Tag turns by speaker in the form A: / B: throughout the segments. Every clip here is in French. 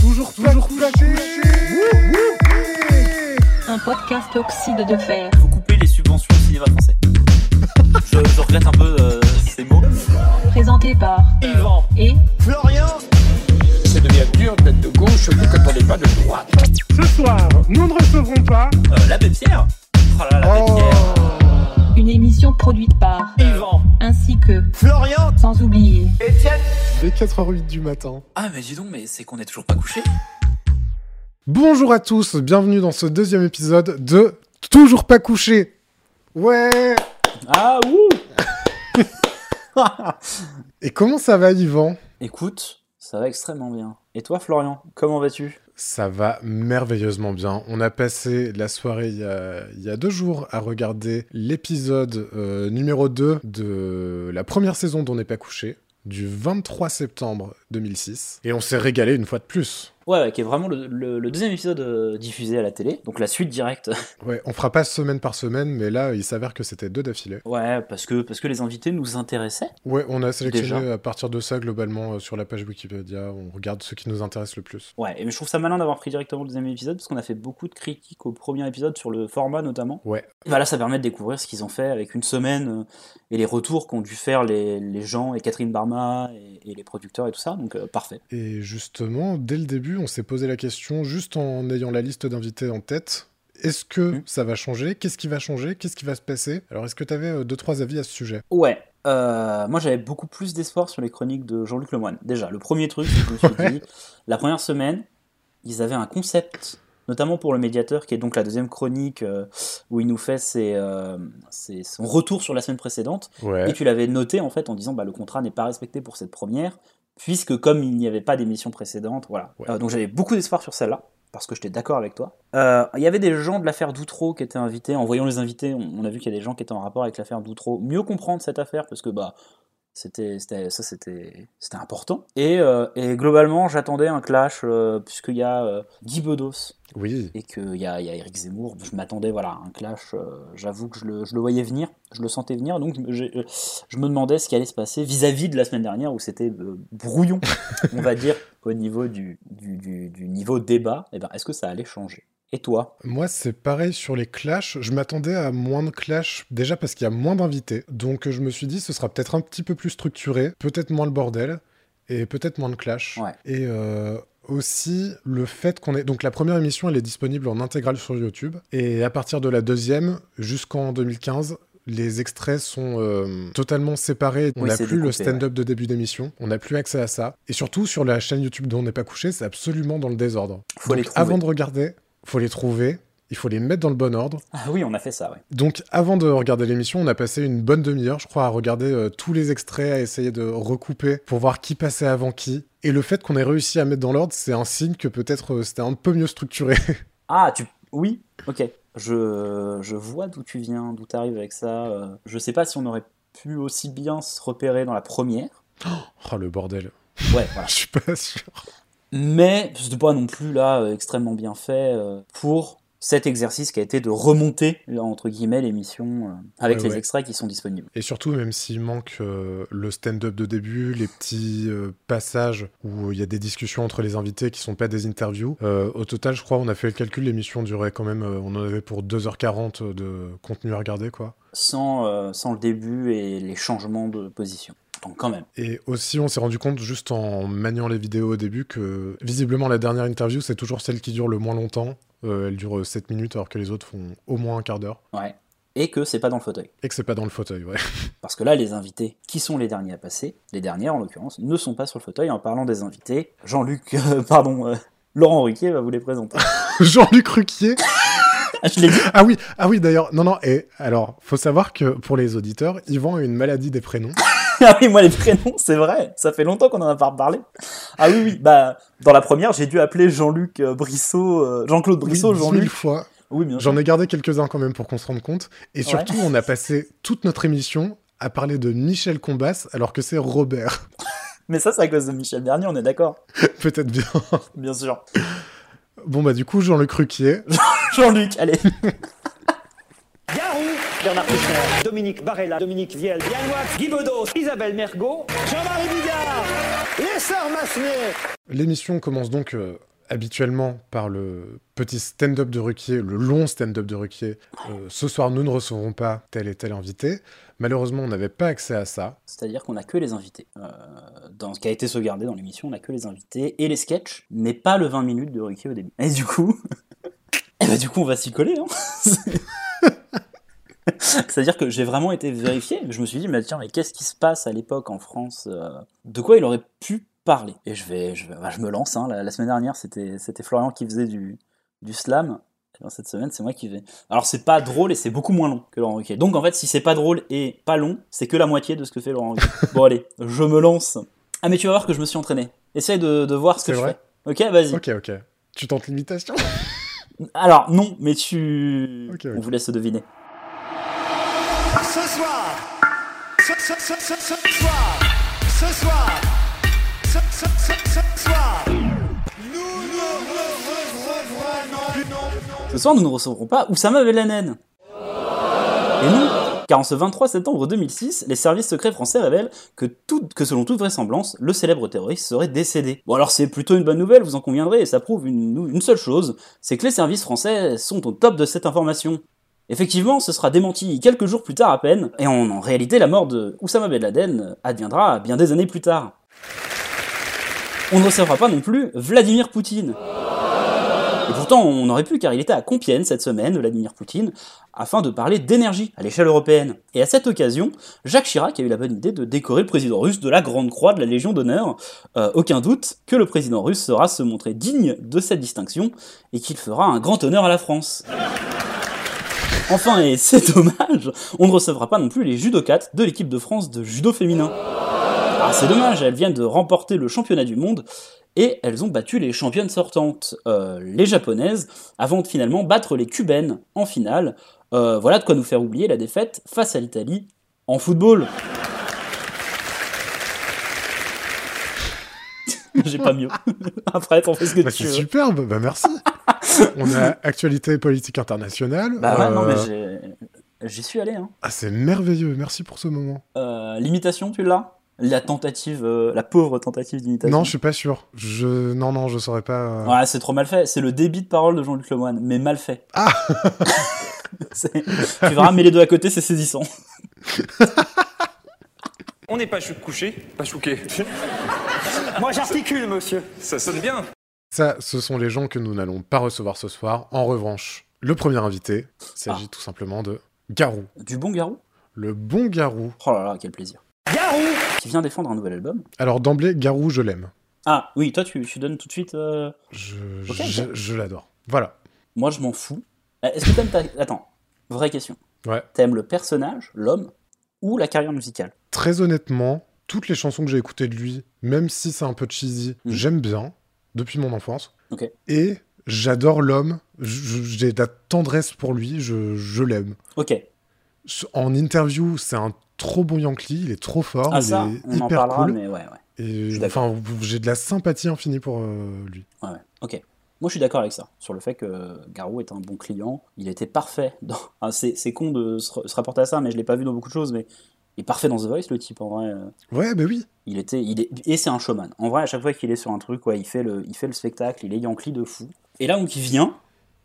A: toujours, toujours flatté.
B: Un podcast oxyde de fer.
C: faut couper les subventions au cinéma français. je, je regrette un peu euh, ces mots.
B: Présenté par
C: Yvan,
B: et
C: Florian
D: Ça devient dur d'être de gauche, surtout quand on n'est pas de droite.
A: Ce soir, nous ne recevrons pas.
C: euh, L'abbé Pierre Oh là là, l'abbé
A: Oh.
C: Pierre
B: une émission produite par
C: Yvan,
B: ainsi que
C: Florian
B: sans oublier
A: Les 4h08 du matin.
C: Ah mais dis donc, mais c'est qu'on est toujours pas couché
A: Bonjour à tous, bienvenue dans ce deuxième épisode de Toujours pas couché. Ouais.
C: Ah ouh
A: Et comment ça va, Yvan
C: Écoute, ça va extrêmement bien. Et toi Florian, comment vas-tu
A: Ça va merveilleusement bien. On a passé la soirée il y a, il y a deux jours à regarder l'épisode euh, numéro 2 de la première saison d'On n'est pas couché, du 23 septembre 2006. Et on s'est régalé une fois de plus.
C: Ouais, ouais, qui est vraiment le, le- le deuxième épisode euh, diffusé à la télé, donc la suite directe.
A: Ouais, on fera pas semaine par semaine, mais là, il s'avère que c'était deux d'affilée.
C: Ouais, parce que, parce que les invités nous intéressaient.
A: Ouais, on a sélectionné
C: Déjà.
A: à partir de ça globalement euh, sur la page Wikipédia. On regarde ce qui nous intéresse le plus.
C: Ouais, et je trouve ça malin d'avoir pris directement le deuxième épisode, parce qu'on a fait beaucoup de critiques au premier épisode sur le format notamment.
A: Ouais.
C: Bah là, ça permet de découvrir ce qu'ils ont fait avec une semaine euh, et les retours qu'ont dû faire les, les gens et Catherine Barma et, et les producteurs et tout ça, donc euh, parfait.
A: Et justement, dès le début, on s'est posé la question, juste en ayant la liste d'invités en tête. Est-ce que
C: Mhm.
A: ça va changer Qu'est-ce qui va changer Qu'est-ce qui va se passer Alors, est-ce que tu avais deux, trois avis à ce sujet
C: Ouais, euh, moi j'avais beaucoup plus d'espoir sur les chroniques de Jean-Luc Lemoyne. Déjà, le premier truc, je me suis dit, la première semaine, ils avaient un concept, notamment pour le médiateur, qui est donc la deuxième chronique euh, où il nous fait ses, euh, ses- son retour sur la semaine précédente. Et
A: Ouais.
C: tu l'avais noté en fait en disant bah, le contrat n'est pas respecté pour cette première, puisque comme il n'y avait pas d'émission précédente, voilà.
A: Ouais.
C: Euh, donc j'avais beaucoup d'espoir sur celle-là, parce que j'étais d'accord avec toi. Euh, Il y avait des gens de l'affaire Doutreau qui étaient invités. En voyant les invités, on, on a vu qu'il y a des gens qui étaient en rapport avec l'affaire Doutreau. Mieux comprendre cette affaire, parce que bah. C'était, c'était- ça, c'était, c'était important. Et, euh, et globalement, j'attendais un clash, euh, puisqu'il y a euh, Guy Bedos
A: Oui.
C: et qu'il y a, y a Eric Zemmour, je m'attendais voilà, à un clash, euh, j'avoue que je le, je le voyais venir, je le sentais venir, donc je, je- je me demandais ce qui allait se passer vis-à-vis de la semaine dernière où c'était euh, brouillon, on va dire, au niveau du, du, du- du niveau débat, eh ben, est-ce que ça allait changer Et toi
A: Moi, c'est pareil sur les clashs. Je m'attendais à moins de clashs, déjà parce qu'il y a moins d'invités. Donc, euh, je me suis dit, ce sera peut-être un petit peu plus structuré, peut-être moins le bordel, et peut-être moins de clashs.
C: Ouais.
A: Et euh, aussi, le fait qu'on ait. Donc, la première émission, elle est disponible en intégrale sur YouTube. Et à partir de la deuxième, jusqu'en 2015. Les extraits sont euh, totalement séparés. On
C: Oui,
A: n'a
C: c'est
A: plus le
C: découpé, ouais.
A: stand-up de début d'émission. On n'a plus accès à ça. Et surtout, sur la chaîne YouTube dont on n'est pas couché, c'est absolument dans le désordre.
C: Faut les trouver.
A: Avant de regarder, faut les trouver, il faut les mettre dans le bon ordre.
C: Ah oui, on a fait ça, ouais.
A: Donc avant de regarder l'émission, on a passé une bonne demi-heure, je crois, à regarder euh, tous les extraits, à essayer de recouper pour voir qui passait avant qui. Et le fait qu'on ait réussi à mettre dans l'ordre, c'est un signe que peut-être euh, c'était un peu mieux structuré.
C: Ah, tu... Oui Ok. Je, je vois d'où tu viens, d'où tu arrives avec ça. euh, Je sais pas si on aurait pu aussi bien se repérer dans la première.
A: oh le bordel,
C: Ouais, voilà.
A: je suis pas sûr.
C: Mais c'était pas non plus là euh, extrêmement bien fait euh, pour cet exercice qui a été de remonter là, entre guillemets l'émission euh, avec
A: Ouais,
C: les
A: ouais.
C: extraits qui sont disponibles.
A: Et surtout, même s'il manque euh, le stand-up de début, les petits euh, passages où euh, il y a des discussions entre les invités qui sont pas des interviews, euh, au total, je crois, on a fait le calcul, l'émission durait quand même, euh, on en avait pour 2h40 de contenu à regarder, quoi.
C: Sans, euh, sans le début et les changements de position. Donc quand même.
A: Et aussi, on s'est rendu compte, juste en maniant les vidéos au début, que visiblement, la dernière interview, c'est toujours celle qui dure le moins longtemps. Euh, elle dure 7 minutes, alors que les autres font au moins un quart d'heure.
C: Ouais. Et que c'est pas dans le fauteuil.
A: Et que c'est pas dans le fauteuil, ouais.
C: Parce que là, les invités, qui sont les derniers à passer, les dernières en l'occurrence, ne sont pas sur le fauteuil. En parlant des invités, Jean-Luc, euh, pardon, euh, Laurent Ruquier va vous les présenter.
A: Jean-Luc Ruquier
C: Ah, je l'ai dit
A: Ah oui, ah oui d'ailleurs, non, non, et alors, faut savoir que pour les auditeurs, Yvan a une maladie des prénoms.
C: Ah oui, moi les prénoms, c'est vrai. Ça fait longtemps qu'on en a pas reparlé. Ah oui, oui. Bah, dans la première, j'ai dû appeler Jean-Luc euh, Brissot, euh, Jean-Claude Brissot,
A: Oui, dix mille
C: Jean-Luc.
A: fois.
C: Oui, bien sûr.
A: J'en ai gardé quelques-uns quand même pour qu'on se rende compte. Et
C: Ouais.
A: surtout, on a passé toute notre émission à parler de Michel Combas alors que c'est Robert.
C: Mais ça, c'est à cause de Michel Bernier, on est d'accord.
A: Peut-être bien.
C: Bien sûr.
A: Bon, bah, du coup, Jean-Luc Ruquier.
C: Jean-Luc, allez.
E: Garou, Bernard Kouchner, Dominique Barella, Dominique Viel, Yann Wax, Guy Bedos, Isabelle Mergot, Jean-Marie Bigard, les sœurs Massenet.
A: L'émission commence donc euh, habituellement par le petit stand-up de Ruquier, le long stand-up de Ruquier. Euh, ce soir, nous ne recevons pas tel et tel invité. Malheureusement, on n'avait pas accès à ça.
C: C'est-à-dire qu'on n'a que les invités. Euh, dans ce qui a été sauvegardé dans l'émission, on n'a que les invités et les sketchs, mais pas le 20 minutes de Ricky au début. Et du coup, eh ben, du coup on va s'y coller. hein. C'est- C'est-à-dire que j'ai vraiment été vérifié. Je me suis dit, mais tiens, mais qu'est-ce qui se passe à l'époque en France euh, De quoi il aurait pu parler Et je vais, je, vais- bah, je me lance. hein. La, la semaine dernière, c'était c'était Florian qui faisait du, du slam. Et dans cette semaine, c'est moi qui vais. Alors c'est pas drôle et c'est beaucoup moins long que Laurent Ruquier. Donc en fait, si c'est pas drôle et pas long, c'est que la moitié de ce que fait Laurent Ruquier. bon allez, je me lance. Ah mais tu vas voir que je me suis entraîné. Essaye de, de voir ce que
A: C'est
C: je
A: vrai
C: fais. Ok, vas-y.
A: Ok, ok. Tu tentes l'imitation
C: Alors non, mais tu...
A: Ok, ok.
C: On vous laisse deviner.
F: Ce soir, ce, ce, ce, ce, ce soir, ce soir, ce, ce, ce, ce soir, nous nous revoilà
C: Ce soir, nous ne recevrons pas Oussama Belanen. Et non car en ce 23 septembre 2006, les services secrets français révèlent que, tout- que selon toute vraisemblance, le célèbre terroriste serait décédé. Bon alors c'est plutôt une bonne nouvelle, vous en conviendrez, et ça prouve une, une seule chose, c'est que les services français sont au top de cette information. Effectivement, ce sera démenti quelques jours plus tard à peine, et en, en réalité la mort de Oussama Ben Laden adviendra bien des années plus tard. On ne recevra pas non plus Vladimir Poutine. Et pourtant, on aurait pu, car il était à Compiègne cette semaine, Vladimir Poutine, afin de parler d'énergie à l'échelle européenne. Et à cette occasion, Jacques Chirac a eu la bonne idée de décorer le président russe de la Grande Croix de la Légion d'honneur. Euh, aucun doute que le président russe saura se montrer digne de cette distinction et qu'il fera un grand honneur à la France. Enfin, et c'est dommage, on ne recevra pas non plus les judokates de l'équipe de France de judo féminin. Ah, c'est dommage, elles viennent de remporter le championnat du monde et elles ont battu les championnes sortantes, euh, les japonaises, avant de finalement battre les cubaines en finale. Euh, voilà de quoi nous faire oublier la défaite face à l'Italie en football. J'ai pas mieux. Après, t'en fais ce que
A: Bah,
C: tu
A: C'est
C: veux.
A: superbe, bah merci. on a actualité et politique internationale.
C: Bah ouais, non, mais
A: Euh,
C: j'ai- j'y suis allé. Hein.
A: Ah, c'est merveilleux, merci pour ce moment.
C: Euh, L'imitation, tu l'as La tentative, euh, la pauvre tentative d'imitation.
A: Non, je suis pas sûr. Je... Non, non, je saurais pas. euh,
C: Ouais, c'est trop mal fait. C'est le débit de parole de Jean-Luc Lemoine, mais mal fait.
A: Ah
C: C'est- Tu verras, mais les deux à côté, c'est saisissant.
G: On n'est pas chou- couché, pas chouqué.
E: Moi, j'articule, monsieur.
G: Ça sonne bien.
A: Ça, ce sont les gens que nous n'allons pas recevoir ce soir. En revanche, le premier invité,
C: Ah.
A: il s'agit tout simplement de Garou.
C: Du bon Garou
A: Le bon Garou.
C: Oh là là, quel plaisir.
E: Garou
C: Qui vient défendre un nouvel album
A: Alors d'emblée, Garou, je l'aime.
C: Ah oui, toi, tu, tu donnes tout de suite. euh,
A: Je,
C: Ok.
A: je, je l'adore. Voilà.
C: Moi, je m'en fous. Euh, Est-ce que t'aimes ta... Attends, vraie question.
A: Ouais.
C: T'aimes le personnage, l'homme, ou la carrière musicale
A: Très honnêtement, toutes les chansons que j'ai écoutées de lui, même si c'est un peu cheesy,
C: Mm.
A: j'aime bien, depuis mon enfance.
C: Ok.
A: Et j'adore l'homme, je- je- j'ai de la tendresse pour lui, je, je l'aime.
C: Ok,
A: En interview, c'est un trop bon Yankee, il est trop fort,
C: ah
A: il
C: ça,
A: est
C: on en
A: hyper
C: parlera,
A: cool.
C: mais ouais, ouais. suis
A: Et
C: d'accord.
A: enfin, j'ai de la sympathie infinie pour euh, lui.
C: Ouais, ouais. ok. Moi, je suis d'accord avec ça, sur le fait que Garou est un bon client. Il était parfait. Dans... Ah, c'est c'est con de se se rapporter à ça, mais je l'ai pas vu dans beaucoup de choses. Mais il est parfait dans The Voice, le type, en vrai. euh.
A: Ouais, bah oui.
C: Il était, il est, et c'est un showman. En vrai, à chaque fois qu'il est sur un truc, ouais, il, fait le, il fait le spectacle, il est Yankee de fou. Et là, donc, il vient,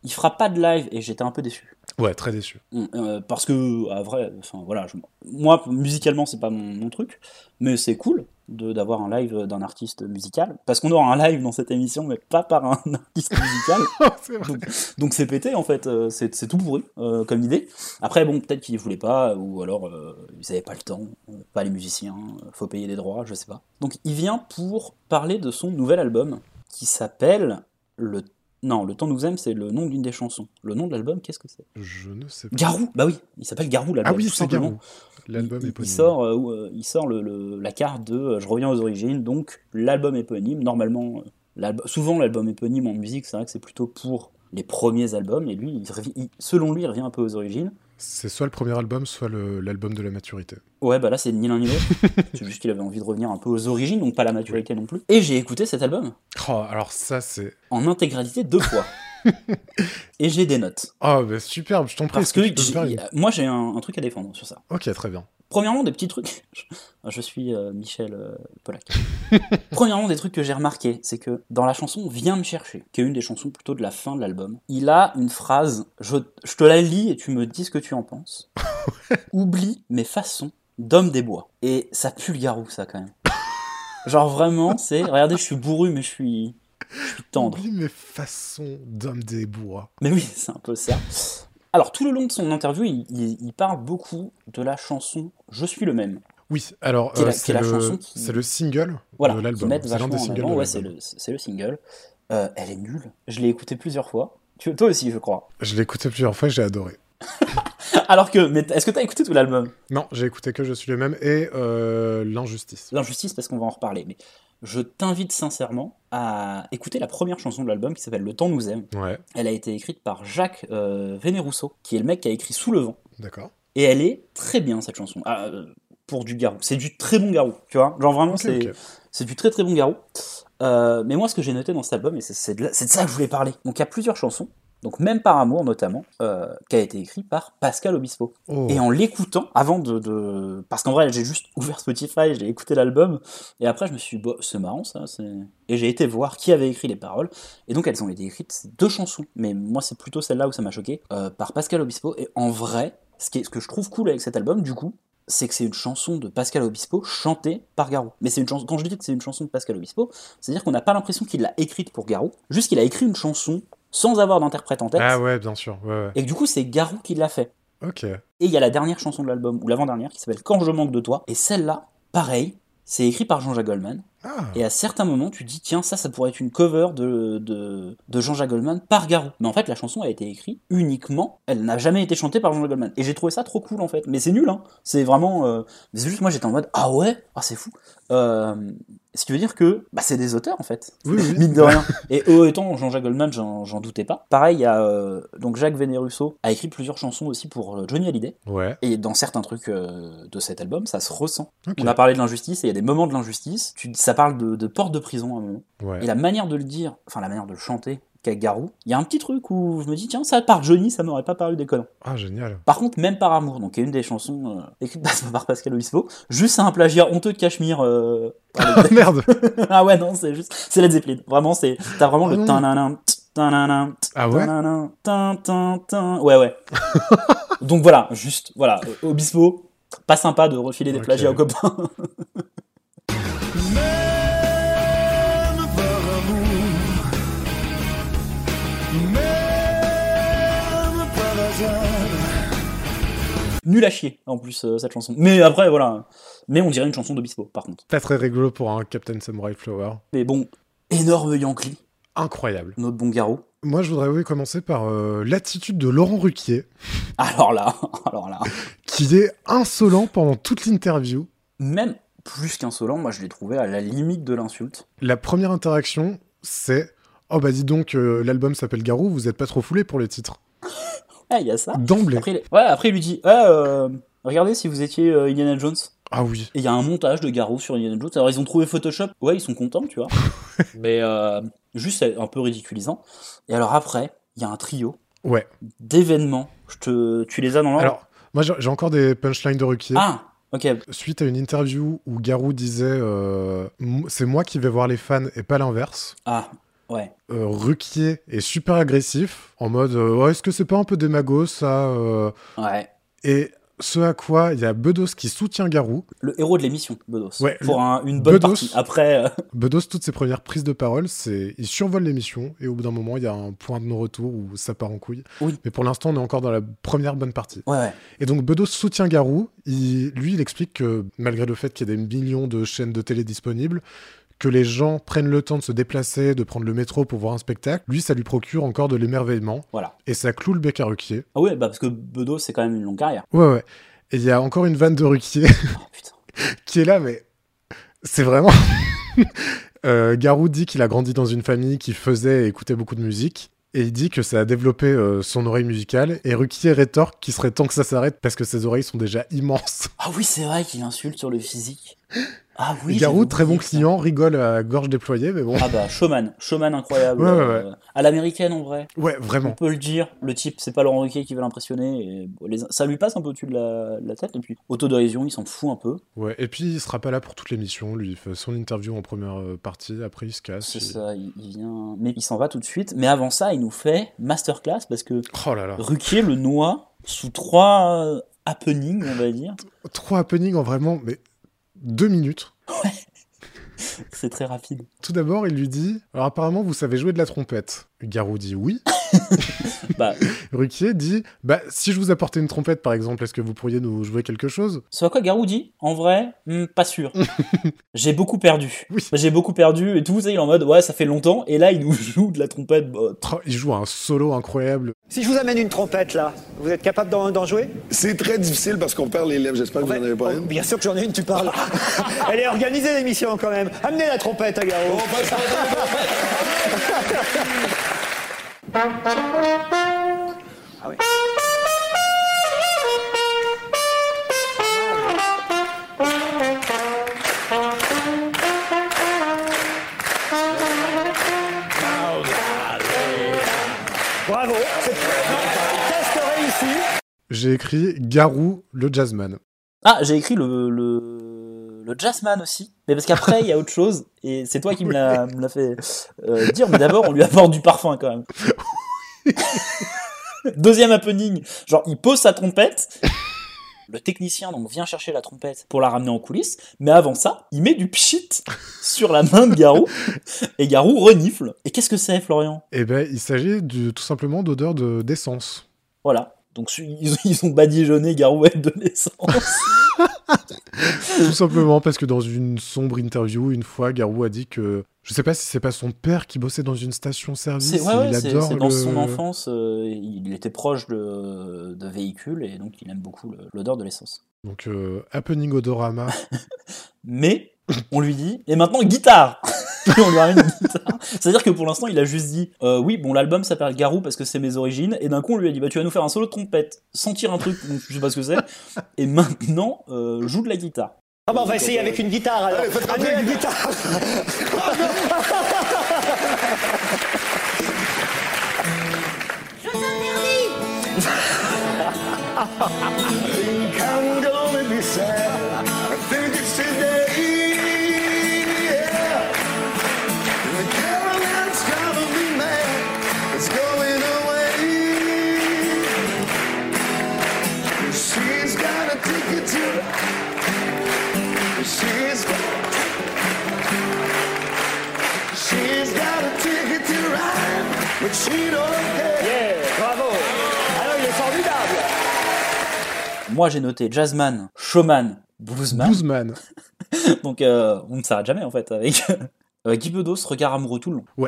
C: il fera pas de live, et j'étais un peu déçu.
A: Ouais, très déçu.
C: Mm, euh, parce que, à vrai, enfin, voilà, je- moi, musicalement, c'est pas mon, mon truc, mais c'est cool de- d'avoir un live d'un artiste musical, parce qu'on aura un live dans cette émission, mais pas par un artiste musical.
A: c'est vrai.
C: Donc- Donc c'est pété en fait, euh, c'est c'est tout pourri euh, comme idée. Après bon, peut-être qu'ils voulaient pas, ou alors euh, ils avaient pas le temps, euh, pas les musiciens, euh, faut payer les droits, je sais pas. Donc il vient pour parler de son nouvel album qui s'appelle le non le temps nous aime c'est le nom d'une des chansons. Le nom de l'album qu'est-ce que c'est
A: Je ne sais pas.
C: Garou bah oui il s'appelle Garou l'album.
A: Ah oui,
C: tout
A: c'est
C: simplement.
A: Garou. L'album
C: Il- il, il
A: éponyme.
C: sort, euh, où, euh, il sort le, le- la carte de euh, Je reviens aux origines, donc l'album éponyme. Normalement, euh, l'alb- souvent l'album éponyme en musique, c'est vrai que c'est plutôt pour les premiers albums, et lui, il revi- il- selon lui, il revient un peu aux origines.
A: C'est soit le premier album, soit le- l'album de la maturité.
C: Ouais, bah là, c'est ni l'un ni l'autre. c'est juste qu'il avait envie de revenir un peu aux origines, donc pas la maturité non plus. Et j'ai écouté cet album
A: Oh, alors ça, c'est.
C: en intégralité deux fois. et j'ai des notes.
A: Oh, bah, superbe, je t'en prie.
C: Parce
A: est-ce
C: que
A: tu peux me
C: j'ai-
A: faire une-
C: moi, j'ai un, un truc à défendre sur ça.
A: Ok, très bien.
C: Premièrement, des petits trucs. Je suis euh, Michel euh, Pollack. Premièrement, des trucs que j'ai remarqué, c'est que dans la chanson Viens me chercher, qui est une des chansons plutôt de la fin de l'album, il a une phrase, je, je te la lis et tu me dis ce que tu en penses. Oublie mes façons d'homme des bois. Et ça pue le garou, ça, quand même. Genre vraiment, c'est. Regardez, je suis bourru, mais je suis. Je suis tendre.
A: Oublie mes façons d'homme des bois.
C: Mais oui, c'est un peu ça. Alors, tout le long de son interview, il, il- il parle beaucoup de la chanson Je suis le même.
A: Oui, alors
C: Qui est la-
A: euh,
C: qui est
A: c'est
C: la
A: le,
C: chanson qui-
A: c'est le single
C: Voilà,
A: de
C: qui
A: l'album.
C: mettent
A: C'est l'un
C: vachement
A: des
C: en
A: singles.
C: avant.
A: de
C: Ouais, c'est
A: l'album.
C: le, c'est le single. Euh, elle est nulle. Je l'ai écoutée plusieurs fois. Tu, toi aussi, je crois.
A: Je l'ai écouté plusieurs fois, j'ai adoré.
C: Alors que, mais est-ce que t'as écouté tout l'album
A: Non, j'ai écouté que Je suis le même et euh, L'Injustice.
C: L'injustice, parce qu'on va en reparler. Mais je t'invite sincèrement à écouter la première chanson de l'album qui s'appelle Le temps nous aime.
A: Ouais,
C: Elle a été écrite par Jacques euh, Vénérousseau, qui est le mec qui a écrit Sous le vent.
A: d'accord.
C: Et elle est très bien cette chanson. Ah, euh, pour du garou. C'est du très bon garou, tu vois. Genre vraiment,
A: Ok,
C: c'est
A: ok.
C: c'est du très très bon garou. Euh, mais moi, ce que j'ai noté dans cet album, et c'est- c'est de, là- c'est de ça que je voulais parler. Donc il y a plusieurs chansons, donc même par amour notamment, euh, qui a été écrit par Pascal Obispo.
A: Oh.
C: Et en l'écoutant, avant de, de- parce qu'en vrai, j'ai juste ouvert Spotify, j'ai écouté l'album, et après je me suis, dit, bah, c'est marrant ça. c'est- Et j'ai été voir qui avait écrit les paroles, et donc elles ont été écrites c'est deux chansons. Mais moi, c'est plutôt celle-là où ça m'a choqué euh, par Pascal Obispo. Et en vrai, ce, qui est- ce que je trouve cool avec cet album, du coup, c'est que c'est une chanson de Pascal Obispo chantée par Garou. Mais c'est une chanson. Quand je dis que c'est une chanson de Pascal Obispo, c'est-à-dire qu'on n'a pas l'impression qu'il l'a écrite pour Garou, juste qu'il a écrit une chanson sans avoir d'interprète en tête.
A: Ah ouais, bien sûr. Ouais,
C: Et que du coup, c'est Garou qui l'a fait.
A: ouais. Ok.
C: Et il y a la dernière chanson de l'album, ou l'avant-dernière, qui s'appelle Quand je manque de toi. Et celle-là, pareil, c'est écrit par Jean-Jacques Goldman.
A: Ah,
C: Et à certains moments, tu te dis, tiens, ça, ça pourrait être une cover de, de, de Jean-Jacques Goldman par Garou. Mais en fait, la chanson a été écrite uniquement, elle n'a jamais été chantée par Jean-Jacques Goldman. Et j'ai trouvé ça trop cool, en fait. Mais c'est nul, hein. C'est vraiment. euh, mais C'est juste, moi, j'étais en mode, ah ouais, ah, c'est fou. Euh, Ce qui veut dire que bah, c'est des auteurs, en fait.
A: oui, oui.
C: Mine de rien. Et eux étant Jean-Jacques Goldman, j'en j'en doutais pas. Pareil, il y a euh, donc Jacques Vénérusso a écrit plusieurs chansons aussi pour euh, Johnny Hallyday.
A: Ouais,
C: Et dans certains trucs euh, de cet album, ça se ressent.
A: ok.
C: On a parlé de l'injustice, et il y a des moments de l'injustice. Tu, ça parle de, de porte de prison à un moment.
A: Ouais.
C: Et la manière de le dire, enfin la manière de le chanter, qu'a Garou, il y a un petit truc où je me dis, tiens, ça par Johnny, ça m'aurait pas paru déconnant.
A: Ah, génial.
C: Par contre, même par amour, donc qui est une des chansons euh, écrites par Pascal Obispo, juste à un plagiat honteux de Cachemire. euh, par les-
A: Ah, merde
C: ah ouais, non, c'est juste. C'est Led Zeppelin. Vraiment, c'est. T'as vraiment
A: Ah
C: le.
A: non.
C: tananan, tch, tananan, tch,
A: Ah ouais
C: tananan, tin, tin, tin. Ouais, ouais. Donc voilà, juste. Voilà. euh, Obispo, pas sympa de refiler des
A: Ok.
C: plagiats aux copains. Nul à chier, en plus, euh, cette chanson. Mais après, voilà. Mais on dirait une chanson d'Obispo, par contre.
A: Pas très rigolo pour un Captain Samurai Flower.
C: Mais bon, énorme Yankee,
A: Incroyable.
C: notre bon garou.
A: Moi, je voudrais oui, commencer par euh, l'attitude de Laurent Ruquier,
C: Alors là, alors là.
A: qui est insolent pendant toute l'interview.
C: Même plus qu'insolent, moi je l'ai trouvé à la limite de l'insulte.
A: La première interaction, c'est Oh bah dis donc, euh, l'album s'appelle Garou, vous êtes pas trop foulé pour les titres.
C: Ah, il y a ça.
A: D'emblée.
C: Après, il... Ouais, après il lui dit Ah, euh, regardez si vous étiez euh, Indiana Jones.
A: Ah oui.
C: Et il y a un montage de Garou sur Indiana Jones. Alors ils ont trouvé Photoshop. Ouais, ils sont contents, tu vois. Mais euh, juste c'est un peu ridiculisant. Et alors après, il y a un trio
A: Ouais.
C: d'événements. Je te... Tu les as dans l'ordre
A: Alors, moi, j'ai j'ai encore des punchlines de Ruquier.
C: Oh. Ah, ok.
A: Suite à une interview où Garou disait euh, M- C'est moi qui vais voir les fans et pas l'inverse.
C: Ah, ouais.
A: Euh, Ruquier est super agressif, en mode euh, Oh, Est-ce que c'est pas un peu démago ça euh
C: Ouais.
A: Et ce à quoi il y a Bedos qui soutient Garou.
C: Le héros de l'émission, Bedos.
A: Ouais,
C: Pour un- une bonne
A: Bedos.
C: partie. Après, euh,
A: Bedos, toutes ses premières prises de parole, c'est il survole l'émission et au bout d'un moment, il y a un point de non-retour où ça part en couille.
C: Oui.
A: Mais pour l'instant, on est encore dans la première bonne partie.
C: ouais, ouais.
A: Et donc Bedos soutient Garou. Il- lui, il explique que malgré le fait qu'il y ait des millions de chaînes de télé disponibles, que les gens prennent le temps de se déplacer, de prendre le métro pour voir un spectacle, lui, ça lui procure encore de l'émerveillement.
C: Voilà.
A: Et ça cloue le bec à Ruquier.
C: Ah ouais, bah parce que Bedos, c'est quand même une longue carrière.
A: Ouais, ouais. Et il y a encore une vanne de Ruquier
C: Oh, putain.
A: qui est là, mais c'est vraiment. Euh, Garou dit qu'il a grandi dans une famille qui faisait et écoutait beaucoup de musique. Et il dit que ça a développé euh, son oreille musicale. Et Ruquier rétorque qu'il serait temps que ça s'arrête parce que ses oreilles sont déjà immenses.
C: Ah oui, c'est vrai qu'il insulte sur le physique. Ah oui.
A: Garou,
C: j'avais
A: très bon
C: oublié ça.
A: client, rigole à gorge déployée, mais bon.
C: Ah bah, showman, showman incroyable.
A: Ouais, ouais,
C: euh, à l'américaine en vrai.
A: Ouais,
C: On
A: vraiment.
C: peut le dire, le type, c'est pas Laurent Ruquier qui va l'impressionner. et, bon, les- Ça lui passe un peu au-dessus de la, de la tête. Et puis, autodérision, il s'en fout un peu.
A: Ouais. Et puis, il sera pas là pour toute l'émission. Lui, il fait son interview en première euh, partie. Après, il se casse.
C: C'est
A: il-
C: ça, il, il vient. Mais il s'en va tout de suite. Mais avant ça, il nous fait masterclass parce que
A: Oh là là.
C: Ruquier le noie sous trois euh, happenings, on va dire.
A: Trois happenings en vraiment, mais deux minutes.
C: C'est très rapide.
A: Tout d'abord, il lui dit Alors, apparemment, vous savez jouer de la trompette. Garou dit oui.
C: Bah,
A: Ruquier dit Bah, si je vous apportais une trompette, par exemple, est-ce que vous pourriez nous jouer quelque chose
C: ce à quoi Garou dit, en vrai, hmm, pas sûr. J'ai beaucoup perdu.
A: Oui.
C: J'ai beaucoup perdu et tout ça, il est en mode, ouais, ça fait longtemps. Et là, il nous joue de la trompette. bah,
A: Oh, Il joue un solo incroyable.
E: Si je vous amène une trompette là, vous êtes capable d'en d'en jouer
H: C'est très difficile parce qu'on perd les lèvres. J'espère que vous n'en avez pas
E: Oh,
H: une.
E: Bien sûr que j'en ai une, tu parles. Elle est organisée l'émission quand même. Amenez la trompette à
H: Oh,
E: Garou. Bravo. C'est- Test réussi.
A: J'ai écrit Garou, le jazzman.
C: Ah, j'ai écrit le, le, le Jazzman aussi. Mais parce qu'après, il y a autre chose. Et c'est toi qui me l'a- me l'as fait euh, dire. Mais d'abord, on lui apporte du parfum quand même. Deuxième happening. Genre, il pose sa trompette. Le technicien donc vient chercher la trompette pour la ramener en coulisses, mais avant ça, il met du pchit sur la main de Garou et Garou renifle. Et qu'est-ce que c'est, Florian
A: Eh ben, il s'agit du- tout simplement d'odeur de- d'essence.
C: Voilà. Donc ils, ils ont badigeonné Garou avec de l'essence.
A: Tout simplement parce que dans une sombre interview, une fois, Garou a dit que je sais pas si c'est pas son père qui bossait dans une station-service.
C: C'est ouais,
A: et
C: ouais,
A: il
C: c'est-
A: adore
C: c'est dans
A: le-
C: son enfance, euh, il était proche de, de véhicules et donc il aime beaucoup le- l'odeur de l'essence.
A: Donc euh, happening odorama.
C: Mais on lui dit, et maintenant guitare Et on lui ramène une guitare. C'est-à-dire que pour l'instant, il a juste dit, euh, oui, bon, l'album s'appelle Garou parce que c'est mes origines, et d'un coup, on lui a dit, bah, tu vas nous faire un solo de trompette, sentir un truc, donc, je sais pas ce que c'est, et maintenant, euh, joue de la guitare.
E: Ah bah on va essayer avec une guitare alors.
H: Allez, faites
E: Amenez la guitare.
H: I'm gonna be sad. I think it's today. Yeah. The Caroline's gonna be mad. It's going away. She's got a ticket to She's got, she's got a ticket to ride, but she don't care.
E: Yeah, bravo. Alors il est formidable.
C: Moi, j'ai noté jazzman, showman, bluesman.
A: Boozman.
C: Donc euh, on ne s'arrête jamais en fait avec euh, Guy Bedos, regard amoureux tout le long.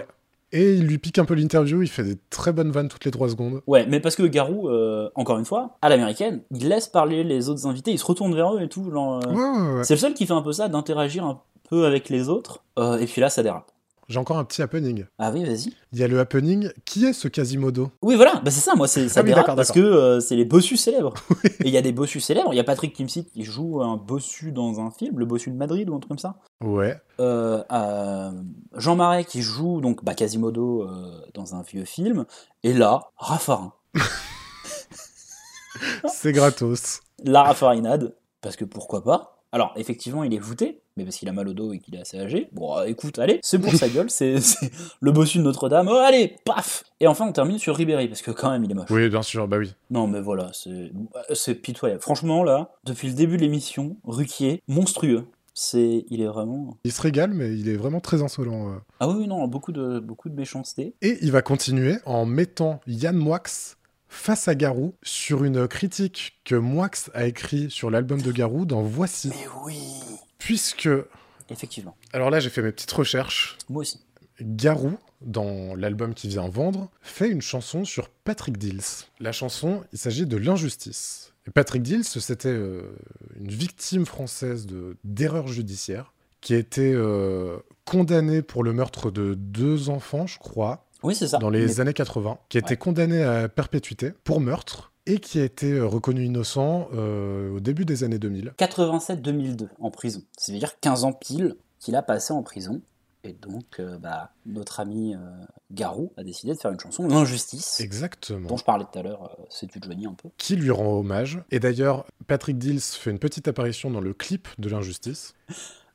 A: Et il lui pique un peu l'interview, il fait des très bonnes vannes toutes les trois secondes.
C: Ouais, mais parce que Garou, euh, encore une fois, à l'américaine, il laisse parler les autres invités, il se retourne vers eux et tout. genre, euh,
A: Ouais, ouais, ouais.
C: C'est le seul qui fait un peu ça, d'interagir un peu avec les autres. Euh, et puis là, ça dérape.
A: J'ai encore un petit happening.
C: Ah oui, vas-y.
A: Il y a le happening. Qui est ce Quasimodo
C: Oui, voilà, bah, c'est ça, moi, c'est, ça
A: Ah oui,
C: dérape
A: d'accord,
C: parce que
A: d'accord.
C: euh, c'est les bossus célèbres. et il y a des bossus célèbres. Il y a Patrick Timsit qui joue un bossu dans un film, le bossu de Madrid ou un truc comme ça.
A: Ouais.
C: euh, à Jean Marais qui joue donc bah, Quasimodo euh, dans un vieux film, et là, Raffarin.
A: C'est gratos.
C: La Raffarinade, parce que pourquoi pas Alors, effectivement, il est voûté, mais parce qu'il a mal au dos et qu'il est assez âgé. Bon, euh, écoute, allez, c'est pour sa gueule, c'est c'est le bossu de Notre-Dame, Oh, allez, paf Et enfin, on termine sur Ribéry, parce que quand même, il est moche.
A: Oui, bien sûr, bah oui.
C: Non, mais voilà, c'est c'est pitoyable. Franchement, là, depuis le début de l'émission, Ruquier, monstrueux. C'est, il est vraiment.
A: Il se régale, mais il est vraiment très insolent. euh.
C: Ah oui, oui, non, beaucoup de, beaucoup de méchanceté.
A: Et il va continuer en mettant Yann Moix face à Garou sur une critique que Moix a écrit sur l'album de Garou dans Voici.
C: Mais oui,
A: Puisque,
C: effectivement.
A: alors là j'ai fait mes petites recherches,
C: Moi aussi.
A: Garou, dans l'album qui vient vendre, fait une chanson sur Patrick Dills. La chanson, il s'agit de l'injustice. Et Patrick Dills, c'était euh, une victime française de- d'erreurs judiciaires qui a été euh, condamnée pour le meurtre de deux enfants, je crois,
C: Oui, c'est ça.
A: dans les années 80, qui était
C: Ouais.
A: condamné à perpétuité pour meurtre. et qui a été euh, reconnu innocent euh, au début des années 2000.
C: 87-2002 en prison. C'est-à-dire 15 ans pile qu'il a passé en prison. Et donc, euh, bah, notre ami euh, Garou a décidé de faire une chanson, L'Injustice,
A: Exactement.
C: dont je parlais tout à l'heure, euh, c'est du Johnny un peu.
A: Qui lui rend hommage. Et d'ailleurs, Patrick Dills fait une petite apparition dans le clip de l'injustice.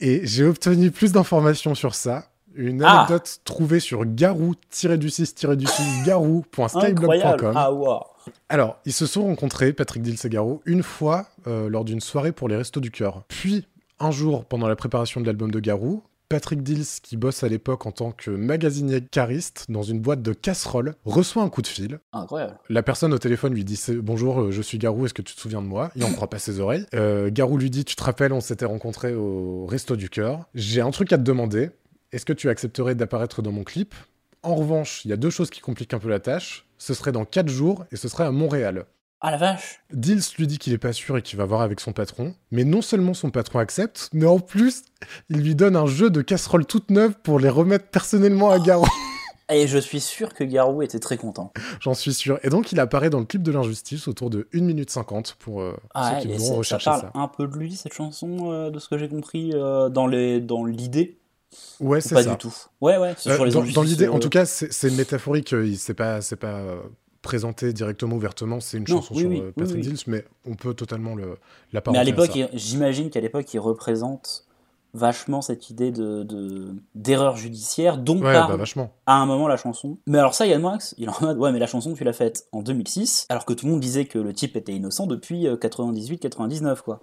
A: Et j'ai obtenu plus d'informations sur ça. Une
C: Ah.
A: anecdote trouvée sur garou-du-6-du-6
C: Incroyable
A: garou.skyblog.com.
C: Ah, wow.
A: Alors, ils se sont rencontrés, Patrick Dills et Garou, une fois euh, lors d'une soirée pour les Restos du Cœur. Puis, un jour, pendant la préparation de l'album de Garou, Patrick Dills, qui bosse à l'époque en tant que magasinier cariste dans une boîte de casseroles, reçoit un coup de fil.
C: Incroyable.
A: La personne au téléphone lui dit C'est- Bonjour, euh, je suis Garou, est-ce que tu te souviens de moi Il en croit pas ses oreilles. Euh, Garou lui dit Tu te rappelles, on s'était rencontrés au Resto du Cœur. J'ai un truc à te demander. Est-ce que tu accepterais d'apparaître dans mon clip En revanche, il y a deux choses qui compliquent un peu la tâche. Ce serait dans 4 jours et ce serait à Montréal.
C: Ah la vache
A: Dills lui dit qu'il est pas sûr et qu'il va voir avec son patron. Mais non seulement son patron accepte, mais en plus, il lui donne un jeu de casseroles toutes neuves pour les remettre personnellement à Garou.
C: Et je suis sûr que Garou était très content.
A: J'en suis sûr. Et donc, il apparaît dans le clip de l'injustice autour de 1 minute 50 pour euh,
C: Ah,
A: ceux qui
C: et
A: vont
C: c'est- ça
A: rechercher
C: parle
A: ça.
C: un peu de lui, cette chanson, euh, de ce que j'ai compris, euh, dans les- dans l'idée.
A: Ouais,
C: Ou
A: c'est
C: pas
A: ça.
C: du tout. Ouais, ouais, c'est
A: Euh,
C: sur les
A: dans
C: injustices,
A: dans l'idée, en
C: euh,
A: tout cas, c'est c'est métaphorique. euh, il- C'est pas, c'est pas euh, présenté directement ouvertement. C'est une
C: Non,
A: chanson
C: oui,
A: sur
C: oui,
A: euh,
C: oui,
A: Patrick
C: oui.
A: Dills, mais on peut totalement le la
C: Mais à l'époque, il- j'imagine qu'à l'époque, il représente vachement cette idée de de- d'erreur judiciaire dont
A: Ouais,
C: parle
A: bah vachement.
C: à un moment la chanson. Mais alors ça, Yann Wax, il est en mode ouais, mais la chanson tu l'as faite en 2006, alors que tout le monde disait que le type était innocent depuis 98-99 quoi.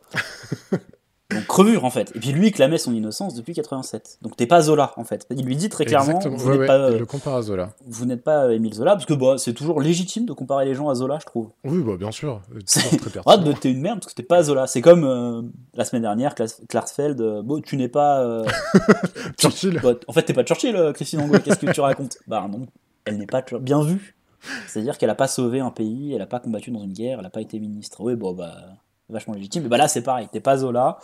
C: Donc crevure en fait. Et puis lui il clamait son innocence depuis 87. Donc t'es pas Zola en fait. Il lui dit très clairement,
A: Exactement.
C: vous
A: Ouais,
C: n'êtes
A: ouais,
C: pas, euh,
A: il le compare à Zola.
C: vous n'êtes pas euh, Émile Zola, parce que bah, c'est toujours légitime de comparer les gens à Zola, je trouve.
A: Oui, bah bien sûr. euh,
C: C'est-
A: toujours très pertinent.
C: Ah, de- t'es une merde parce que t'es pas Zola. C'est comme euh, la semaine dernière, Clas- Klarsfeld. euh, bon, tu n'es pas. euh,
A: Churchill.
C: bah, en fait, t'es pas Churchill, euh, Christine Angot. Qu'est-ce que tu racontes Bah non, elle n'est pas Chur- bien vue. C'est-à-dire qu'elle a pas sauvé un pays, elle a pas combattu dans une guerre, elle a pas été ministre. Oui, bon, bah, vachement légitime. Mais bah là, c'est pareil, t'es pas Zola.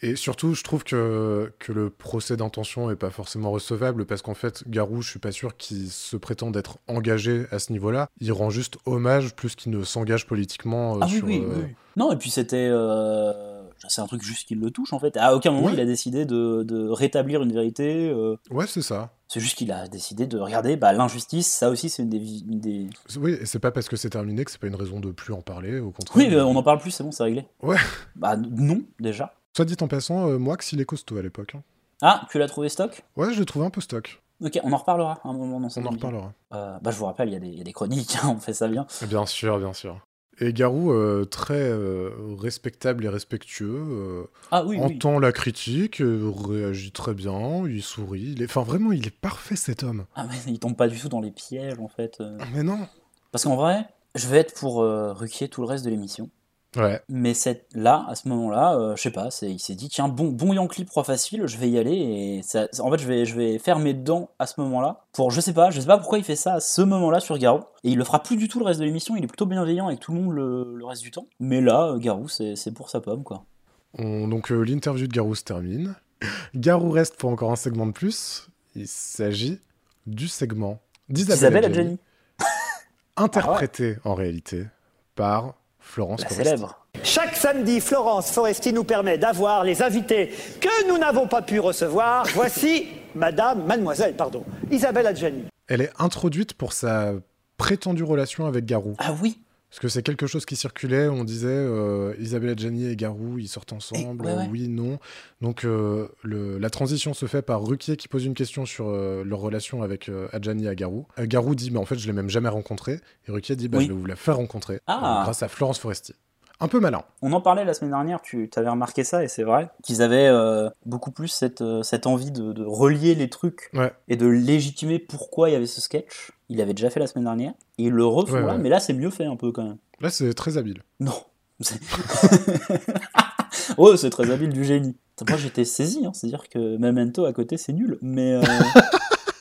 A: Et surtout, je trouve que, que le procès d'intention est pas forcément recevable parce qu'en fait, Garou, je suis pas sûr qu'il se prétende être engagé à ce niveau-là. Il rend juste hommage plus qu'il ne s'engage politiquement. euh,
C: Ah oui,
A: sur,
C: oui,
A: euh,
C: oui. Non, et puis c'était. euh, C'est un truc juste qui le touche en fait. À aucun moment
A: Oui.
C: il a décidé de, de rétablir une vérité. euh,
A: Ouais, c'est ça.
C: c'est juste qu'il a décidé de regarder bah, l'injustice. Ça aussi, c'est une des, vi- une des,
A: C'est- Oui, et c'est pas parce que c'est terminé que c'est pas une raison de plus en parler, au contraire.
C: Oui, mais on en parle plus, c'est bon, c'est réglé.
A: Ouais.
C: Bah non, déjà.
A: Soit dit en passant, euh, moi, s'il est costaud à l'époque. hein.
C: Ah, tu l'as trouvé stock
A: Ouais, je l'ai trouvé un peu stock.
C: Ok, on en reparlera à un moment dans cette
A: On en
C: émission.
A: reparlera.
C: Euh, bah je vous rappelle, il y, a des- il y a des chroniques, hein, on fait ça bien.
A: Eh Bien sûr, bien sûr. Et Garou, euh, très euh, respectable et respectueux, euh,
C: Ah oui, oui.
A: entend la critique, euh, réagit très bien, il sourit. il est- Enfin, vraiment, il est parfait cet homme. Ah,
C: Ah mais il tombe pas du tout dans les pièges en fait. euh.
A: Mais non.
C: Parce qu'en vrai, je vais être pour euh, Ruquier tout le reste de l'émission.
A: Ouais.
C: Mais cette, là, à ce moment-là, euh, je sais pas, c'est- il s'est dit, tiens, bon, bon Yankee, proie facile, je vais y aller. Et ça, en fait, je vais, je vais faire mes dents à ce moment-là. Pour, je sais pas, je sais pas pourquoi il fait ça à ce moment-là sur Garou. Et il le fera plus du tout le reste de l'émission. Il est plutôt bienveillant avec tout le monde le, le reste du temps. Mais là, euh, Garou, c'est c'est pour sa pomme, quoi.
A: On- donc, euh, l'interview de Garou se termine. Garou reste pour encore un segment de plus. Il s'agit du segment
C: Isabelle
A: d'Isabelle
C: à Johnny,
A: interprété en réalité par Florence
C: la
A: Foresti.
C: célèbre.
E: Bah, Chaque samedi, Florence Foresti nous permet d'avoir les invités que nous n'avons pas pu recevoir. Voici Madame, Mademoiselle, pardon, Isabelle Adjani.
A: Elle est introduite pour sa prétendue relation avec Garou.
C: Ah oui,
A: Parce que c'est quelque chose qui circulait, on disait euh, Isabelle Adjani et Garou, ils sortent ensemble,
C: Eh, ouais,
A: euh,
C: ouais.
A: oui, non. Donc euh, le- la transition se fait par Ruquier qui pose une question sur euh, leur relation avec euh, Adjani à Garou. Euh, Garou dit, mais en fait, je l'ai même jamais rencontré. Et Ruquier dit, bah,
C: Oui.
A: je vais vous la faire rencontrer
C: Ah.
A: euh, grâce à Florence Foresti. Un peu malin.
C: on en parlait la semaine dernière, tu avais remarqué ça, et c'est vrai, qu'ils avaient euh, beaucoup plus cette, euh, cette envie de, de relier les trucs
A: Ouais.
C: et de légitimer pourquoi il y avait ce sketch. Il l'avait déjà fait la semaine dernière, et ils le refont
A: Ouais,
C: là,
A: ouais.
C: mais là c'est mieux fait un peu quand même.
A: Là, c'est très habile.
C: Non. C'est- oh, c'est très habile du génie. Putain, Moi j'étais saisi, hein, c'est-à-dire que Memento à côté c'est nul, mais. euh,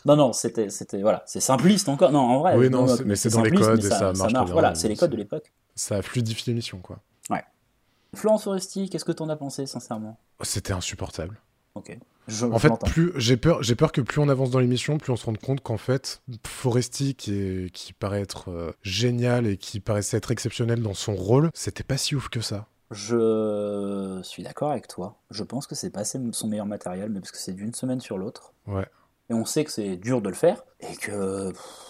C: Non, non, c'était, c'était, voilà, c'est simpliste encore. Non, en vrai,
A: Oui, non, c'est- mais c'est dans les
C: simpliste,
A: codes
C: mais
A: et ça marche très bien,
C: Voilà,
A: oui,
C: c'est les
A: c'est-
C: codes de l'époque.
A: Ça fluidifie l'émission, quoi.
C: Florence Foresti, qu'est-ce que t'en as pensé, sincèrement
A: C'était insupportable.
C: Ok. Je-
A: En
C: je
A: fait,
C: l'entends.
A: plus j'ai peur, j'ai peur que plus on avance dans l'émission, plus on se rende compte qu'en fait, Foresti, qui, est- qui paraît être euh, génial et qui paraissait être exceptionnel dans son rôle, c'était pas si ouf que ça.
C: Je suis d'accord avec toi. Je pense que c'est pas ses- son meilleur matériel, mais parce que c'est d'une semaine sur l'autre.
A: Ouais.
C: Et on sait que c'est dur de le faire. Et que pff,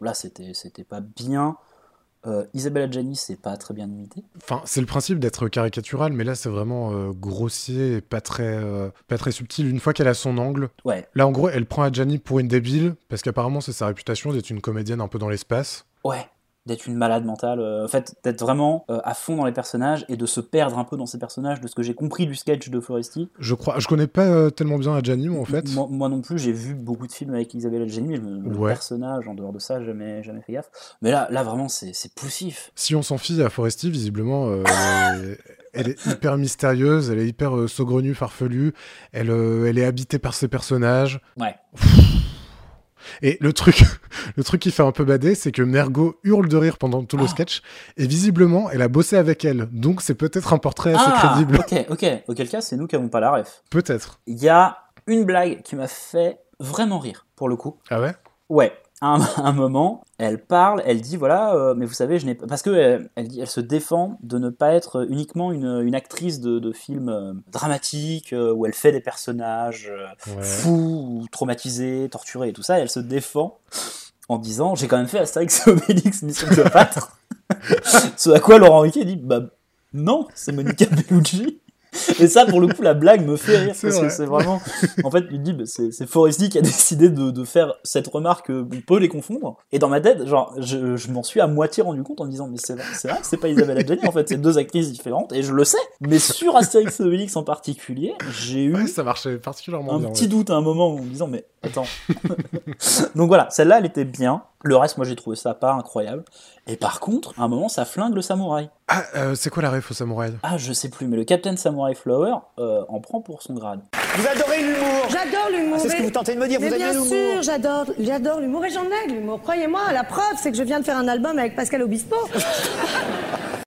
C: là, c'était c'était pas bien. Euh, Isabelle Adjani, c'est pas très bien imité.
A: Enfin, c'est le principe d'être caricatural, mais là, c'est vraiment euh, grossier et pas très, euh, pas très subtil. Une fois qu'elle a son angle,
C: Ouais,
A: là, en gros, elle prend Adjani pour une débile parce qu'apparemment, c'est sa réputation d'être une comédienne un peu dans l'espace.
C: ouais. D'être une malade mentale. euh, en fait, d'être vraiment euh, à fond dans les personnages et de se perdre un peu dans ces personnages, de ce que j'ai compris du sketch de Foresti.
A: Je crois, je connais pas euh, tellement bien Adjani, moi, en fait.
C: Moi, moi non plus, j'ai vu beaucoup de films avec Isabelle Adjani, mais je me- le
A: Ouais.
C: personnage, en dehors de ça, jamais, jamais fait gaffe. Mais là, là vraiment, c'est c'est poussif.
A: Si on s'en fie à Foresti, visiblement, euh, elle, est, elle est hyper mystérieuse, elle est hyper euh, saugrenue, farfelue, elle, euh, elle est habitée par ses personnages.
C: Ouais.
A: Et le truc, le truc qui fait un peu bader, c'est que Mergot hurle de rire pendant tout le
C: Ah.
A: sketch, et visiblement, elle a bossé avec elle, donc Ah, c'est peut-être un portrait assez
C: Ah.
A: crédible.
C: Ok, ok. Auquel cas, c'est nous qui avons pas la ref.
A: Peut-être.
C: Il y a une blague qui m'a fait vraiment rire, pour le coup.
A: Ah ouais
C: Ouais. À un, à un moment, elle parle, elle dit voilà, euh, mais vous savez, je n'ai pas- parce que euh, elle, dit, elle se défend de ne pas être uniquement une, une actrice de, de films euh, dramatiques euh, où elle fait des personnages euh, fous, ou traumatisés, torturés et tout ça. Et elle se défend en disant j'ai quand même fait Astérix et Obélix Mission Cléopâtre. Ce à quoi Laurent Riquet dit bah non, c'est Monica Bellucci. Et ça, pour le coup, la blague me fait rire
A: C'est
C: parce
A: vrai.
C: que c'est vraiment. En fait, tu te dis, bah, c'est c'est Foresti qui a décidé de, de faire cette remarque. euh, On peut les confondre. Et dans ma tête, genre, je, je m'en suis à moitié rendu compte en me disant, mais c'est vrai, c'est vrai que c'est pas Isabelle Adjani. En fait, c'est deux actrices différentes et je le sais. Mais sur Astérix et Obélix en particulier, j'ai eu
A: Ouais, ça marchait particulièrement
C: un
A: bien.
C: petit
A: ouais.
C: doute à un moment en me disant mais attends. Donc voilà, celle-là elle était bien. Le reste, moi j'ai trouvé ça pas incroyable. Et par contre, à un moment ça flingue le samouraï.
A: Ah, euh, c'est quoi la ref au samouraï
C: Ah je sais plus, mais le Captain Samurai Flower euh, en prend pour son grade.
E: Vous adorez l'humour Ah,
I: J'adore l'humour.
E: C'est ce que
I: mais-
E: vous tentez de me dire,
I: Mais
E: vous aimez
I: bien
E: l'humour
I: sûr, j'adore, j'adore l'humour et j'en ai de l'humour. Croyez-moi, la preuve, c'est que je viens de faire un album avec Pascal Obispo.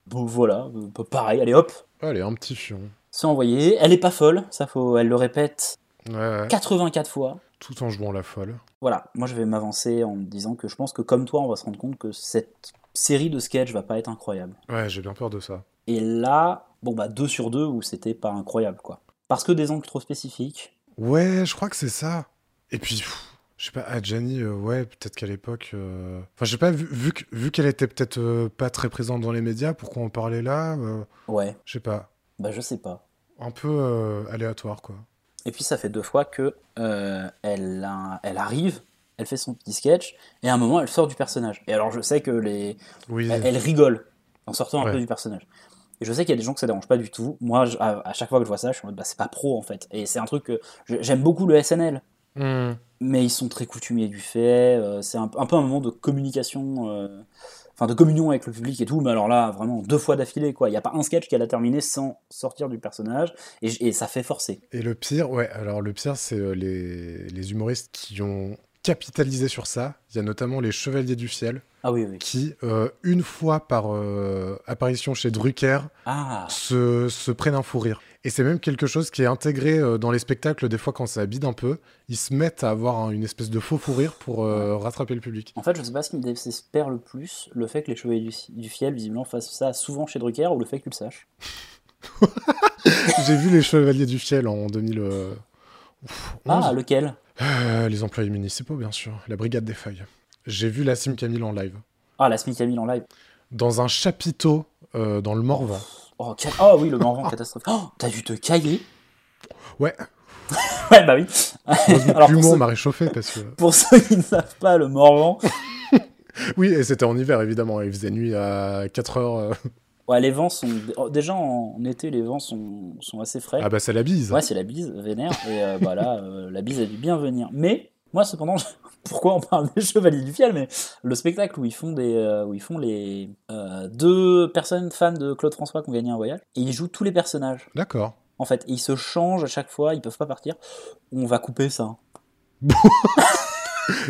C: Bon voilà, euh, bah, pareil, allez hop,
A: Allez, un petit fion.
C: c'est envoyé. Elle est pas folle, ça faut, elle le répète
A: Ouais, ouais.
C: 84 fois.
A: Tout en jouant la folle.
C: Voilà, moi je vais m'avancer en me disant que je pense que comme toi, on va se rendre compte que cette série de sketchs va pas être incroyable.
A: Ouais, j'ai bien peur de ça.
C: Et là, bon bah 2 sur 2 où c'était pas incroyable quoi. Parce que des angles trop spécifiques,
A: Ouais, je crois que c'est ça. Et puis, pff, je sais pas, Adjani, euh, ouais, peut-être qu'à l'époque. euh, Enfin, je sais pas, vu, vu, que- vu qu'elle était peut-être euh, pas très présente dans les médias, pourquoi on parlait là euh,
C: Ouais,
A: Je sais pas.
C: bah je sais pas.
A: Un peu euh, aléatoire, quoi.
C: Et puis ça fait deux fois que euh, elle, a- elle arrive, elle fait son petit sketch, et à un moment elle sort du personnage. Et alors je sais que les.
A: Oui.
C: Elle, elle rigole en sortant un
A: Ouais.
C: peu du personnage. Et je sais qu'il y a des gens que ça dérange pas du tout. Moi, je- à, à chaque fois que je vois ça, je suis en mode bah c'est pas pro en fait. Et c'est un truc que. je- J'aime beaucoup le SNL,
A: Hmm.
C: mais ils sont très coutumiers du fait. euh, c'est un, un peu un moment de communication. euh, Enfin, de communion avec le public et tout, mais alors là, vraiment, deux fois d'affilée, quoi. Il n'y a pas un sketch qu'elle a terminé sans sortir du personnage, et, j- et ça fait forcer.
A: Et le pire, ouais, alors le pire, c'est euh, les, les humoristes qui ont capitalisé sur ça. Il y a notamment les Chevaliers du Ciel,
C: Ah oui, oui.
A: qui, euh, une fois par euh, apparition chez Drucker,
C: Ah,
A: se, se prennent un fou rire. Et c'est même quelque chose qui est intégré euh, dans les spectacles, des fois quand ça bide un peu, ils se mettent à avoir un- une espèce de faux fou rire pour euh, rattraper le public.
C: en fait, je sais pas ce qui me désespère le plus, le fait que les Chevaliers du, du Fiel, visiblement, fassent ça souvent chez Drucker ou le fait que tu le saches.
A: J'ai vu les Chevaliers du Fiel en 2000. euh, ouf,
C: Ah,
A: 11.
C: lequel
A: Euh, les employés municipaux, bien sûr, la brigade des feuilles. J'ai vu la Sim Camille en live,
C: Ah, la Smith Camille en live.
A: dans un chapiteau euh, dans le Morvan.
C: Oh, ca- oh oui, le Morvan, catastrophe. Oh, t'as dû te cailler
A: Ouais,
C: Ouais, bah oui. Alors, pour
A: l'humour
C: ceux,
A: m'a réchauffé parce que.
C: pour ceux qui ne savent pas, le Morvan,
A: Oui, et c'était en hiver évidemment, il faisait nuit à 4 heures. euh.
C: ouais, les vents sont. oh, déjà, en, en été, les vents sont, sont assez frais.
A: Ah bah c'est la bise.
C: Ouais, c'est la bise, vénère. Et euh, bah là, euh, la bise a dû bien venir. Mais, moi, cependant, je- pourquoi on parle des Chevaliers du Fiel Mais le spectacle où ils font, des, euh, où ils font les euh, deux personnes femmes de Claude François qui ont gagné un voyage, et ils jouent tous les personnages.
A: D'accord.
C: En fait, Et ils se changent à chaque fois, ils peuvent pas partir. On va couper ça.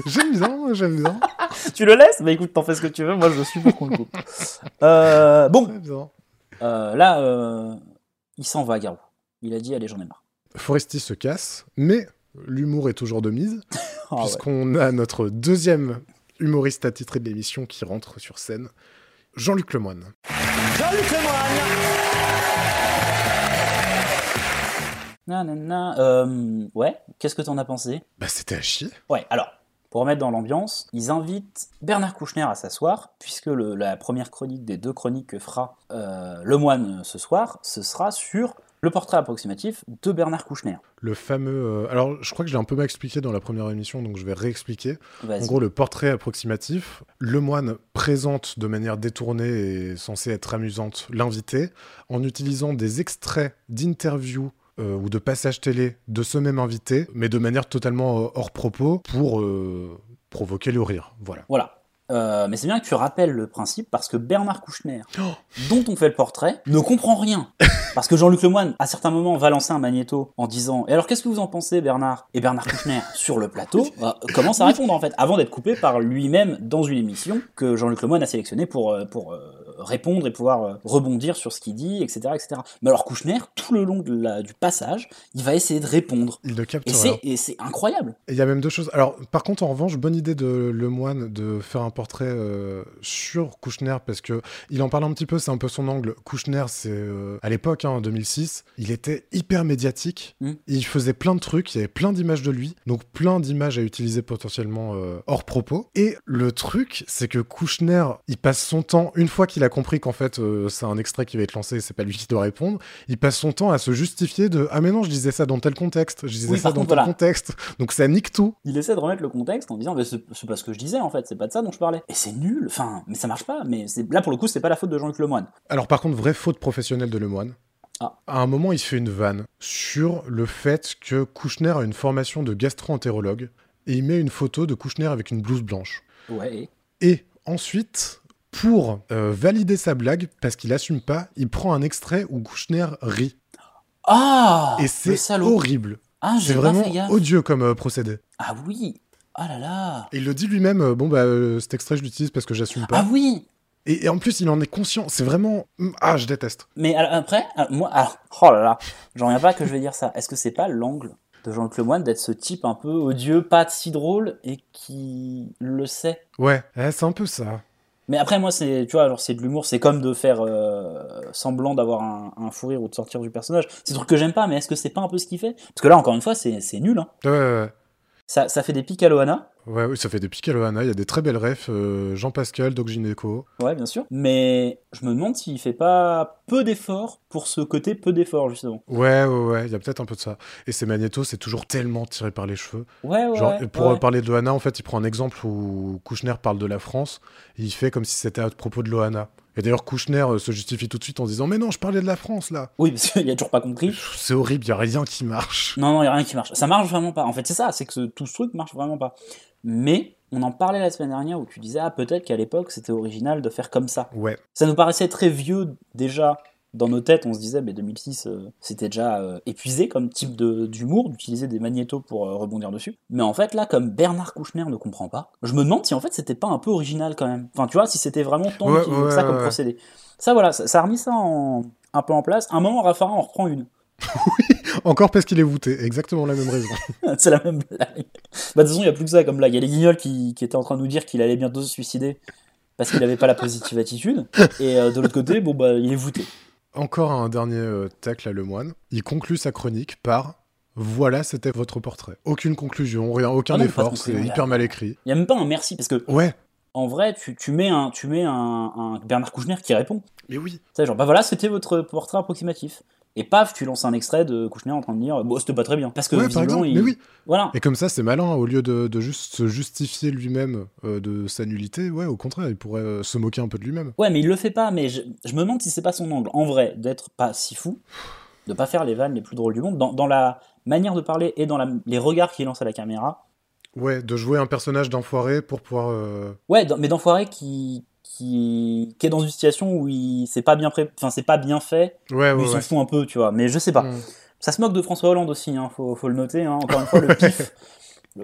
A: J'aime bien, j'aime bien.
C: Tu le laisses Bah écoute, t'en fais ce que tu veux, moi je suis pour qu'on le coupe. Euh, bon,
A: Très bien.
C: euh, là, euh, il s'en va, Garou. Il a dit, allez, j'en ai marre.
A: Foresti se casse, mais l'humour est toujours de mise,
C: Ah ouais.
A: puisqu'on a notre deuxième humoriste attitré de l'émission qui rentre sur scène, Jean-Luc Lemoine.
E: Jean-Luc Lemoyne
C: Nanana. Euh, ouais, qu'est-ce que t'en as pensé
A: Bah c'était à chier.
C: Ouais, alors, pour remettre dans l'ambiance, ils invitent Bernard Kouchner à s'asseoir, puisque le- la première chronique des deux chroniques que fera euh, Lemoine euh, ce soir, ce sera sur le portrait approximatif de Bernard Kouchner.
A: Le fameux... euh, alors je crois que je l'ai un peu mal expliqué dans la première émission, donc je vais réexpliquer. En
C: Vas-y.
A: gros, le portrait approximatif, le moine présente de manière détournée et censée être amusante l'invité en utilisant des extraits d'interviews euh, ou de passages télé de ce même invité, mais de manière totalement euh, hors propos pour euh, provoquer le rire. Voilà.
C: Voilà. Euh, mais c'est bien que tu rappelles le principe parce que Bernard Kouchner, dont on fait le portrait, ne comprend rien. Parce que Jean-Luc Lemoyne, à certains moments, va lancer un magnéto en disant Et alors, qu'est-ce que vous en pensez, Bernard Et Bernard Kouchner, sur le plateau, euh, commence à répondre en fait, avant d'être coupé par lui-même dans une émission que Jean-Luc Lemoyne a sélectionnée pour, euh, pour euh, répondre et pouvoir euh, rebondir sur ce qu'il dit, etc., etc. Mais alors, Kouchner, tout le long de la- du passage, il va essayer de répondre.
A: Il ne capte
C: Et
A: rien.
C: c'est- et c'est incroyable.
A: Et Il y a même deux choses. Alors, par contre, en revanche, bonne idée de Le Moine de faire un portrait euh, sur Kouchner parce que il en parle un petit peu. C'est un peu son angle. Kouchner, c'est euh, à l'époque, hein, en 2006, il était hyper médiatique.
C: Mm.
A: Il faisait plein de trucs. Il y avait plein d'images de lui, donc plein d'images à utiliser potentiellement euh, hors propos. Et le truc, c'est que Kouchner, il passe son temps une fois qu'il a compris qu'en fait, euh, c'est un extrait qui va être lancé, et c'est pas lui qui doit répondre. Il passe son temps à se justifier de ah mais non, je disais ça dans tel contexte, je disais
C: Oui,
A: ça
C: par
A: dans
C: contre,
A: tel
C: voilà.
A: contexte. Donc ça nique tout.
C: Il essaie de remettre le contexte en disant mais c'est c'est pas ce que je disais en fait, c'est pas de ça dont je parlais. Et c'est nul, enfin, mais ça marche pas, mais c'est- là pour le coup c'est pas la faute de Jean-Luc Lemoine.
A: Alors par contre, vraie faute professionnelle de Lemoine.
C: Ah.
A: À un moment, il se fait une vanne sur le fait que Kouchner a une formation de gastro-entérologue et il met une photo de Kouchner avec une blouse blanche.
C: Ouais, et-
A: Et ensuite, pour euh, valider sa blague, parce qu'il assume pas, il prend un extrait où Kouchner rit.
C: Ah
A: et
C: le
A: c'est
C: salaud.
A: horrible.
C: Ah, j'ai
A: C'est
C: vraiment
A: vraiment
C: fait gaffe.
A: odieux comme euh, procédé.
C: Ah oui Ah là là
A: Et il le dit lui-même, euh, bon bah euh, cet extrait je l'utilise parce que j'assume pas.
C: Ah oui
A: et, et en plus il en est conscient, c'est vraiment... Ah je déteste.
C: Mais alors, après, alors, moi, alors, oh là là, j'en reviens pas que je vais dire ça. Est-ce que c'est pas l'angle de Jean-Luc Lemoine d'être ce type un peu odieux, pas si drôle et qui le sait
A: Ouais, Eh, c'est un peu ça.
C: Mais après, moi, c'est, tu vois, genre, c'est de l'humour, c'est comme de faire euh, semblant d'avoir un, un fou rire ou de sortir du personnage. C'est des trucs que j'aime pas, mais est-ce que c'est pas un peu ce qu'il fait Parce que là, encore une fois, c'est, c'est nul. hein.
A: Ouais, ouais, ouais.
C: Ça, ça fait des pics à Loana,
A: Ouais, oui, ça fait des piques à Loana. Il y a des très belles refs. euh, Jean-Pascal, Doc Gineco.
C: ouais, bien sûr. Mais je me demande s'il fait pas peu d'efforts pour ce côté peu d'efforts, justement.
A: Ouais, ouais, ouais. Il y a peut-être un peu de ça. Et ces Magneto, c'est toujours tellement tiré par les cheveux.
C: Ouais, ouais.
A: Genre,
C: ouais,
A: pour
C: ouais.
A: euh, parler de Loana, en fait, il prend un exemple où Kouchner parle de la France. Et il fait comme si c'était à propos de Loana. Et d'ailleurs, Kouchner euh, se justifie tout de suite en disant Mais non, je parlais de la France, là.
C: Oui, parce qu'il a toujours pas compris.
A: Pff, C'est horrible, il n'y a rien qui marche.
C: Non, non, il n'y a rien qui marche. Ça marche vraiment pas. En fait, c'est ça, c'est que ce- tout ce truc marche vraiment pas. Mais on en parlait la semaine dernière où tu disais, ah, peut-être qu'à l'époque, c'était original de faire comme ça.
A: Ouais.
C: Ça nous paraissait très vieux déjà dans nos têtes. On se disait, mais 2006, euh, c'était déjà euh, épuisé comme type de- d'humour, d'utiliser des magnétos pour euh, rebondir dessus. Mais en fait, là, comme Bernard Kouchner ne comprend pas, je me demande si en fait c'était pas un peu original quand même. Enfin, tu vois, si c'était vraiment tant
A: Ouais,
C: que
A: ouais,
C: ça
A: ouais,
C: comme
A: ouais.
C: procédé. Ça, voilà, ça, ça a remis ça en- un peu en place. À un moment, Raffarin en reprend une.
A: Encore parce qu'il est voûté. Exactement la même raison.
C: C'est la même blague. Bah, de toute façon, il n'y a plus que ça comme blague. Il y a les guignols qui, qui étaient en train de nous dire qu'il allait bientôt se suicider parce qu'il n'avait pas la positive attitude. Et euh, de l'autre côté, bon, bah, il est voûté.
A: Encore un dernier euh, tacle à Lemoine. Il conclut sa chronique par Voilà, c'était votre portrait. Aucune conclusion, rien, aucun
C: Ah non, pas
A: effort,
C: de
A: c'est
C: conclusion,
A: hyper
C: là.
A: mal écrit.
C: Il n'y a même pas un merci parce que,
A: Ouais,
C: en vrai, tu, tu mets, un, tu mets un, un Bernard Kouchner qui répond.
A: mais oui.
C: Tu sais, genre, bah voilà, c'était votre portrait approximatif. Et paf, tu lances un extrait de Kouchner en train de dire, bon, c'était pas très bien. Parce que,
A: Ouais, par
C: visiblement,
A: exemple,
C: il-
A: mais oui.
C: Voilà.
A: Et comme ça, c'est malin, au lieu de, de juste se justifier lui-même euh, de sa nullité, ouais, au contraire, il pourrait euh, se moquer un peu de lui-même.
C: Ouais, mais il le fait pas, mais je, je me demande si c'est pas son angle. En vrai, d'être pas si fou, de pas faire les vannes les plus drôles du monde, dans, dans la manière de parler et dans la- les regards qu'il lance à la caméra.
A: Ouais, de jouer un personnage d'enfoiré pour pouvoir. euh,
C: Ouais, dans- mais d'enfoiré qui, qui, qui est dans une situation où il c'est pas bien pré- enfin c'est pas bien fait,
A: Ouais, ouais,
C: où il
A: ouais.
C: s'en fout un peu, tu vois. Mais je sais pas.
A: Mm.
C: Ça se moque de François Hollande aussi, hein, faut, faut le noter. hein. Encore une fois, le pif.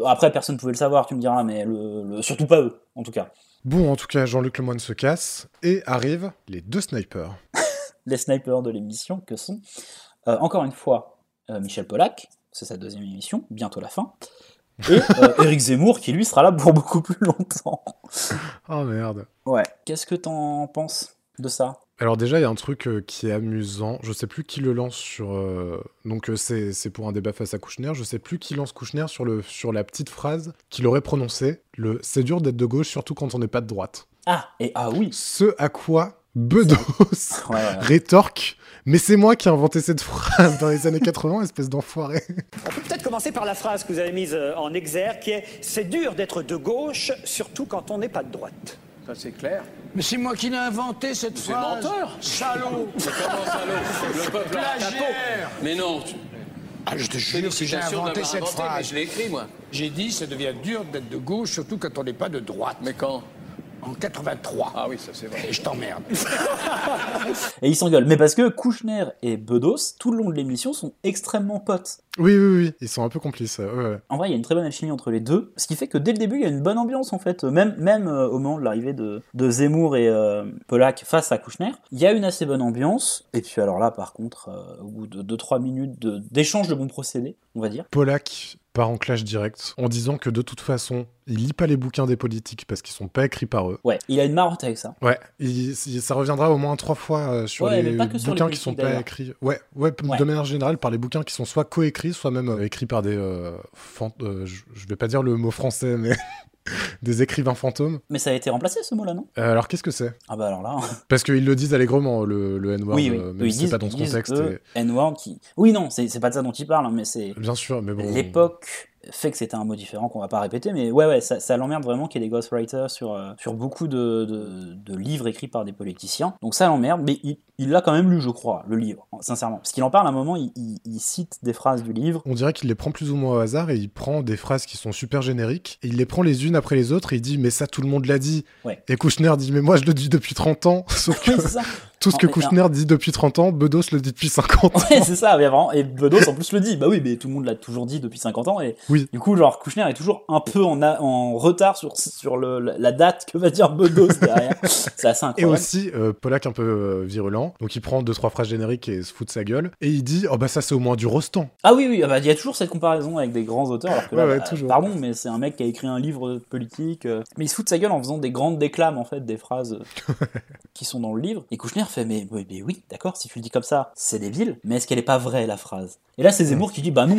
C: Après, personne pouvait le savoir, tu me diras, mais le, le- surtout pas eux, en tout cas.
A: Bon, en tout cas, Jean-Luc Lemoine se casse et arrivent les deux snipers.
C: Les snipers de l'émission que sont, euh, encore une fois, euh, Michel Polac, c'est sa deuxième émission, bientôt la fin. Et euh, Eric Zemmour qui lui sera là pour beaucoup plus longtemps.
A: Oh merde.
C: Ouais. Qu'est-ce que t'en penses de ça
A: Alors déjà, il y a un truc euh, qui est amusant. Je sais plus qui le lance sur. euh, Donc euh, c'est c'est pour un débat face à Kouchner. Je sais plus qui lance Kouchner sur, le... sur la petite phrase qu'il aurait prononcée. Le c'est dur d'être de gauche, surtout quand on n'est pas de droite.
C: Ah, et ah oui
A: Ce à quoi Bedos
C: Ouais, ouais, ouais.
A: rétorque. Mais c'est moi qui ai inventé cette phrase dans les années 80, espèce d'enfoiré.
E: On peut peut-être commencer par la phrase que vous avez mise euh, en exergue qui est C'est dur d'être de gauche, surtout quand on n'est pas de droite.
D: Ça, c'est clair.
F: Mais c'est moi qui l'ai inventé cette
D: C'est
F: phrase.
D: menteur
F: Salaud
D: Mais comment ça, le, le peuple a un capot.
F: Plagiaire.
D: Mais non, tu,
F: Ah, je te
D: c'est une
F: jure, si j'ai
D: citation
F: inventé
D: d'avoir
F: cette
D: inventé, mais
F: phrase.
D: je l'ai écrit, moi.
F: J'ai dit, ça devient dur d'être de gauche, surtout quand on n'est pas de droite.
D: Mais quand
F: En 83.
D: Ah oui, ça, c'est vrai.
F: Et je t'emmerde.
C: Et ils s'engueulent. Mais parce que Kouchner et Bedos, tout le long de l'émission, sont extrêmement potes.
A: Oui, oui, oui, ils sont un peu complices. euh, ouais, ouais.
C: En vrai, il y a une très bonne alchimie entre les deux, ce qui fait que dès le début, il y a une bonne ambiance en fait. Même, même euh, au moment de l'arrivée de, de Zemmour et euh, Polak face à Kouchner, il y a une assez bonne ambiance. Et puis alors là, par contre, euh, au bout de 2-3 minutes de- d'échange de, bons procédés, on va dire.
A: Polak part en clash direct en disant que de toute façon, il lit pas les bouquins des politiques parce qu'ils sont pas écrits par eux.
C: Ouais, il a une marotte avec ça.
A: Ouais, il- si- ça reviendra au moins trois fois euh, sur
C: Ouais,
A: les
C: mais pas que sur les
A: bouquins qui sont
C: politiques,
A: pas
C: d'ailleurs.
A: écrits. Ouais, ouais, p-
C: Ouais.
A: de manière générale, par les bouquins qui sont soit coécrits, soit même euh, écrits par des. euh, fan- euh, je je vais pas dire le mot français, mais. des écrivains fantômes.
C: Mais ça a été remplacé ce mot-là, non
A: Euh, alors qu'est-ce que c'est
C: Ah bah alors là.
A: Parce qu'ils le disent allègrement, le, le N-word,
C: oui, oui.
A: euh,
C: Eux,
A: même
C: ils
A: si
C: disent-
A: c'est pas dans ce
C: ils disent, euh,
A: contexte.
C: eux, N-word qui. Oui, non, c'est c'est pas de ça dont il parle, hein, mais c'est.
A: et- Bien sûr, mais bon.
C: L'époque fait que c'était un mot différent qu'on va pas répéter, mais ouais, ouais, ça, ça l'emmerde vraiment qu'il y ait des ghostwriters sur, euh, sur beaucoup de, de- de livres écrits par des politiciens. Donc ça l'emmerde, mais il il l'a quand même lu, je crois, le livre, sincèrement. Parce qu'il en parle à un moment, il, il- il cite des phrases du livre.
A: On dirait qu'il les prend plus ou moins au hasard et il prend des phrases qui sont super génériques et il les prend les unes après les autres et il dit mais ça tout le monde l'a dit.
C: Ouais.
A: Et Kouchner dit mais moi je le dis depuis 30 ans. Sauf que
C: Oui, c'est ça.
A: Tout ce
C: En
A: que
C: fait,
A: Kouchner dit depuis 30 ans, Bedos le dit depuis 50 ans.
C: Ouais, c'est ça, mais vraiment. Et Bedos en plus le dit. Bah oui, mais tout le monde l'a toujours dit depuis 50 ans. Et
A: Oui.
C: du coup, genre, Kouchner est toujours un peu en, a- en retard sur, sur le- la- la date que va dire Bedos derrière. c'est assez
A: Et
C: incroyable.
A: aussi, euh, Polak un peu euh, virulent, donc il prend deux trois phrases génériques et se fout de sa gueule, et il dit « Oh bah ça c'est au moins du Rostand
C: Ah oui, oui, ah bah, il y a toujours cette comparaison avec des grands auteurs, alors que là,
A: Ouais, ouais,
C: bah,
A: toujours.
C: pardon, mais c'est un mec qui a écrit un livre politique, euh, mais il se fout de sa gueule en faisant des grandes déclames, en fait, des phrases euh, qui sont dans le livre. Et Kouchner fait, mais, mais- mais oui, d'accord, si tu le dis comme ça, c'est débile, mais est-ce qu'elle est pas vraie, la phrase Et là, c'est Zemmour qui dit, bah non.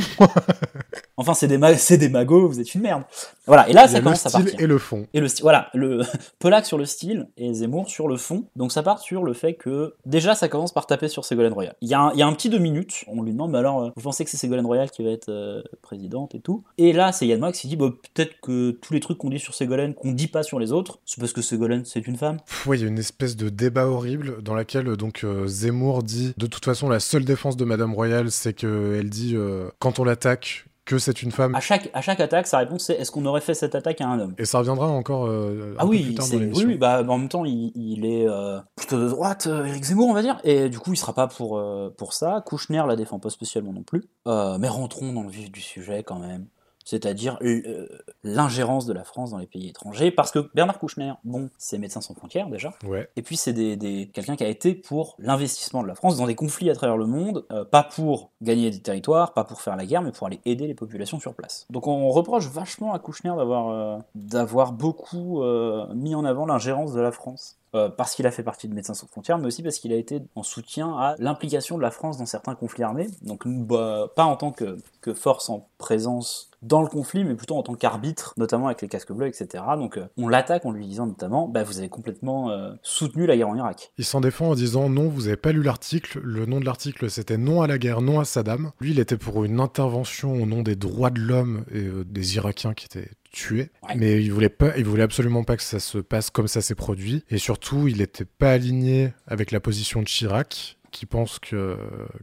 C: enfin, c'est des, ma- c'est des magots, vous êtes une merde. Voilà, et !» là,
A: Il
C: Ah,
A: y a
C: ça
A: le
C: commence à
A: style
C: partir.
A: et le fond.
C: Et le style, voilà, le Polak sur le style et Zemmour sur le fond. Donc ça part sur le fait que déjà ça commence par taper sur Ségolène Royal. Il y, a un- il y a un petit deux minutes, on lui demande, mais alors euh, vous pensez que c'est Ségolène Royal qui va être euh, présidente et tout Et là c'est Yann Moix qui dit, bah, peut-être que tous les trucs qu'on dit sur Ségolène qu'on dit pas sur les autres, c'est parce que Ségolène c'est une femme.
A: Pff, ouais, il y a une espèce de débat horrible dans laquelle euh, donc euh, Zemmour dit « De toute façon, la seule défense de Madame Royale, c'est qu'elle dit, euh, quand on l'attaque, que c'est une femme.
C: À chaque à chaque attaque, sa réponse c'est est-ce qu'on aurait fait cette attaque à un homme
A: Et ça reviendra encore euh, un
C: Ah
A: peu
C: oui,
A: plus tard
C: c'est-
A: dans
C: oui,
A: l'émission.
C: oui, bah, en même temps, il, il est euh, plutôt de droite, euh, Éric Zemmour, on va dire. Et du coup, il sera pas pour, euh, pour ça. Kouchner la défend pas spécialement non plus. Euh, mais rentrons dans le vif du sujet quand même. C'est-à-dire l- euh, l'ingérence de la France dans les pays étrangers. Parce que Bernard Kouchner, bon, c'est Médecins sans frontières déjà.
A: Ouais.
C: Et puis c'est des, des- quelqu'un qui a été pour l'investissement de la France dans des conflits à travers le monde, euh, pas pour gagner des territoires, pas pour faire la guerre, mais pour aller aider les populations sur place. Donc on reproche vachement à Kouchner d'avoir euh, d'avoir beaucoup euh, mis en avant l'ingérence de la France. Euh, parce qu'il a fait partie de Médecins sans frontières, mais aussi parce qu'il a été en soutien à l'implication de la France dans certains conflits armés. Donc bah, pas en tant que, que force en présence dans le conflit, mais plutôt en tant qu'arbitre, notamment avec les casques bleus, etc. Donc euh, on l'attaque en lui disant notamment, bah, vous avez complètement euh, soutenu la guerre en Irak.
A: Il s'en défend en disant non, vous avez pas lu l'article. Le nom de l'article, c'était non à la guerre, non à Saddam. Lui, il était pour une intervention au nom des droits de l'homme et euh, des Irakiens qui étaient tués.
C: Ouais.
A: Mais il voulait pas, il voulait absolument pas que ça se passe comme ça s'est produit. Et surtout, il était pas aligné avec la position de Chirac, qui pense que,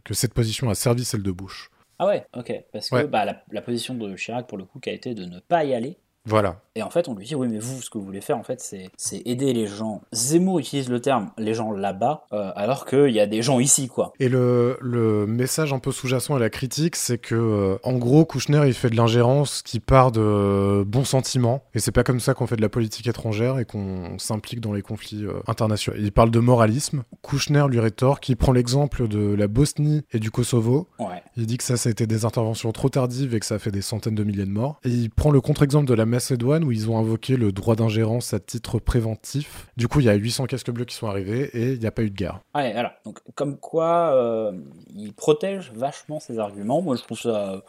A: que cette position a servi celle de Bush.
C: Ah ouais, ok, parce que
A: Ouais.
C: bah, la, la position de Chirac, pour le coup, qui a été de ne pas y aller,
A: Voilà.
C: Et en fait, on lui dit oui, mais vous, ce que vous voulez faire, en fait, c'est c'est aider les gens. Zemmour utilise le terme les gens là-bas, euh, alors qu'il y a des gens ici, quoi.
A: Et le, le message un peu sous-jacent à la critique, c'est que, euh, en gros, Kouchner, il fait de l'ingérence qui part de euh, bons sentiments. Et c'est pas comme ça qu'on fait de la politique étrangère et qu'on s'implique dans les conflits euh, internationaux. Il parle de moralisme. Kouchner lui rétorque, il prend l'exemple de la Bosnie et du Kosovo.
C: Ouais.
A: Il dit que ça, ça a été des interventions trop tardives et que ça a fait des centaines de milliers de morts. Et il prend le contre-exemple de la Macédoine où ils ont invoqué le droit d'ingérence à titre préventif. Du coup, il y a 800 casques bleus qui sont arrivés et il n'y a pas eu de guerre.
C: Ouais, voilà. Donc, comme quoi, euh, il protège vachement ses arguments. Moi, je trouve ça, euh,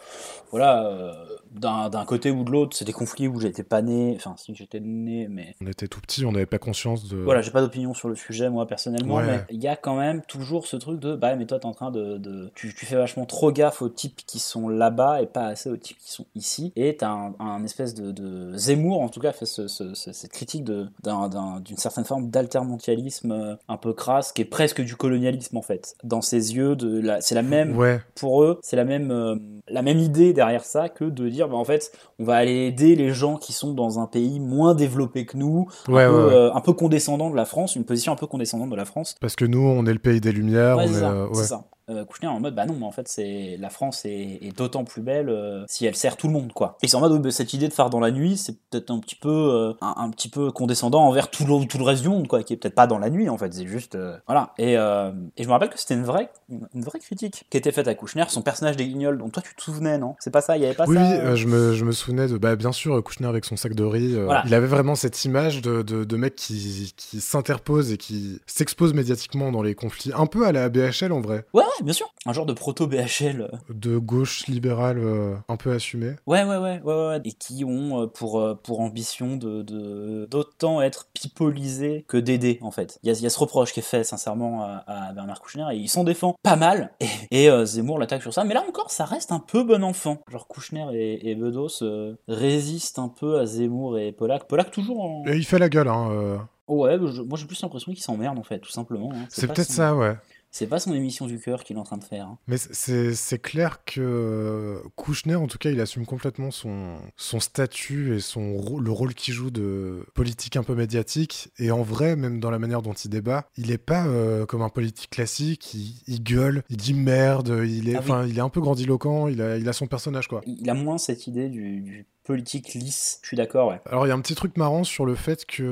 C: voilà, euh, d'un d'un côté ou de l'autre, c'est des conflits où j'étais pas né. Enfin, si j'étais né, mais
A: On était tout petits, on n'avait pas conscience de.
C: voilà, j'ai pas d'opinion sur le sujet, moi, personnellement.
A: Ouais.
C: Mais il y a quand même toujours ce truc de, bah, mais toi, t'es en train de, de- tu, tu fais vachement trop gaffe aux types qui sont là-bas et pas assez aux types qui sont ici. Et t'as un, un espèce de, de Zemmour, en tout cas, fait ce- ce- ce- cette critique de, d'un- d'un- d'une certaine forme d'altermondialisme euh, un peu crasse, qui est presque du colonialisme, en fait. Dans ses yeux, de la, c'est la même
A: Ouais,
C: pour eux, c'est la même, euh, la même idée derrière ça que de dire, bah, en fait, on va aller aider les gens qui sont dans un pays moins développé que nous,
A: ouais,
C: un,
A: ouais.
C: peu,
A: ouais.
C: euh, un peu condescendant de la France, une position un peu condescendante de la France.
A: Parce que nous, on est le pays des Lumières,
C: Ouais,
A: on
C: c'est
A: est.
C: ça.
A: euh,
C: c'est
A: ouais.
C: ça. Euh, Kouchner est en mode, bah non, mais en fait, c'est la France est, est d'autant plus belle euh, si elle sert tout le monde, quoi. Et c'est en mode, ouais, bah, cette idée de phare dans la nuit, c'est peut-être un petit peu, euh, un, un petit peu condescendant envers tout le, tout le reste du monde, quoi, qui est peut-être pas dans la nuit, en fait. C'est juste, euh, voilà. Et, euh, et je me rappelle que c'était une vraie, une, une vraie critique qui était faite à Kouchner, son personnage des Guignols. Donc toi, tu te souvenais, non C'est pas ça Il y avait pas
A: Oui,
C: ça
A: oui,
C: euh,
A: euh, je, me, je me souvenais de. Bah, bien sûr, euh, Kouchner avec son sac de riz. euh,
C: Voilà.
A: Il avait vraiment cette image de, de, de mec qui, qui s'interpose et qui s'expose médiatiquement dans les conflits. Un peu à la BHL en vrai.
C: Ouais, ouais, bien sûr. Un genre de proto-BHL. euh,
A: De gauche libérale euh, un peu assumée.
C: Ouais, ouais, ouais, ouais, ouais, ouais. Et qui ont euh, pour, euh, pour ambition de, de- d'autant être pipolisés que d'aider, en fait. Il y a, il y a ce reproche qui est fait, sincèrement, à, à Bernard Kouchner, et il s'en défend pas mal. Et, et, euh, Zemmour l'attaque sur ça. Mais là encore, ça reste un peu bon enfant. Genre, Kouchner et, et Bedos euh, résistent un peu à Zemmour et Polak. Polak toujours en.
A: Et il fait la gueule, hein. euh.
C: Ouais, je- moi j'ai plus l'impression qu'ils s'emmerdent, en fait, tout simplement. hein.
A: C'est
C: pas
A: peut-être
C: son-
A: ça, ouais.
C: C'est pas son émission du cœur qu'il est en train de faire. hein.
A: Mais c- c'est c'est clair que euh, Kouchner, en tout cas, il assume complètement son, son statut et son, rô- le rôle qu'il joue de politique un peu médiatique. Et en vrai, même dans la manière dont il débat, il est pas euh, comme un politique classique. Il, il gueule, il dit merde, il est,
C: Ah oui.
A: enfin, il est un peu grandiloquent, il a, il a son personnage, quoi.
C: Il a moins cette idée du, du politique lisse. Je suis d'accord, ouais.
A: Alors, il y a un petit truc marrant sur le fait qu'il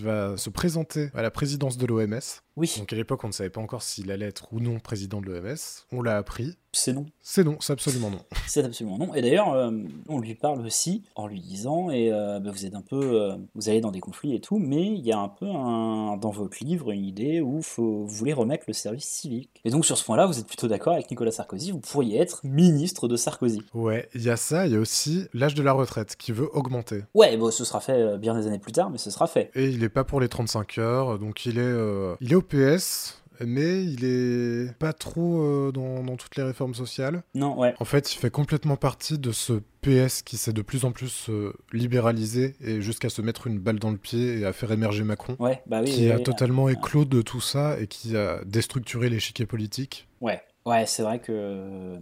A: va se présenter à la présidence de l'OMS.
C: Oui,
A: Donc, à l'époque, on ne savait pas encore s'il allait être ou non président de l'OMS. On l'a appris.
C: c'est non.
A: C'est non, c'est absolument non.
C: C'est absolument non. Et d'ailleurs, euh, on lui parle aussi en lui disant, et euh, bah, vous êtes un peu, euh, vous allez dans des conflits et tout, mais il y a un peu un, dans votre livre une idée où faut, vous voulez remettre le service civique. Et donc sur ce point-là, vous êtes plutôt d'accord avec Nicolas Sarkozy. Vous pourriez être ministre de Sarkozy.
A: Ouais, il y a ça, il y a aussi l'âge de la retraite qui veut augmenter.
C: Ouais, bon, ce sera fait euh, bien des années plus tard, mais ce sera fait.
A: Et il est pas pour les 35 heures, donc il est, euh, il est au PS, mais il est pas trop euh, dans, dans toutes les réformes sociales.
C: Non, ouais.
A: En fait, il fait complètement partie de ce PS qui s'est de plus en plus euh, libéralisé et jusqu'à se mettre une balle dans le pied et à faire émerger Macron.
C: Ouais, bah oui.
A: Qui
C: oui,
A: a
C: oui.
A: totalement éclos de tout ça et qui a déstructuré l'échiquier politique.
C: Ouais, ouais, c'est vrai que euh,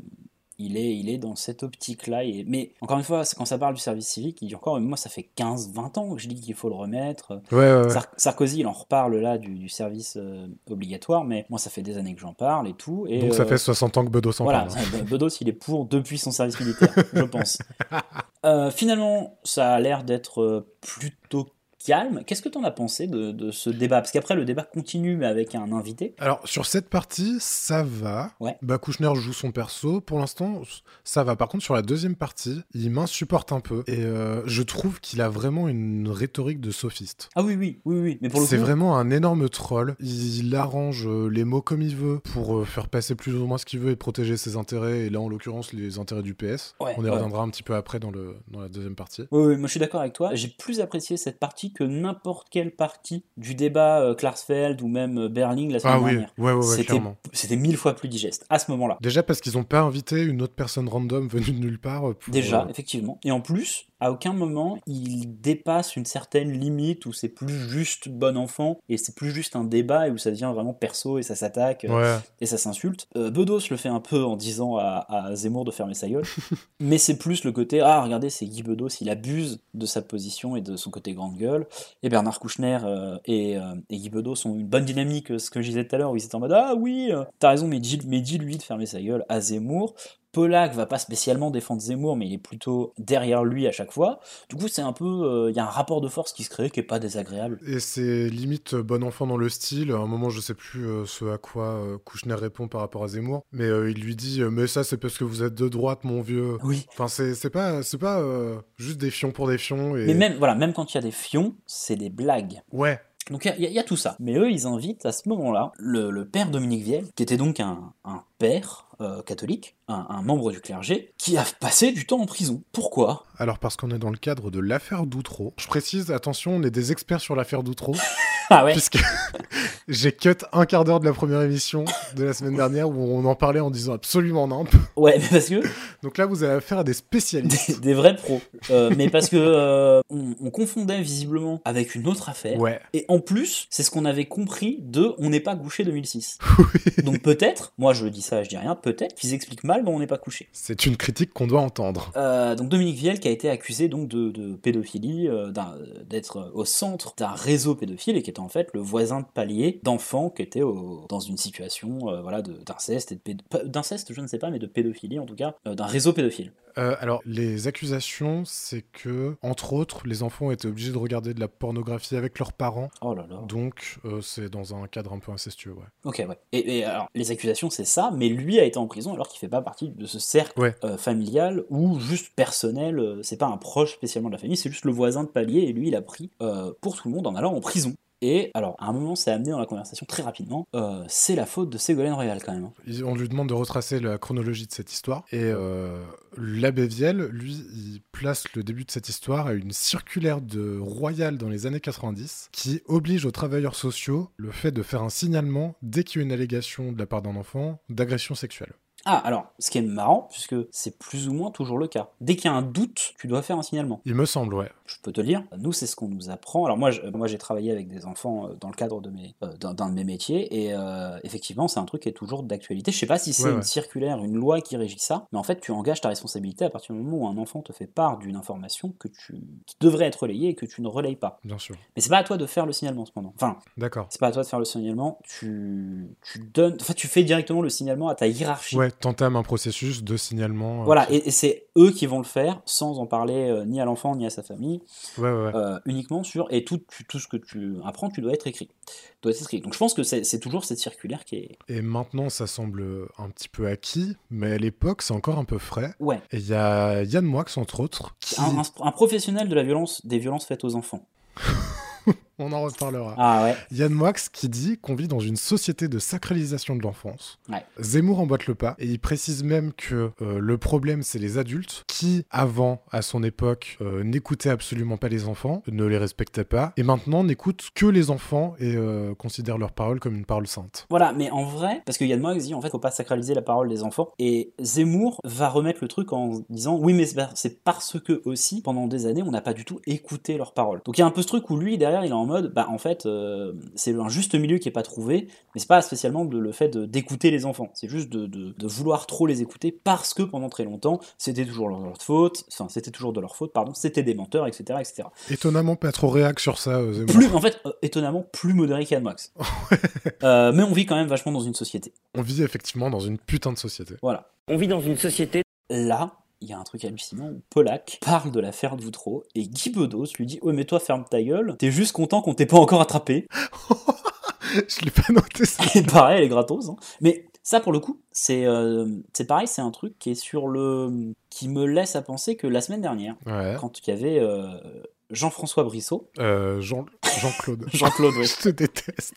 C: il est, il est dans cette optique-là. et- Mais encore une fois, c'est quand ça parle du service civique, il dit encore, mais moi, ça fait 15-20 ans que je dis qu'il faut le remettre.
A: Ouais, ouais, ouais.
C: Sar- Sarkozy, il en reparle là du, du service euh, obligatoire, mais moi, ça fait des années que j'en parle et tout. Et,
A: Donc ça
C: euh,
A: fait 60 ans que Bedos en
C: Voilà,
A: parle. hein.
C: Be- Bedos, il est pour depuis son service militaire, je pense. Euh, finalement, ça a l'air d'être euh, plutôt calme. Qu'est-ce que t'en as pensé de, de ce débat Parce qu'après, le débat continue, mais avec un invité.
A: Alors, sur cette partie, ça va.
C: Ouais.
A: Bah, Kouchner joue son perso. Pour l'instant, s- ça va. Par contre, sur la deuxième partie, il m'insupporte un peu. Et euh, je trouve qu'il a vraiment une rhétorique de sophiste.
C: Ah oui, oui, oui, oui. Mais pour le
A: C'est
C: coup,
A: vraiment un énorme troll. Il, il arrange euh, les mots comme il veut pour euh, faire passer plus ou moins ce qu'il veut et protéger ses intérêts. Et là, en l'occurrence, les intérêts du PS.
C: Ouais,
A: On y
C: ouais.
A: reviendra un petit peu après dans, le, dans la deuxième partie.
C: Oui, oui, moi je suis d'accord avec toi. J'ai plus apprécié cette partie que n'importe quelle partie du débat euh, Klarsfeld ou même euh, Berling la semaine
A: Ah oui,
C: dernière.
A: ouais, ouais, ouais,
C: C'était-
A: clairement.
C: C'était mille fois plus digeste à ce moment-là.
A: Déjà parce qu'ils n'ont pas invité une autre personne random venue de nulle part. euh, pour,
C: Déjà,
A: euh,
C: effectivement. Et en plus, à aucun moment il dépasse une certaine limite où c'est plus juste bon enfant et c'est plus juste un débat et où ça devient vraiment perso et ça s'attaque euh,
A: Ouais.
C: et ça s'insulte. Euh, Bedos le fait un peu en disant à, à Zemmour de fermer sa gueule, mais c'est plus le côté ah regardez c'est Guy Bedos, il abuse de sa position et de son côté grande gueule. Et Bernard Kouchner euh, et, euh, et Guy Bedos ont une bonne dynamique, euh, ce que je disais tout à l'heure où ils étaient en mode ah oui euh, t'as raison mais dis, mais dis lui de fermer sa gueule à Zemmour. Polak va pas spécialement défendre Zemmour, mais il est plutôt derrière lui à chaque fois. Du coup, c'est un peu, euh, il y a un rapport de force qui se crée qui est pas désagréable.
A: Et c'est limite euh, bon enfant dans le style. À un moment, je sais plus euh, ce à quoi euh, Kouchner répond par rapport à Zemmour, mais euh, il lui dit euh, Mais ça, c'est parce que vous êtes de droite, mon vieux.
C: Oui.
A: Enfin, c'est c'est pas, c'est pas euh, juste des fions pour des fions. Et...
C: Mais même, voilà, même quand il y a des fions, c'est des blagues.
A: Ouais.
C: Donc il y a- il y, a- il y a tout ça. Mais eux, ils invitent à ce moment-là le, le père Dominique Vielle, qui était donc un, un père euh, catholique, un, un membre du clergé, qui a passé du temps en prison. Pourquoi
A: Alors, parce qu'on est dans le cadre de l'affaire Doutreau. Je précise, attention, on est des experts sur l'affaire Doutreau,
C: Ah ouais
A: puisque j'ai cut un quart d'heure de la première émission de la semaine dernière où on en parlait en disant absolument non.
C: Ouais, mais parce que
A: Donc là, vous avez affaire à des
C: des,
A: spécialistes.
C: des vrais pros. Euh, mais parce que euh, on, on confondait visiblement avec une autre affaire.
A: Ouais.
C: Et en plus, c'est ce qu'on avait compris de On n'est pas couché 2006. Donc peut-être, moi je dis ça, je dis rien, peut-être qu'ils expliquent mal dans On n'est pas couché.
A: C'est une critique qu'on doit entendre.
C: Euh, donc Dominique Viel qui a été accusé donc de, de pédophilie, euh, d'un- d'être au centre d'un réseau pédophile et qui était en fait le voisin de palier d'enfants qui étaient au- dans une situation euh, voilà de- d'inceste et de péd- pas- d'inceste je ne sais pas mais de pédophilie en tout cas euh, d'un réseau pédophile.
A: Euh, alors, les accusations, c'est que, entre autres, les enfants étaient obligés de regarder de la pornographie avec leurs parents.
C: Oh là là.
A: Donc, euh, c'est dans un cadre un peu incestueux, ouais.
C: Ok ouais. Et, et alors les accusations c'est ça mais lui a été en prison alors qu'il fait pas partie de ce cercle
A: Ouais.
C: euh, familial ou juste personnel euh, c'est pas un proche spécialement de la famille c'est juste le voisin de palier et lui il a pris euh, pour tout le monde en allant en prison. Et alors, à un moment, c'est amené dans la conversation très rapidement. euh, c'est la faute de Ségolène Royal quand même. hein.
A: Il- on lui demande de retracer la chronologie de cette histoire. Et euh, l'abbé Viel, lui, il place le début de cette histoire à une circulaire de Royal dans les années 90 qui oblige aux travailleurs sociaux le fait de faire un signalement dès qu'il y a une allégation de la part d'un enfant d'agression sexuelle.
C: Ah, alors, ce qui est marrant, puisque c'est plus ou moins toujours le cas. Dès qu'il y a un doute, tu dois faire un signalement.
A: Il me semble, ouais.
C: Je peux te lire. Nous, c'est ce qu'on nous apprend. Alors moi, je- moi, j'ai travaillé avec des enfants euh, dans le cadre de mes, euh, d'un, d'un de mes métiers, et euh, effectivement, c'est un truc qui est toujours d'actualité. Je sais pas si c'est
A: Ouais,
C: une
A: ouais.
C: circulaire, une loi qui régit ça, mais en fait, tu engages ta responsabilité à partir du moment où un enfant te fait part d'une information que tu, qui devrait être relayée et que tu ne relayes pas.
A: Bien sûr.
C: Mais c'est pas à toi de faire le signalement, cependant. Enfin,
A: D'accord.
C: c'est pas à toi de faire le signalement. Tu, tu donnes, enfin, tu fais directement le signalement à ta hiérarchie.
A: Ouais, t'entames un processus de signalement. euh,
C: Voilà, et, et c'est eux qui vont le faire sans en parler euh, ni à l'enfant ni à sa famille,
A: Ouais, ouais, ouais.
C: euh, uniquement sur et tout, tu- tout ce que tu apprends, tu dois être écrit. Doit être écrit. Donc je pense que c'est c'est toujours cette circulaire qui est.
A: Et maintenant, ça semble euh, un petit peu acquis, mais à l'époque, c'est encore un peu frais.
C: Ouais, Ah,
A: Et il y a Yann Moix, entre autres, qui...
C: un, un- un professionnel de la violence, des violences faites aux enfants.
A: On en reparlera.
C: Ah ouais,
A: Yann Moix qui dit qu'on vit dans une société de sacralisation de l'enfance.
C: Ouais.
A: Zemmour emboîte le pas et il précise même que euh, le problème c'est les adultes qui, avant, à son époque, euh, n'écoutaient absolument pas les enfants, ne les respectaient pas et maintenant n'écoutent que les enfants et euh, considèrent leurs paroles comme une parole sainte.
C: voilà, mais en vrai, parce qu'il y a de moi qui dit en fait, faut pas sacraliser la parole des enfants. Et Zemmour va remettre le truc en disant oui, mais c'est par- c'est parce que aussi, pendant des années, on n'a pas du tout écouté leurs paroles. Donc il y a un peu ce truc où lui, derrière, il est en mode bah en fait, euh, c'est un juste milieu qui est pas trouvé. Mais c'est pas spécialement de- le fait de- d'écouter les enfants, c'est juste de, de- de vouloir trop les écouter parce que pendant très longtemps, c'était toujours leur, leur faute, enfin c'était toujours de leur faute, pardon, c'était des menteurs, etc. etc.
A: Étonnamment pas trop réac sur ça, euh, Zemmour.
C: Plus, en fait, euh, étonnamment, plus modéré qu'Anne Max. Euh, mais on vit quand même vachement dans une société.
A: On vit effectivement dans une putain de société.
C: Voilà.
E: On vit dans une société.
C: Là, il y a un truc hallucinant où Polak parle de l'affaire de Voutreau et Guy Bedos lui dit Ouais, mais toi, ferme ta gueule, t'es juste content qu'on t'ait pas encore attrapé.
A: Je l'ai pas noté ça.
C: Et pareil, elle est gratos. hein. Mais ça, pour le coup, c'est euh, c'est pareil, c'est un truc qui est sur le. qui me laisse à penser que la semaine dernière,
A: Ouais.
C: quand il y avait euh, Jean-François Brissot,
A: Euh, Jean... Jean-Claude.
C: Jean-Claude, ouais.
A: Je te déteste.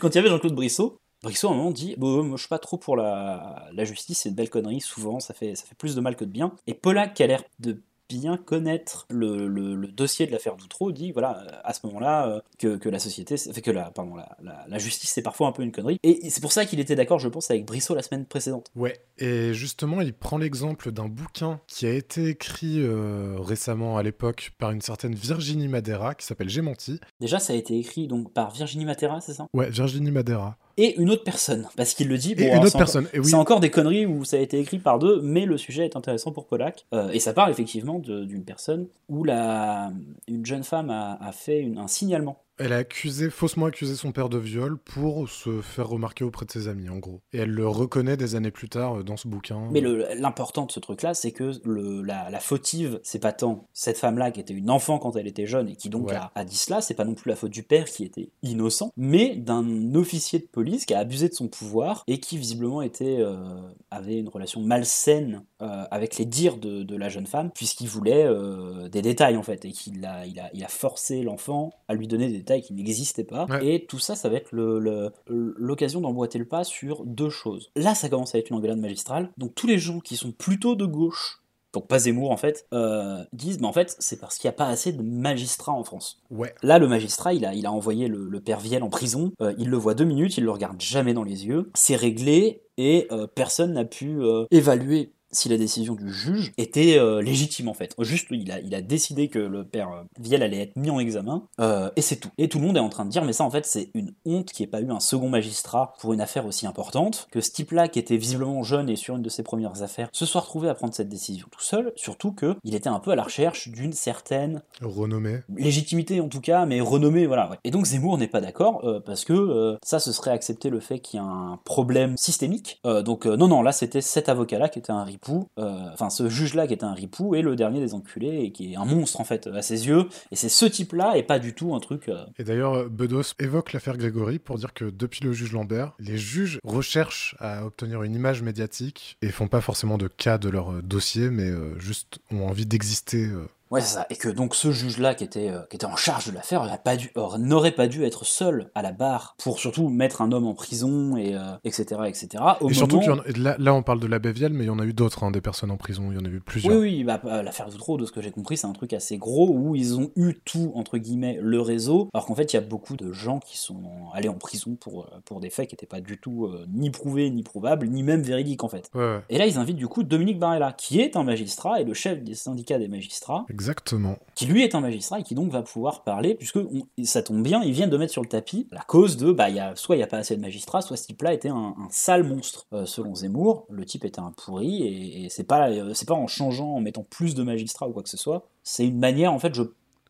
C: quand il y avait Jean-Claude Brissot, Brissot, à un moment, dit Bon, Moi, je suis pas trop pour la, la justice, c'est de belles conneries, souvent, ça fait, ça fait plus de mal que de bien. Et Polak, qui a l'air de bien connaître le, le- le dossier de l'affaire Doutreau dit voilà euh, à ce moment-là euh, que, que la société c'est- que la pardon la, la- la justice c'est parfois un peu une connerie et c'est pour ça qu'il était d'accord je pense avec Brissot la semaine précédente
A: Ouais, et justement, il prend l'exemple d'un bouquin qui a été écrit euh, récemment à l'époque par une certaine Virginie Madera qui s'appelle J'ai menti.
C: déjà ça a été écrit donc par Virginie Matera c'est ça
A: Ouais, Virginie Madera.
C: et une autre personne parce qu'il le dit
A: et
C: bon, alors,
A: une
C: c'est
A: autre
C: encore-
A: personne. Et oui,
C: C'est encore des conneries où ça a été écrit par deux, mais le sujet est intéressant pour Polak. Euh, et ça parle effectivement de- d'une personne où la, une jeune femme a, a fait une- un signalement.
A: elle a accusé, faussement accusé son père de viol pour se faire remarquer auprès de ses amis, en gros. Et elle le reconnaît des années plus tard euh, dans ce bouquin.
C: Mais le- l'important de ce truc-là, c'est que le, la, la fautive, c'est pas tant cette femme-là qui était une enfant quand elle était jeune et qui donc
A: Ouais.
C: a, a dit cela, c'est pas non plus la faute du père qui était innocent, mais d'un officier de police qui a abusé de son pouvoir et qui visiblement était, euh, avait une relation malsaine euh, avec les dires de, de la jeune femme, puisqu'il voulait euh, des détails en fait, et qu'il a, il a, il a forcé l'enfant à lui donner des détails qui n'existaient pas.
A: Ouais.
C: Et tout ça, ça va être le- le- l'occasion d'emboîter le pas sur deux choses. Là, ça commence à être une engueulade magistrale, donc tous les gens qui sont plutôt de gauche, donc pas Zemmour en fait, euh, disent, mais en fait, c'est parce qu'il n'y a pas assez de magistrats en France.
A: Ouais.
C: Là, le magistrat, il a, il a envoyé le, le père Vielle en prison. Euh, il le voit deux minutes, il le regarde jamais dans les yeux. C'est réglé et euh, personne n'a pu euh, évaluer si la décision du juge était euh, légitime en fait. Juste, il a, il a décidé que le père euh, Vielle allait être mis en examen euh, et c'est tout. Et tout le monde est en train de dire, mais ça en fait, c'est une honte qu'il n'y ait pas eu un second magistrat pour une affaire aussi importante. Que ce type-là, qui était visiblement jeune et sur une de ses premières affaires, se soit retrouvé à prendre cette décision tout seul. Surtout que il était un peu à la recherche d'une certaine
A: Renommée.
C: légitimité en tout cas, mais renommée, voilà. ouais. Et donc Zemmour n'est pas d'accord euh, parce que euh, ça, ce serait accepter le fait qu'il y a un problème systémique. Euh, donc euh, non, non, là c'était cet avocat-là qui était un ripou, euh, enfin ce juge-là qui était un ripou et le dernier des enculés et qui est un monstre en fait euh, à ses yeux. Et c'est ce type-là et pas du tout un truc. euh,
A: Et d'ailleurs, euh, Bedos évoque l'affaire Grégory pour dire que depuis le juge Lambert, les juges recherchent à obtenir une image médiatique et font pas forcément de cas de leur euh, dossier, mais euh, juste ont envie d'exister. euh.
C: Ouais, c'est ça. Et que donc ce juge-là qui était, euh, qui était en charge de l'affaire aurait pas dû- or- n'aurait pas dû être seul à la barre pour surtout mettre un homme en prison et euh, etc etc. Au
A: Et surtout,
C: moment-
A: qu'il y en a- là, là, on parle de l'abbé Vielle, mais il y en a eu d'autres, hein, des personnes en prison, il y en a eu plusieurs.
C: Oui, oui, bah, euh, l'affaire Doutreau, de ce que j'ai compris, c'est un truc assez gros où ils ont eu tout, entre guillemets, le réseau, alors qu'en fait, il y a beaucoup de gens qui sont allés en prison pour, euh, pour des faits qui n'étaient pas du tout euh, ni prouvés, ni prouvables, ni même véridiques, en fait.
A: Ouais, ouais.
C: Et là, ils invitent du coup Dominique Barella, qui est un magistrat et le chef des syndicats des magistrats,
A: Exactement.
C: qui lui est un magistrat et qui donc va pouvoir parler, puisque on- ça tombe bien, ils viennent de mettre sur le tapis la cause de, bah, il y a, soit il n'y a pas assez de magistrats, soit ce type-là était un, un sale monstre. Euh, selon Zemmour, le type était un pourri, et, et c'est pas, euh, c'est pas en changeant, en mettant plus de magistrats ou quoi que ce soit, c'est une manière, en fait, je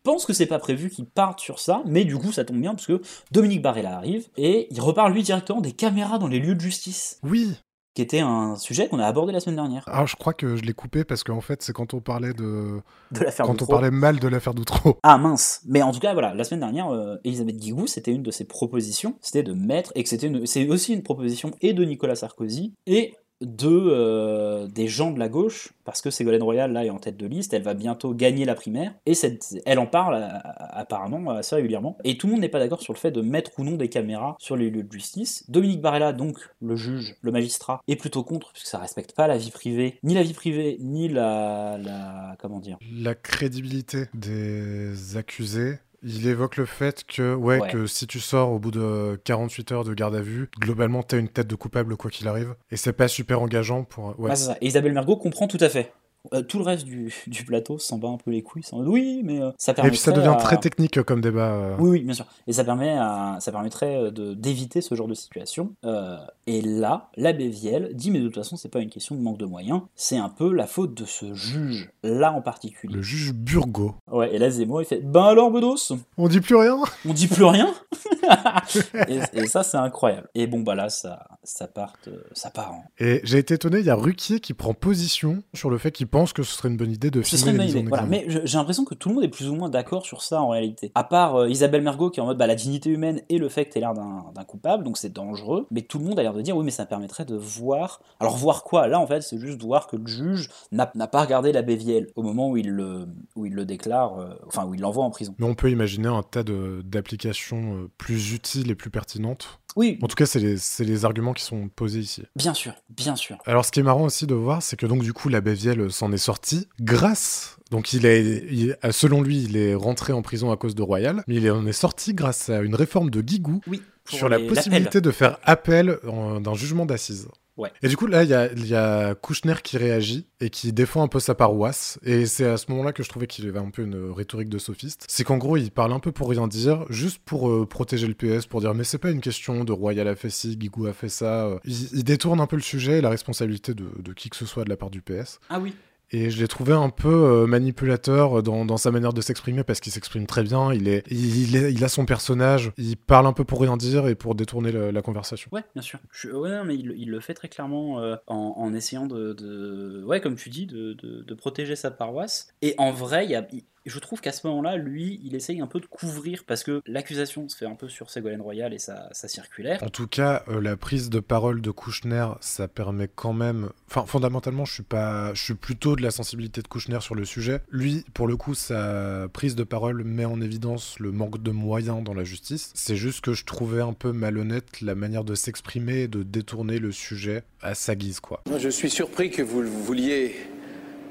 C: pense que c'est pas prévu qu'il parte sur ça, mais du coup, ça tombe bien, parce que Dominique Barrella arrive, et il repart lui directement des caméras dans les lieux de justice,
A: Oui.
C: qui était un sujet qu'on a abordé la semaine dernière.
A: Ah, je crois que je l'ai coupé parce qu'en fait, c'est quand on parlait de,
C: De l'affaire
A: quand on
C: Doutreau.
A: parlait mal de l'affaire Doutreau.
C: Ah mince Mais en tout cas, voilà, la semaine dernière, euh, Elisabeth Guigou, c'était une de ses propositions, c'était de mettre, et que c'était une- c'est aussi une proposition et de Nicolas Sarkozy, et de euh, des gens de la gauche, parce que Ségolène Royal, là, est en tête de liste, elle va bientôt gagner la primaire, et cette, elle en parle euh, apparemment assez régulièrement, et tout le monde n'est pas d'accord sur le fait de mettre ou non des caméras sur les lieux de justice. Dominique Barella, donc, le juge, le magistrat, est plutôt contre, puisque ça respecte pas la vie privée, ni la vie privée, ni la... la comment dire
A: La crédibilité des accusés. Il évoque le fait que, ouais,
C: Ouais.
A: que si tu sors au bout de 48 heures de garde à vue, globalement, t'as une tête de coupable quoi qu'il arrive. Et c'est pas super engageant pour. Ouais.
C: Ah, c'est ça. Et Isabelle Mergot comprend tout à fait. Euh, tout le reste du, du plateau s'en bat un peu les couilles. s'en dit, oui, mais euh, ça permet.
A: Et puis ça devient très technique comme débat. euh.
C: Oui, oui, bien sûr. Et ça, permet à- ça permettrait euh, de- d'éviter ce genre de situation. Euh, et là, l'abbé Viel dit Mais de toute façon, c'est pas une question de manque de moyens, c'est un peu la faute de ce juge-là en particulier.
A: Le juge Burgot.
C: Ouais, et là, Zemmour, il fait Ben alors, Bedos
A: On dit plus rien
C: On dit plus rien et, et ça, c'est incroyable. Et bon, bah là, ça, ça, part, euh, ça part en,
A: Et j'ai été étonné, il y a Ruquier qui prend position sur le fait qu'il pense que ce serait une bonne idée de
C: Ce
A: filmer
C: serait
A: les
C: une bonne
A: mises en
C: idée. Voilà.
A: examen.
C: Mais je- j'ai l'impression que tout le monde est plus ou moins d'accord sur ça en réalité. À part euh, Isabelle Mergot qui est en mode bah, la dignité humaine et le fait que t'aies l'air d'un d'un coupable, donc c'est dangereux. Mais tout le monde a l'air de dire oui, mais ça permettrait de voir. Alors voir quoi Là en fait, c'est juste voir que le juge n'a n'a pas regardé l'abbé Viel au moment où il le, où il le déclare, euh, enfin où il l'envoie en prison.
A: Mais on peut imaginer un tas de- d'applications euh, plus plus utiles et plus pertinentes.
C: Oui,
A: En tout cas, c'est les, c'est les arguments qui sont posés ici.
C: bien sûr, bien sûr.
A: Alors, ce qui est marrant aussi de voir, c'est que donc, du coup, l'abbé Viel euh, s'en est sorti grâce. Donc, il est, il- euh, selon lui, il est rentré en prison à cause de Royal, mais il en est sorti grâce à une réforme de Guigou
C: Oui, pour
A: sur la
C: les-
A: possibilité de faire appel en- d'un jugement d'assises.
C: Ouais.
A: Et du coup, là, il y a, il y a Kouchner qui réagit et qui défend un peu sa paroisse. Et c'est à ce moment-là que je trouvais qu'il avait un peu une rhétorique de sophiste. C'est qu'en gros, il parle un peu pour rien dire, juste pour euh, protéger le PS, pour dire mais c'est pas une question de Royal a fait ci, Guigou a fait ça. Euh, Il, il détourne un peu le sujet et la responsabilité de, de qui que ce soit de la part du PS.
C: Ah oui.
A: Et je l'ai trouvé un peu euh, manipulateur dans, dans sa manière de s'exprimer parce qu'il s'exprime très bien, il, est, il, il est- il a son personnage, il parle un peu pour rien dire et pour détourner la, la conversation.
C: Ouais, bien sûr. Je, ouais, non, mais il, il le fait très clairement euh, en, en essayant de, de- ouais, comme tu dis, de, de- de protéger sa paroisse. Et en vrai, il y a- il- je trouve qu'à ce moment-là, lui, il essaye un peu de couvrir parce que l'accusation se fait un peu sur Ségolène Royal et sa, sa circulaire.
A: En tout cas, euh, la prise de parole de Kouchner, ça permet quand même. Enfin, fondamentalement, je suis pas, je suis plutôt de la sensibilité de Kouchner sur le sujet. Lui, pour le coup, sa prise de parole met en évidence le manque de moyens dans la justice. C'est juste que je trouvais un peu malhonnête la manière de s'exprimer et de détourner le sujet à sa guise, quoi.
J: Moi, je suis surpris que vous le vouliez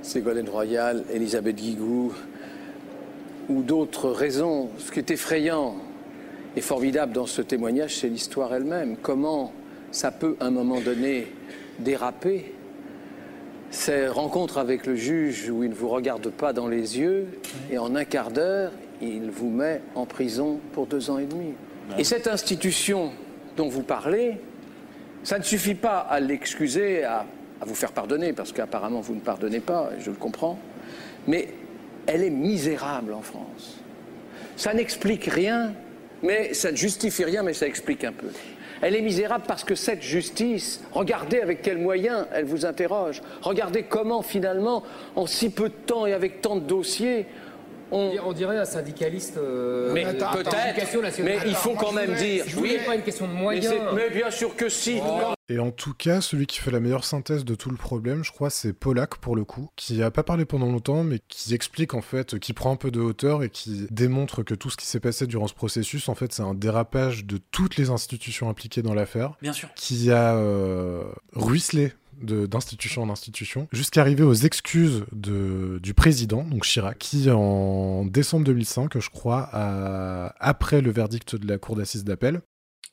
J: Ségolène Royal, Elisabeth Guigou ou d'autres raisons. Ce qui est effrayant et formidable dans ce témoignage, c'est l'histoire elle-même. Comment ça peut, à un moment donné, déraper Ces rencontres avec le juge où il ne vous regarde pas dans les yeux et en un quart d'heure, il vous met en prison pour deux ans et demi. Et cette institution dont vous parlez, ça ne suffit pas à l'excuser, à, à vous faire pardonner, parce qu'apparemment vous ne pardonnez pas, et je le comprends, mais elle est misérable en France. Ça n'explique rien, mais ça ne justifie rien, mais ça explique un peu. Elle est misérable parce que cette justice, regardez avec quels moyens elle vous interroge, regardez comment finalement, en si peu de temps et avec tant de dossiers, on,
K: On dirait un syndicaliste. euh,
J: mais
K: de- de l'éducation
J: peut-être,
K: nationale.
J: mais il faut quand même dire.
K: Je voulais
J: oui,
K: pas une question de
J: mais,
K: moyens.
J: c'est- mais bien sûr que si.
A: Et en tout cas, celui qui fait la meilleure synthèse de tout le problème, je crois, c'est Polak pour le coup, qui a pas parlé pendant longtemps, mais qui explique en fait, qui prend un peu de hauteur et qui démontre que tout ce qui s'est passé durant ce processus, en fait, c'est un dérapage de toutes les institutions impliquées dans l'affaire,
C: Bien sûr.
A: qui a euh, ruisselé de- d'institution en institution, jusqu'à arriver aux excuses de- du président, donc Chirac, qui en décembre 2005, je crois, a- après le verdict de la Cour d'assises d'appel,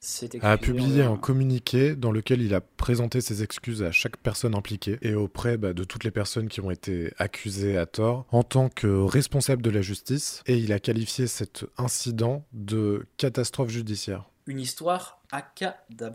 C: C'est
A: a
C: excusé
A: publié
C: envers-
A: un communiqué dans lequel il a présenté ses excuses à chaque personne impliquée et auprès bah, de toutes les personnes qui ont été accusées à tort en tant que responsable de la justice et il a qualifié cet incident de catastrophe judiciaire.
C: une histoire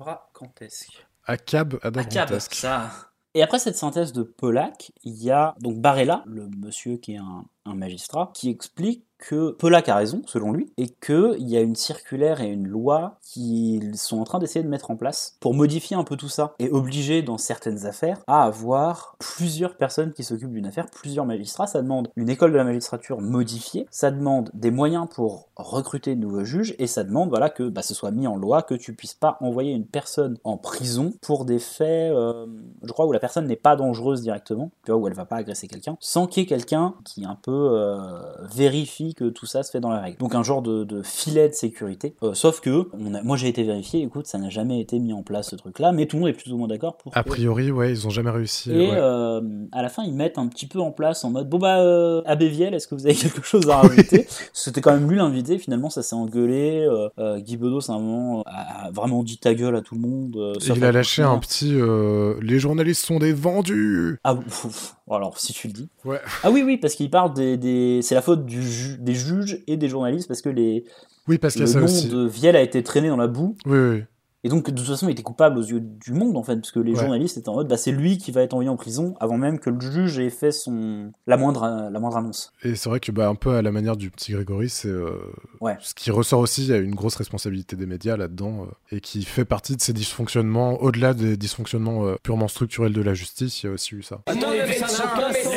C: acadabracantesque.
A: Acab
C: Acab,
A: adabrantesque.
C: ça. Et après cette synthèse de Pollack, il y a donc Barella, le monsieur qui est un, un magistrat, qui explique que Pollack a raison, selon lui, et qu'il y a une circulaire et une loi qu'ils sont en train d'essayer de mettre en place pour modifier un peu tout ça et obliger dans certaines affaires à avoir plusieurs personnes qui s'occupent d'une affaire, plusieurs magistrats. Ça demande une école de la magistrature modifiée, ça demande des moyens pour recruter de nouveaux juges et ça demande voilà, que bah, ce soit mis en loi, que tu puisses pas envoyer une personne en prison pour des faits, euh, je crois, où la personne n'est pas dangereuse directement, tu vois, où elle va pas agresser quelqu'un, sans qu'il y ait quelqu'un qui un peu euh, vérifie que tout ça se fait dans la règle. Donc un genre de, de filet de sécurité. Euh, sauf que, on a- moi j'ai été vérifié, écoute, ça n'a jamais été mis en place ce truc-là, mais tout le monde est plus ou moins d'accord pour.
A: A
C: que-
A: priori, ouais, ils ont jamais réussi.
C: et
A: ouais.
C: euh, à la fin, ils mettent un petit peu en place en mode bon bah euh, Abbé Viel, est-ce que vous avez quelque chose à rajouter C'était quand même lui l'invité. Finalement, ça s'est engueulé. Euh, euh, Guy Bedos, à un moment, a a vraiment dit ta gueule à tout le monde. euh,
A: Et
C: sauf
A: il a
C: à
A: lâché
C: Kouchner.
A: un petit euh, Les journalistes sont des vendus
C: Ah, pff, alors si tu le dis.
A: Ouais.
C: Ah oui oui, parce qu'il parle des, des- c'est la faute du ju- des juges et des journalistes parce que les
A: Oui, parce qu'il y a
C: le
A: ça
C: nom
A: aussi.
C: de Viel a été traîné dans la boue.
A: Oui, oui.
C: Et donc, de toute façon, il était coupable aux yeux du monde, en fait, parce que les
A: Ouais.
C: journalistes étaient en mode, bah, c'est lui qui va être envoyé en prison avant même que le juge ait fait son... la, moindre, la moindre annonce.
A: Et c'est vrai que, bah, un peu à la manière du petit Grégory, c'est euh,
C: Ouais.
A: ce qui ressort aussi. Il y a une grosse responsabilité des médias là-dedans euh, et qui fait partie de ces dysfonctionnements. Au-delà des dysfonctionnements euh, purement structurels de la justice, il y a aussi eu ça.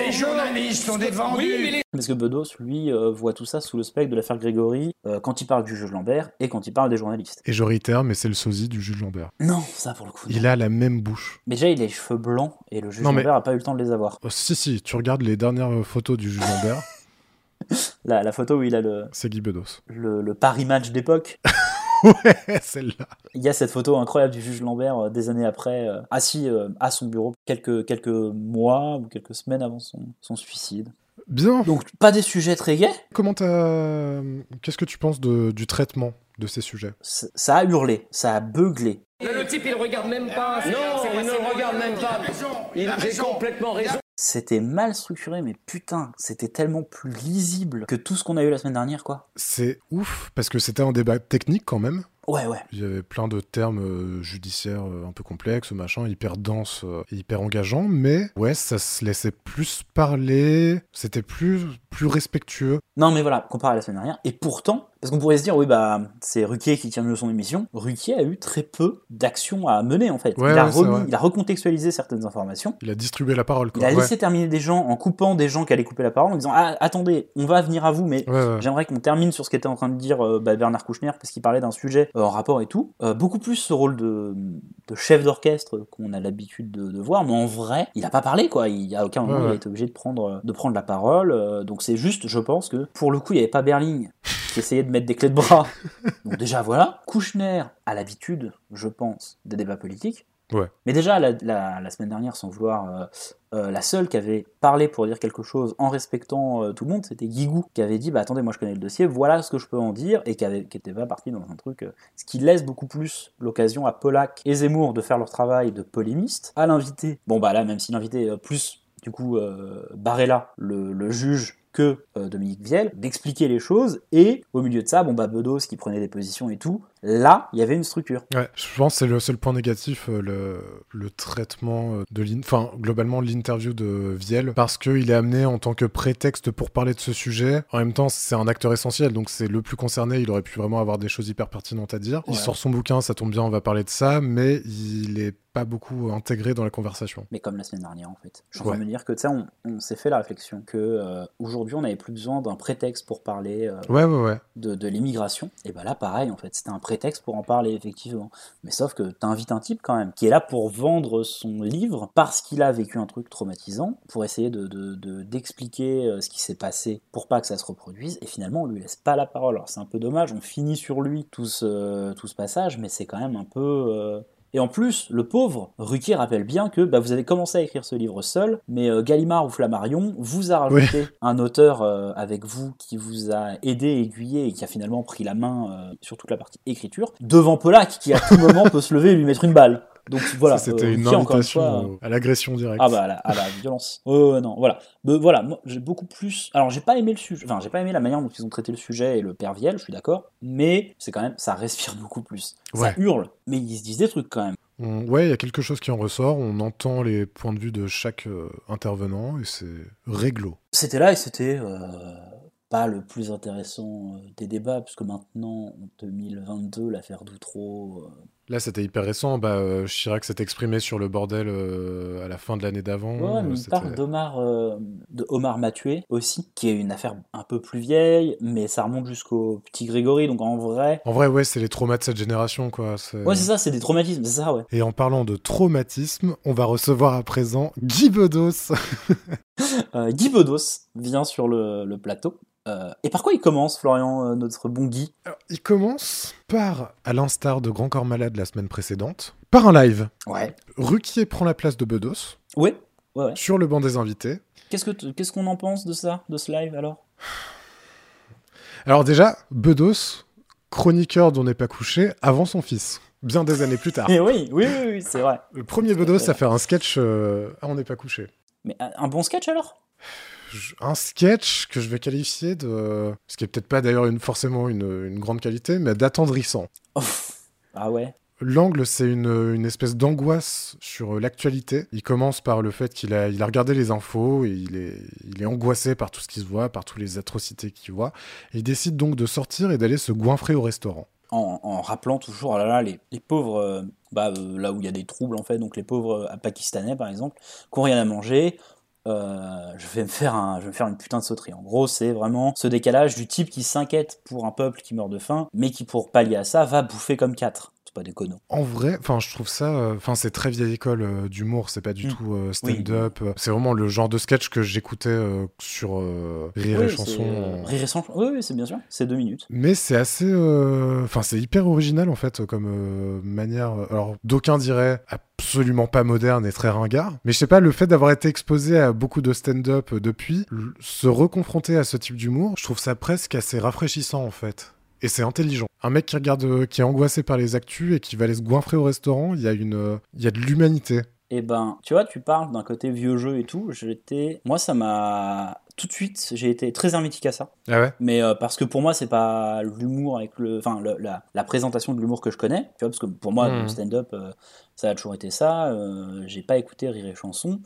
D: les journalistes sont des vendus.
C: Parce que Bedos, lui, euh, voit tout ça sous le spectre de l'affaire Grégory euh, quand il parle du juge Lambert et quand il parle des journalistes.
A: Et je réitère, mais c'est le sosie du juge Lambert.
C: Non, ça pour le coup. non.
A: Il a la même bouche.
C: Mais déjà, il a les cheveux blancs et le juge
A: Non, mais-
C: Lambert a pas eu le temps de les avoir.
A: Oh, si, si, tu regardes les dernières euh, photos du juge Lambert,
C: La, la photo où il a le,
A: c'est Guy Bedos.
C: le, le Paris match d'époque.
A: ouais, celle-là.
C: Il y a cette photo incroyable du juge Lambert euh, des années après, euh, assis euh, à son bureau quelques, quelques mois ou quelques semaines avant son, son suicide.
A: Bien.
C: Donc, pas des sujets très gais.
A: Comment t'as. euh, Qu'est-ce que tu penses de- du traitement de ces sujets
C: C- Ça a hurlé, ça a beuglé.
K: Là, le type, il regarde même pas.
D: Non, il ne le regarde même pas. Il j'ai complètement raison.
C: C'était mal structuré, mais putain, c'était tellement plus lisible que tout ce qu'on a eu la semaine dernière, quoi.
A: C'est ouf, parce que c'était un débat technique quand même.
C: Ouais, ouais.
A: Il y avait plein de termes euh, judiciaires euh, un peu complexes, machin, hyper dense, euh, et hyper engageant, mais ouais, ça se laissait plus parler, c'était plus, plus respectueux.
C: Non, mais voilà, comparé à la semaine dernière. Et pourtant, parce qu'on pourrait se dire, oui, bah, c'est Ruquier qui tient mieux son émission. Ruquier a eu très peu d'actions à mener, en fait.
A: Ouais,
C: il, a
A: ouais, c'est
C: remis-
A: vrai.
C: il a recontextualisé certaines informations.
A: Il a distribué la parole, quoi.
C: Il a
A: Ouais.
C: laissé terminer des gens en coupant des gens qui allaient couper la parole en disant ah, attendez, on va venir à vous, mais
A: Ouais, ouais.
C: j'aimerais qu'on termine sur ce qu'était en train de dire euh, bah, Bernard Kouchner parce qu'il parlait d'un sujet euh, en rapport et tout. Euh, beaucoup plus ce rôle de, de chef d'orchestre qu'on a l'habitude de, de voir, mais en vrai, il a pas parlé quoi. Il à aucun moment
A: Ouais,
C: il
A: ouais.
C: a été obligé de prendre de prendre la parole. Euh, donc c'est juste, je pense que pour le coup, il n'y avait pas Berling qui essayait de mettre des clés de bras. Donc déjà voilà, Kouchner a l'habitude, je pense, des débats politiques.
A: Ouais.
C: Mais déjà la, la- la semaine dernière, sans vouloir, euh, euh, la seule qui avait parlé pour dire quelque chose en respectant euh, tout le monde, c'était Guigou qui avait dit bah attendez, moi je connais le dossier, voilà ce que je peux en dire et qui avait qui était pas parti dans un truc, euh, ce qui laisse beaucoup plus l'occasion à Pollack et Zemmour de faire leur travail de polémiste, à l'invité. Bon bah là, même si l'invité euh, plus du coup euh, Barella, le, le juge que euh, Dominique Viel, d'expliquer les choses, et au milieu de ça, bon bah Bedos qui prenait des positions et tout, là, il y avait une structure.
A: Ouais, je pense que c'est le seul point négatif, euh, le, le traitement euh, de l'in- enfin globalement l'interview de Viel, parce qu'il est amené en tant que prétexte pour parler de ce sujet. En même temps, c'est un acteur essentiel, donc c'est le plus concerné. Il aurait pu vraiment avoir des choses hyper pertinentes à dire. Il
C: Ouais.
A: sort son bouquin, ça tombe bien, on va parler de ça, mais il est pas beaucoup euh, intégré dans la conversation.
C: mais comme la semaine dernière en fait. Je voudrais
A: Ouais.
C: me dire que tu sais, on, on s'est fait la réflexion que euh, aujourd'hui on n'avait plus besoin d'un prétexte pour parler euh,
A: Ouais, ouais, ouais.
C: de, de l'immigration. Et ben là pareil en fait, c'était un prétexte pour en parler effectivement. Mais sauf que t'invites un type quand même qui est là pour vendre son livre parce qu'il a vécu un truc traumatisant, pour essayer de de- de- d'expliquer euh, ce qui s'est passé pour pas que ça se reproduise. Et finalement on lui laisse pas la parole. Alors c'est un peu dommage, on finit sur lui tout ce, tout ce passage, mais c'est quand même un peu euh, et en plus, le pauvre, Ruquier rappelle bien que bah, vous avez commencé à écrire ce livre seul, mais euh, Gallimard ou Flammarion vous a rajouté un auteur euh, avec vous qui vous a aidé, aiguillé et qui a finalement pris la main euh, sur toute la partie écriture, devant Pollack qui à tout moment peut se lever et lui mettre une balle. Donc voilà,
A: Ça, c'était
C: euh,
A: une
C: Ruquier, encore
A: invitation
C: fois,
A: au- à l'agression directe.
C: ah bah à la, à la violence. Oh ouais, non, voilà. Mais voilà, moi j'ai beaucoup plus. Alors j'ai pas aimé le sujet. Enfin, j'ai pas aimé la manière dont ils ont traité le sujet et le père Viel, je suis d'accord. Mais c'est quand même, ça respire beaucoup plus. Ça
A: Ouais.
C: hurle. Mais ils se disent des trucs quand même.
A: On- ouais, il y a quelque chose qui en ressort. On entend les points de vue de chaque euh, intervenant et c'est réglo.
C: C'était là et c'était euh, pas le plus intéressant euh, des débats puisque maintenant en 2022 l'affaire Doutreau. euh,
A: Là, c'était hyper récent. Bah, euh, Chirac s'est exprimé sur le bordel euh, à la fin de l'année d'avant.
C: Ouais, mais
A: Euh,
C: il
A: c'était-
C: parle d'Omar, euh, de Omar Mathieu aussi, qui est une affaire un peu plus vieille, mais ça remonte jusqu'au petit Grégory, donc en vrai.
A: En vrai, ouais, c'est les traumas de cette génération, quoi. c'est-
C: Ouais, c'est ça, c'est des traumatismes, c'est ça, ouais.
A: Et en parlant de traumatisme, on va recevoir à présent Guy Bedos.
C: Euh, Guy Bedos vient sur le, le plateau. Euh, et par quoi il commence, Florian, euh, notre bon Guy
A: Alors, il commence par, à l'instar de Grand Corps Malade la semaine précédente, par un live.
C: Ouais.
A: Ruquier prend la place de Bedos
C: Ouais, ouais, ouais.
A: sur le banc des invités.
C: Qu'est-ce que t- qu'est-ce qu'on en pense de ça, de ce live alors
A: Alors déjà, Bedos, chroniqueur dont n'est pas couché, avant son fils, bien des années plus tard.
C: Eh oui, oui, oui, oui, c'est vrai.
A: Le premier Bedos à faire un sketch euh, Ah, on n'est pas couché.
C: Mais un un bon sketch alors
A: je- un sketch que je vais qualifier de. Ce qui est peut-être pas d'ailleurs une, forcément une, une grande qualité, mais d'attendrissant.
C: Ouf. Ah ouais.
A: L'angle, c'est une, une espèce d'angoisse sur euh, l'actualité. Il commence par le fait qu'il a, il a regardé les infos, et il est, il est angoissé par tout ce qu'il se voit, par toutes les atrocités qu'il voit. Et il décide donc de sortir et d'aller se goinfrer au restaurant.
C: En, en rappelant toujours, ah là là, les, les pauvres, euh, bah, euh, là où il y a des troubles en fait, donc les pauvres euh, pakistanais par exemple, qui n'ont rien à manger, euh, je, vais me faire un, je vais me faire une putain de sauterie. En gros, c'est vraiment ce décalage du type qui s'inquiète pour un peuple qui meurt de faim, mais qui pour pallier à ça va bouffer comme quatre. C'est pas déconnant.
A: En vrai, enfin, je trouve ça, euh, enfin, c'est très vieille école euh, d'humour. C'est pas du
C: Mm.
A: tout euh, stand-up. C'est vraiment le genre de sketch que j'écoutais euh, sur euh, Rire et
C: Oui,
A: Chanson.
C: c'est, euh,
A: en-
C: Rire et Chanson. Oui, oui, c'est bien sûr. C'est deux minutes.
A: Mais c'est assez. euh, Enfin, c'est hyper original en fait, comme euh, manière. Alors, d'aucuns diraient absolument pas moderne et très ringard. Mais je sais pas, le fait d'avoir été exposé à beaucoup de stand-up euh, depuis, l- se reconfronter à ce type d'humour, je trouve ça presque assez rafraîchissant en fait. Et c'est intelligent. Un mec qui regarde, euh, qui est angoissé par les actus et qui va aller se goinfrer au restaurant, il y a une, euh, il y a de l'humanité.
C: Eh ben, tu vois, tu parles d'un côté vieux jeu et tout. J'étais, moi, ça m'a tout de suite. J'ai été très hermétique à ça.
A: Ah ouais.
C: Mais euh, parce que pour moi, c'est pas l'humour avec le, enfin, le- la, la présentation de l'humour que je connais. Tu vois, parce que pour moi,
A: Mhm.
C: le stand-up, euh, ça a toujours été ça. Euh, j'ai pas écouté Rire et Chanson.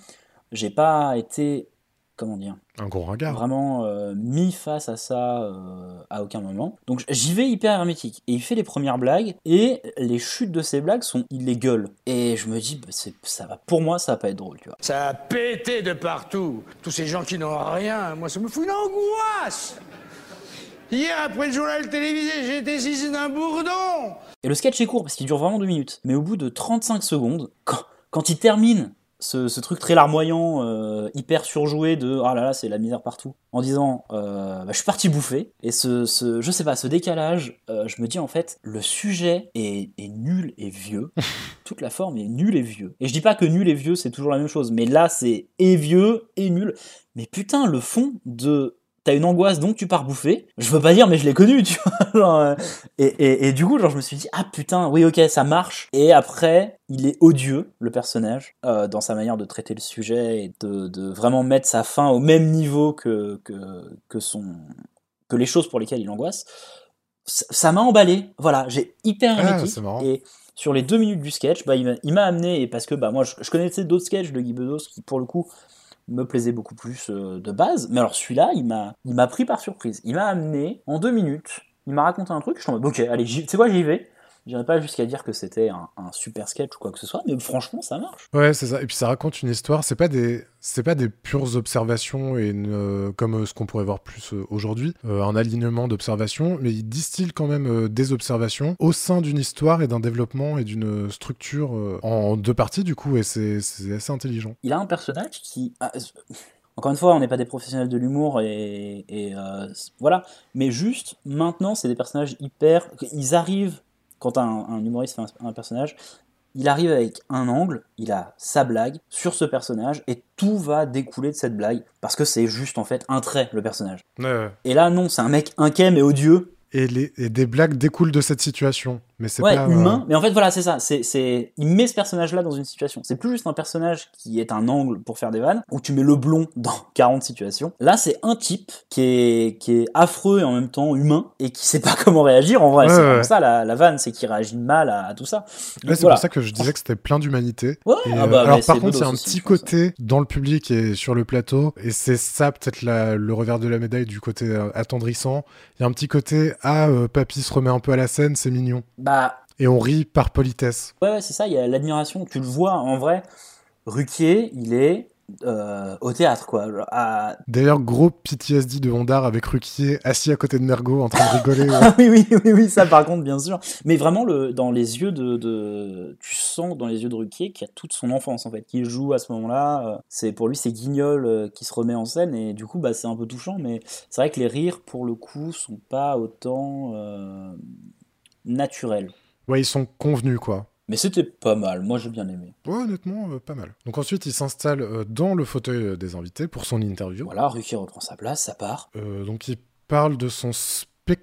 C: J'ai pas été, comment dire,
A: Un gros ringard.
C: vraiment euh, mis face à ça euh, à aucun moment. Donc j'y vais hyper hermétique. Et il fait les premières blagues et les chutes de ces blagues sont, il les gueule. Et je me dis, bah, c'est- ça va, pour moi, ça va pas être drôle, tu vois.
D: Ça a pété de partout. Tous ces gens qui n'ont rien, moi ça me fout une angoisse. Hier, après le journal télévisé, j'ai été saisi d'un bourdon.
C: Et le sketch est court parce qu'il dure vraiment deux minutes. Mais au bout de 35 secondes, quand, quand il termine ce, ce truc très larmoyant, euh, hyper surjoué de ah là là, c'est la misère partout, en disant euh, bah, je suis parti bouffer. Et ce, ce- je sais pas, ce décalage, euh, je me dis en fait, le sujet est, est nul et vieux. Toute la forme est nulle et vieux. Et je dis pas que nul et vieux, c'est toujours la même chose. Mais là, c'est et vieux et nul. Mais putain, le fond de. T'as une angoisse donc tu pars bouffer. Je veux pas dire, mais je l'ai connu, tu vois. genre, euh, et, et- et du coup, genre, je me suis dit, ah putain, oui, ok, ça marche. Et après, il est odieux, le personnage, euh, dans sa manière de traiter le sujet et de, de vraiment mettre sa fin au même niveau que, que, que, son, que les choses pour lesquelles il angoisse. Ça ça m'a emballé. Voilà, j'ai hyper
A: Ah,
C: hermétique.
A: c'est marrant.
C: et sur les deux minutes du sketch, bah, il m'a- il m'a amené, et parce que bah, moi, je, je connaissais d'autres sketchs de Guy Bedos qui, pour le coup, me plaisait beaucoup plus euh, de base. Mais alors celui-là, il m'a, il m'a pris par surprise. Il m'a amené en deux minutes. Il m'a raconté un truc. Je suis en mode, ok, allez, j'y- tu sais quoi, j'y vais. J'irai pas jusqu'à dire que c'était un, un super sketch ou quoi que ce soit, mais franchement, ça marche.
A: Ouais, c'est ça. Et puis ça raconte une histoire. C'est pas des, c'est pas des pures observations et une, euh, comme euh, ce qu'on pourrait voir plus euh, aujourd'hui, euh, un alignement d'observations, mais il distille quand même euh, des observations au sein d'une histoire et d'un développement et d'une structure euh, en deux parties du coup. Et c'est, c'est assez intelligent.
C: Il a un personnage qui. ah, z- encore une fois, on n'est pas des professionnels de l'humour et, et, euh, c- voilà. Mais juste maintenant, c'est des personnages hyper. Ils arrivent quand un, un humoriste fait un, un personnage, il arrive avec un angle, il a sa blague sur ce personnage et tout va découler de cette blague parce que c'est juste en fait un trait le personnage. Et là, non, c'est un mec inquiet mais odieux
A: Et les, et des blagues découlent de cette situation, mais c'est
C: ouais,
A: pas euh,
C: humain. Mais en fait, voilà, c'est ça. C'est, c'est, il met ce personnage-là dans une situation. C'est plus juste un personnage qui est un angle pour faire des vannes, où tu mets le blond dans 40 situations. Là, c'est un type qui est, qui est affreux et en même temps humain, et qui sait pas comment réagir. En vrai,
A: Ouais,
C: c'est
A: ouais,
C: comme
A: ouais.
C: ça la, la vanne, c'est qu'il réagit mal à, à tout ça.
A: euh, Ouais,
C: Donc,
A: c'est
C: voilà.
A: pour ça que je disais que c'était plein d'humanité.
C: Ouais,
A: Et,
C: ah
A: euh,
C: bah,
A: alors
C: mais
A: par
C: c'est
A: contre, il y a
C: Bedos
A: un
C: aussi,
A: petit
C: je pense, hein.
A: côté dans le public et sur le plateau, et c'est ça peut-être la- le revers de la médaille du côté euh, attendrissant. Il y a un petit côté ah euh, papy se remet un peu à la scène, c'est mignon,
C: Bah,
A: et on rit par politesse.
C: Ouais, ouais, c'est ça, il y a l'admiration, tu le vois en vrai. Ruquier, il est euh, au théâtre, quoi. À-
A: D'ailleurs, gros PTSD de Hondar avec Ruquier assis à côté de Mergot en train de rigoler. ouais.
C: Ah oui, oui, oui, oui, ça par contre, bien sûr. Mais vraiment, le, dans les yeux de, de- Tu sens dans les yeux de Ruquier qu'il y a toute son enfance, en fait, qui joue à ce moment-là. euh, C'est Pour lui, c'est Guignol euh, qui se remet en scène, et du coup, bah, c'est un peu touchant, mais c'est vrai que les rires, pour le coup, sont pas autant euh, naturels.
A: Ouais, ils sont convenus quoi.
C: Mais c'était pas mal, moi j'ai bien aimé.
A: Ouais, honnêtement, euh, pas mal. Donc ensuite, il s'installe euh, dans le fauteuil euh, des invités pour son interview.
C: Voilà, Ruquier reprend sa place, ça part,
A: Euh, donc il parle de son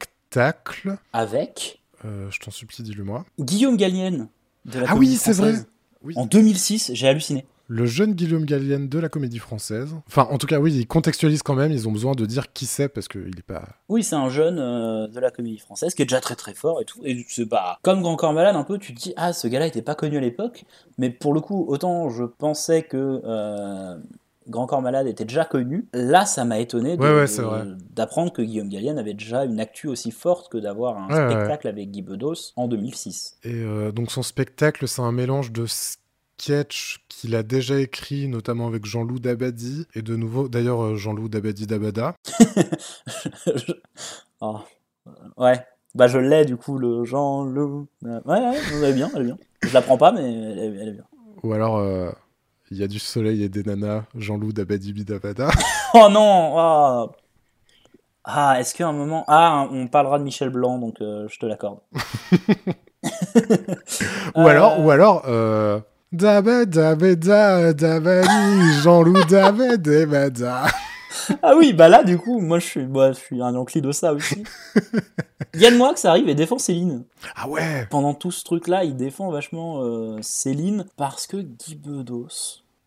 A: spectacle.
C: avec
A: Euh, je t'en supplie, dis-le-moi.
C: Guillaume Gallienne. de la
A: Ah
C: Comédie
A: oui, c'est vrai.
C: Française.
A: Oui.
C: En 2006, j'ai halluciné.
A: Le jeune Guillaume Gallienne de la comédie française. Enfin, en tout cas, oui, ils contextualisent quand même. Ils ont besoin de dire qui c'est parce qu'il n'est pas.
C: Oui, c'est un jeune euh, de la comédie française qui est déjà très très fort et tout. Et c'est bah, comme Grand Corps Malade un peu, tu te dis, ah, ce gars-là était pas connu à l'époque. Mais pour le coup, autant je pensais que euh, Grand Corps Malade était déjà connu, là ça m'a étonné de-
A: Ouais, ouais,
C: de-
A: c'est vrai.
C: d'apprendre que Guillaume Gallienne avait déjà une actu aussi forte que d'avoir un
A: Ouais, ouais,
C: spectacle avec Guy Bedos en 2006.
A: Et euh, donc, son spectacle, c'est un mélange de sketch qu'il a déjà écrit, notamment avec Jean-Loup Dabadi. Et de nouveau, d'ailleurs, euh, Jean-Loup Dabadi Dabada.
C: Je- Oh. Ouais, Bah, je l'ai, du coup, le Jean Loup. Ouais, ouais, elle est bien, elle est bien. Je la prends pas, mais elle est, elle est bien.
A: Ou alors, euh, il y a du soleil et des nanas, Jean-Loup d'Abadibidabada.
C: Oh non oh. Ah, est-ce qu'à un moment. Ah, on parlera de Michel Blanc, donc euh, je te l'accorde.
A: ou alors, ou alors, euh, Dabé, dabé, da, dabadi, Jean-Loup dabé, débada.
C: ah oui, bah là, du coup, moi, je suis, moi, je suis un enclis de ça aussi. Yann Moix arrive et défend Céline.
A: Ah ouais
C: Pendant tout ce truc-là, il défend vachement euh, Céline parce que Guy Bedos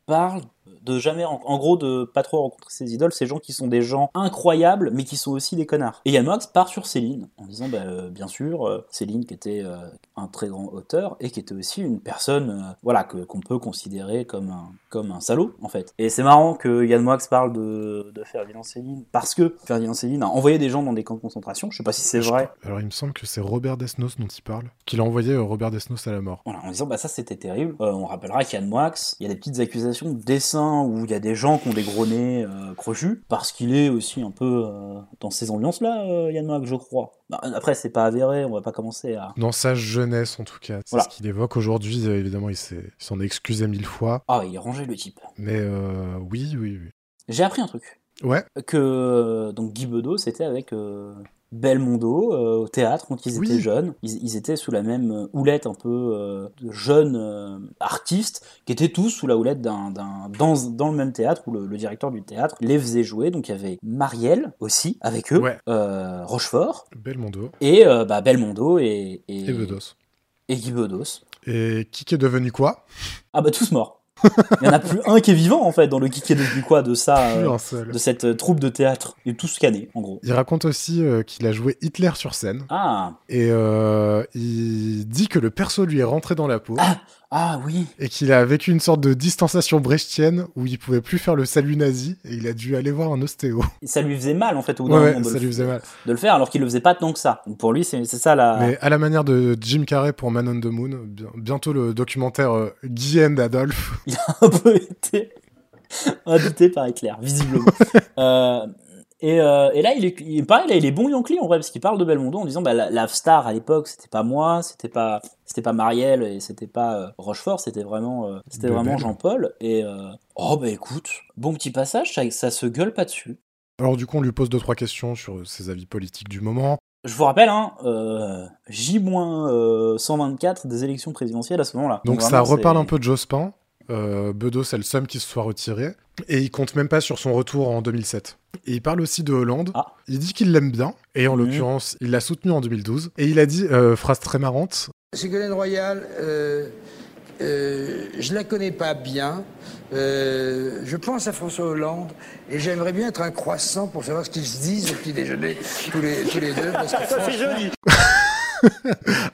C: parle de jamais, ren- en gros, de pas trop rencontrer ses idoles, ces gens qui sont des gens incroyables, mais qui sont aussi des connards. Et Yann Moix part sur Céline en disant, bah, euh, bien sûr, euh, Céline qui était euh, un très grand auteur et qui était aussi une personne, euh, voilà, que qu'on peut considérer comme un comme un salaud en fait. Et c'est marrant que Yann Moix parle de, de Ferdinand Céline parce que Ferdinand Céline a envoyé des gens dans des camps de concentration. Je sais pas si c'est vrai.
A: Alors, il me semble que c'est Robert Desnos dont il parle, qu'il a envoyé euh, Robert Desnos à la mort.
C: Voilà, en disant bah ça c'était terrible. Euh, on rappellera qu'Yann Moix, il y a des petites accusations de dessin où il y a des gens qui ont des gros nez euh, crochus parce qu'il est aussi un peu euh, dans ces ambiances là, Yann Moix, je crois. Bah, après c'est pas avéré, on va pas commencer à.
A: Dans sa jeunesse, en tout cas. C'est
C: Voilà.
A: ce qu'il évoque aujourd'hui. euh, Évidemment, il s'est- il s'en est excusé mille fois.
C: Ah il est rangé le type.
A: Mais euh, oui, oui, oui.
C: J'ai appris un truc
A: Ouais,
C: que euh, donc Guy Bedos c'était avec euh, Belmondo euh, au théâtre quand ils étaient jeunes. Ils, ils étaient sous la même euh, houlette un peu euh, de jeunes euh, artistes qui étaient tous sous la houlette d'un, d'un dans, dans le même théâtre où le, le directeur du théâtre les faisait jouer. Donc il y avait Marielle aussi avec eux,
A: Ouais.
C: euh, Rochefort
A: Belmondo
C: et euh, bah, Belmondo et, et,
A: et Bedos.
C: et Guy Bedos.
A: Et qui qui est devenu quoi
C: Ah bah tous morts. Il y en a plus un qui est vivant en fait dans le qui qui est devenu quoi de ça,
A: Plus
C: euh,
A: un seul.
C: de cette euh, troupe de théâtre. Ils sont tous scannés en gros.
A: Il raconte aussi euh, qu'il a joué Hitler sur scène.
C: Ah,
A: Et euh, il dit que le perso lui est rentré dans la peau.
C: ah oui.
A: et qu'il a vécu une sorte de distanciation brechtienne où il pouvait plus faire le salut nazi et il a dû aller voir un ostéo.
C: ça lui faisait mal en fait au bout
A: Ouais,
C: d'un
A: ouais,
C: moment de,
A: ça lui
C: le,
A: faisait mal.
C: de le faire alors qu'il le faisait pas tant que ça. Donc, pour lui c'est c'est ça la
A: Mais à la manière de Jim Carrey pour Man on the Moon, bien- bientôt le documentaire euh, Guy and Adolphe.
C: un peu été invité par Éclair visiblement. Euh, et, euh, et là il est il- pareil là il est bon Yankee en vrai parce qu'il parle de Belmondo en disant bah la, la star à l'époque c'était pas moi c'était pas c'était pas Marielle et c'était pas euh, Rochefort c'était vraiment euh, c'était
A: Bebel.
C: vraiment Jean-Paul et euh, oh bah écoute bon petit passage ça, ça se gueule pas dessus.
A: Alors du coup, on lui pose deux trois questions sur euh, ses avis politiques du moment.
C: Je vous rappelle, hein, euh, J-124 des élections présidentielles à ce moment-là.
A: Donc ça
C: vraiment, c'est-
A: reparle un peu de Jospin. Euh, Bedos a le somme qui se soit retiré. Et il compte même pas sur son retour en 2007. Et il parle aussi de Hollande.
C: Ah.
A: Il dit qu'il l'aime bien. Et en
C: Mhm.
A: l'occurrence, il l'a soutenu en 2012. Et il a dit, euh, phrase très marrante,
D: Ségolène Royal, euh, euh, je la connais pas bien. Euh, je pense à François Hollande et j'aimerais bien être un croissant pour savoir ce qu'ils se disent au petit déjeuner tous les, tous les deux. Parce que
E: Ça, c'est
D: franchement,
E: joli.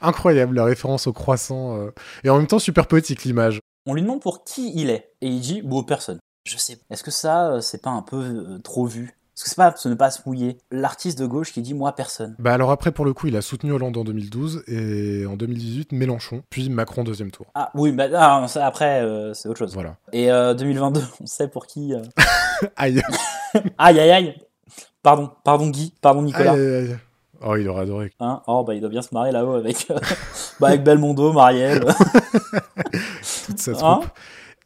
A: Incroyable la référence au croissant. euh, Et en même temps, super poétique l'image.
C: On lui demande pour qui il est, et il dit bon personne. Je sais. pas. Est-ce que ça, euh, c'est pas un peu euh, trop vu Est-ce que c'est pas ce ne pas se mouiller L'artiste de gauche qui dit moi personne.
A: Bah alors après, pour le coup, il a soutenu Hollande en 2012 et en 2018, Mélenchon, puis Macron deuxième tour.
C: Ah oui, bah ah, ça, après euh, c'est autre chose.
A: Voilà.
C: Et euh, 2022, on sait pour qui. euh.
A: Aïe.
C: Aïe aïe aïe. Pardon, pardon Guy, pardon Nicolas.
A: Aïe, aïe, aïe. Oh, il aurait adoré.
C: Hein oh bah il doit bien se marrer là-haut avec, euh, bah, avec Belmondo, Marielle.
A: Toute sa
C: Hein
A: troupe.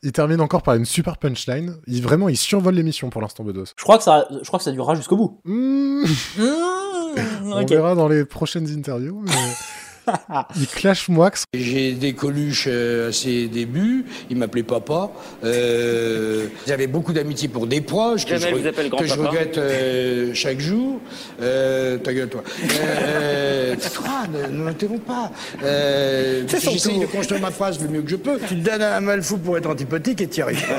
A: il termine encore par une super punchline. Il, vraiment, il survole l'émission pour l'instant, Bedos.
C: je crois que ça, je crois que ça durera jusqu'au bout.
A: Mmh,
C: Mmh,
A: On
C: ok.
A: verra dans les prochaines interviews. mais- il clash Moix.
D: J'ai des Coluche euh, à ses débuts, il m'appelait papa. Euh, J'avais beaucoup d'amitié pour des proches que, je,
G: Jamel vous
D: re-
G: appelle
D: que je
G: grand-papa.
D: regrette euh, chaque jour. Euh, ta gueule, toi. Euh, euh, toi, ne, ne m'interromps pas. Euh,
E: C'est son
D: J'essaye
E: tour.
D: de construire ma phrase le mieux que je peux. Euh, Tu te donnes un mal fou pour être antipathique et t'y arrives.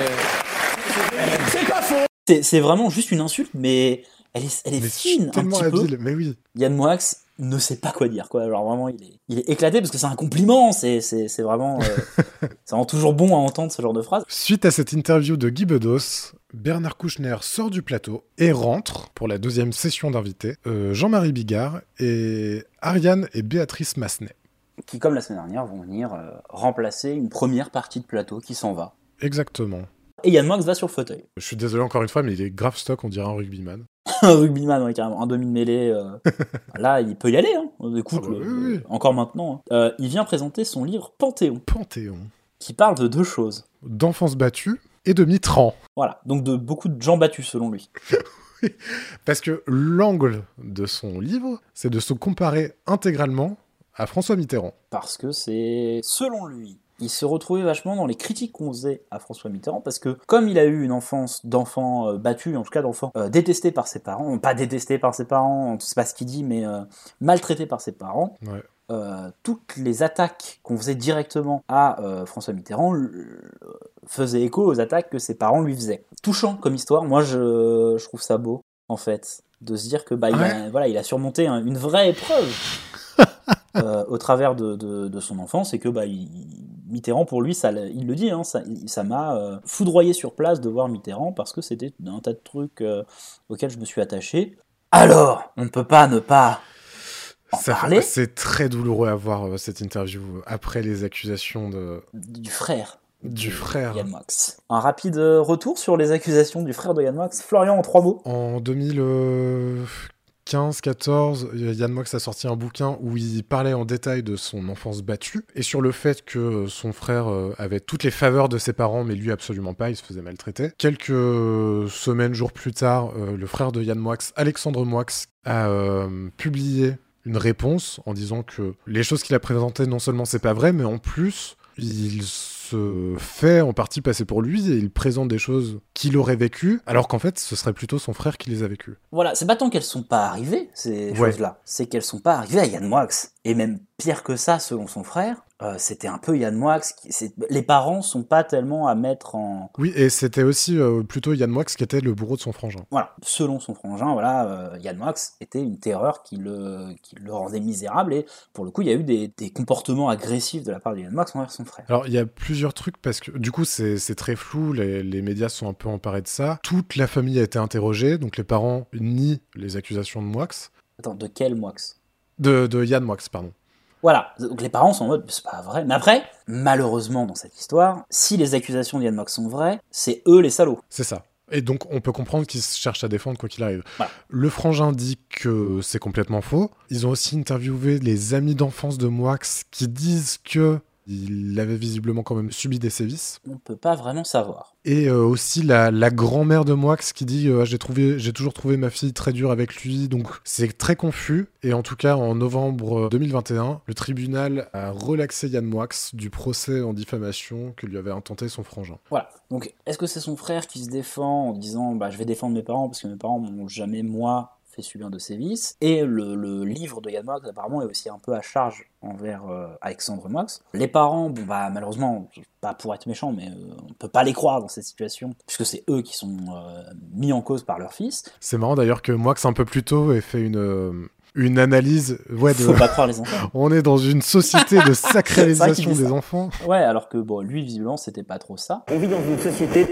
D: euh,
E: C'est pas faux.
C: C'est c'est vraiment juste une insulte, mais elle est, elle est
A: Mais
C: fine un
A: tellement
C: petit peu.
A: habile. Mais oui.
C: Yann Moix ne sait pas quoi dire, quoi. Alors vraiment, il est, il est éclaté parce que c'est un compliment. C'est c'est- c'est vraiment, euh, c'est vraiment toujours bon à entendre ce genre de phrase.
A: Suite à cette interview de Guy Bedos, Bernard Kouchner sort du plateau et rentre pour la deuxième session d'invités. euh, Jean-Marie Bigard et Ariane et Béatrice Massenet.
C: Qui, comme la semaine dernière, vont venir euh, remplacer une première partie de plateau qui s'en va.
A: Exactement.
C: Et Yann Moix va sur le fauteuil.
A: Je suis désolé encore une fois, mais il est grave stock, on dirait un rugbyman.
C: un rugbyman, ouais, carrément, un demi de mêlée. euh, là, il peut y aller, hein. Écoute,
A: Ah bah
C: le-
A: oui, oui, oui.
C: encore maintenant. hein. Euh, il vient présenter son livre Panthéon,
A: Panthéon.
C: qui parle de deux choses.
A: D'enfance battue et de Mitran.
C: Voilà, donc de beaucoup de gens battus selon lui.
A: Parce que l'angle de son livre, c'est de se comparer intégralement à François Mitterrand.
C: Parce que c'est, selon lui, il se retrouvait vachement dans les critiques qu'on faisait à François Mitterrand, parce que comme il a eu une enfance d'enfant euh, battu, en tout cas d'enfant euh, détesté par ses parents, pas détesté par ses parents, on sait pas ce qu'il dit, mais euh, maltraité par ses parents,
A: Ouais.
C: euh, toutes les attaques qu'on faisait directement à euh, François Mitterrand euh, faisaient écho aux attaques que ses parents lui faisaient. Touchant comme histoire, moi je, je trouve ça beau, en fait, de se dire que bah, il, a, voilà, il a surmonté un- une vraie épreuve euh, au travers de, de- de son enfance et que bah, il- Mitterrand, pour lui, ça, l'a- il le dit, hein, ça il- ça m'a euh, foudroyé sur place de voir Mitterrand parce que c'était un tas de trucs euh, auxquels je me suis attaché. Alors, on ne peut pas ne pas en
A: Ça fait-
C: parler
A: C'est très douloureux à voir euh, cette interview euh, après les accusations de,
C: du frère.
A: du frère.
C: Yann Moix. Un rapide euh, retour sur les accusations du frère de Yann Moix. Florian, en trois mots.
A: En 2015-14, Yann Moix a sorti un bouquin où il parlait en détail de son enfance battue et sur le fait que son frère euh, avait toutes les faveurs de ses parents, mais lui absolument pas, il se faisait maltraiter. Quelques semaines, jours plus tard, euh, le frère de Yann Moix, Alexandre Moix, a euh, publié une réponse en disant que les choses qu'il a présentées, non seulement c'est pas vrai, mais en plus, il se fait en partie passer pour lui et il présente des choses qu'il aurait vécues, alors qu'en fait, ce serait plutôt son frère qui les a vécues.
C: Voilà, c'est pas tant qu'elles sont pas arrivées, ces
A: Ouais.
C: choses-là, c'est qu'elles sont pas arrivées à Yann Moix. Et même pire que ça, selon son frère, euh, c'était un peu Yann Moix. Qui, c'est- les parents sont pas tellement à mettre en.
A: Oui, et c'était aussi euh, plutôt Yann Moix qui était le bourreau de son frangin.
C: Voilà, selon son frangin, voilà, euh, Yann Moix était une terreur qui le, qui le rendait misérable. Et pour le coup, il y a eu des, des comportements agressifs de la part de Yann Moix envers son frère.
A: Alors, il y a plusieurs trucs parce que, du coup, c'est c'est très flou, les, les médias sont un peu emparés de ça. Toute la famille a été interrogée, donc les parents nient les accusations de Moix,
C: Attends, de quel Moix
A: de, de Yann Moix, pardon.
C: Voilà, donc les parents sont en mode, c'est pas vrai. Mais après, malheureusement dans cette histoire, si les accusations de Yann Mox sont vraies, c'est eux les salauds.
A: C'est ça. Et donc, on peut comprendre qu'ils se cherchent à défendre quoi qu'il arrive.
C: Voilà.
A: Le frangin dit que c'est complètement faux. Ils ont aussi interviewé les amis d'enfance de Moix qui disent que il avait visiblement quand même subi des sévices.
C: On peut pas vraiment savoir.
A: Et euh, aussi la, la grand-mère de Moix qui dit euh, j'ai trouvé j'ai toujours trouvé ma fille très dure avec lui donc c'est très confus et en tout cas en novembre euh, 2021 le tribunal a relaxé Yann Moix du procès en diffamation que lui avait intenté son frangin.
C: Voilà. Donc, est-ce que c'est son frère qui se défend en disant bah, je vais défendre mes parents parce que mes parents m'ont jamais, moi, fait subir de sévices Et le, le livre de Yann Mox, apparemment, est aussi un peu à charge envers euh, Alexandre Mox. Les parents, bon, bah, malheureusement, pas pour être méchant, mais euh, on peut pas les croire dans cette situation puisque c'est eux qui sont euh, mis en cause par leur fils.
A: C'est marrant d'ailleurs que Moix un peu plus tôt ait fait une euh, une analyse ouais de
C: Faut pas croire les enfants.
A: on est dans une société
C: C'est
A: de
C: vrai qu'il
A: sacralisation
C: dit
A: des
C: ça.
A: enfants.
C: Ouais, alors que bon, lui visiblement c'était pas trop ça.
E: On vit dans une société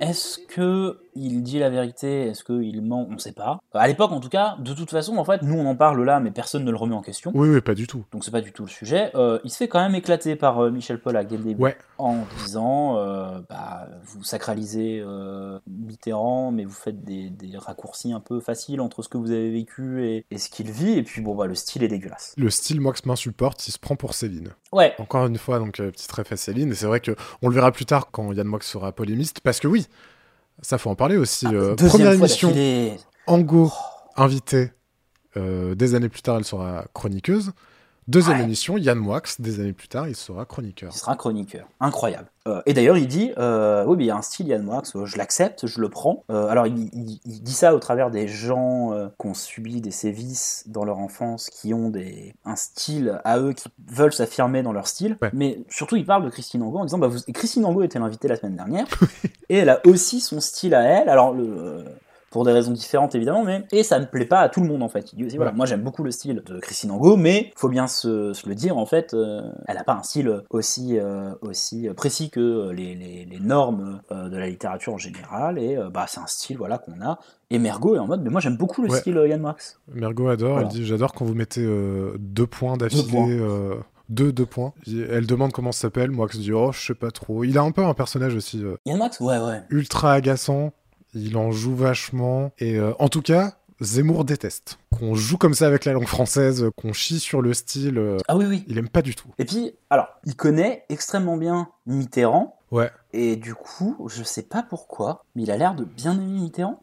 C: Est-ce que il dit la vérité Est-ce qu'il ment On sait pas. À l'époque, en tout cas, de toute façon, en fait, nous on en parle là, mais personne ne le remet en question.
A: Oui oui, pas du tout.
C: Donc c'est pas du tout le sujet. Euh, il se fait quand même éclater par euh, Michel Pollack dès le début
A: Ouais.
C: en disant euh, bah, vous sacralisez euh, Mitterrand, mais vous faites des, des raccourcis un peu faciles entre ce que vous avez vécu et, et ce qu'il vit. Et puis bon bah le style est dégueulasse.
A: Le style Moix m'insupporte, il se prend pour Céline.
C: Ouais.
A: Encore une fois, donc euh, petite référence Céline, et c'est vrai que on le verra plus tard quand Yann Moix sera polémiste, parce que oui, ça faut en parler aussi. euh,
C: Ah, Deuxième
A: première
C: fois
A: émission,
C: d'affilée. Oh.
A: Ango, invité, euh, des années plus tard, elle sera chroniqueuse. Deuxième
C: Ouais.
A: émission, Yann Moix, des années plus tard, il sera chroniqueur.
C: Il sera chroniqueur. Incroyable. Euh, et d'ailleurs, il dit euh, Oui, mais il y a un style Yann Moix, euh, je l'accepte, je le prends. Euh, alors, il, il- il dit ça au travers des gens euh, qui ont subi des sévices dans leur enfance, qui ont des, un style à eux, qui veulent s'affirmer dans leur style.
A: Ouais.
C: Mais surtout, il parle de Christine Angot en disant bah, vous- et Christine Angot était l'invitée la semaine dernière, et elle a aussi son style à elle. Alors, le. euh, pour des raisons différentes évidemment, mais et ça ne plaît pas à tout le monde en fait. Il dit aussi, voilà,
A: Ouais.
C: moi j'aime beaucoup le style de Christine Angot, mais faut bien se, se le dire en fait, euh, elle n'a pas un style aussi euh, aussi précis que euh, les, les- les normes euh, de la littérature en général, et euh, bah c'est un style voilà qu'on a. Et Mergo est en mode, mais moi j'aime beaucoup le
A: Ouais.
C: style euh, Yann Marx.
A: Mergo adore,
C: Voilà.
A: elle dit J'adore quand vous mettez euh, deux points d'affilée.
C: points.
A: euh, Deux, deux points. Elle demande comment ça s'appelle. Moi, je dis, oh, je sais pas trop. Il a un peu un personnage aussi. euh,
C: Yann Max Ouais, ouais.
A: ultra agaçant. Il en joue vachement. Et euh, en tout cas, Zemmour déteste. Qu'on joue comme ça avec la langue française, qu'on chie sur le style. euh,
C: Ah oui, oui.
A: Il aime pas du tout.
C: Et puis, alors, il connaît extrêmement bien Mitterrand.
A: Ouais.
C: Et du coup, je sais pas pourquoi, mais il a l'air de bien aimer Mitterrand.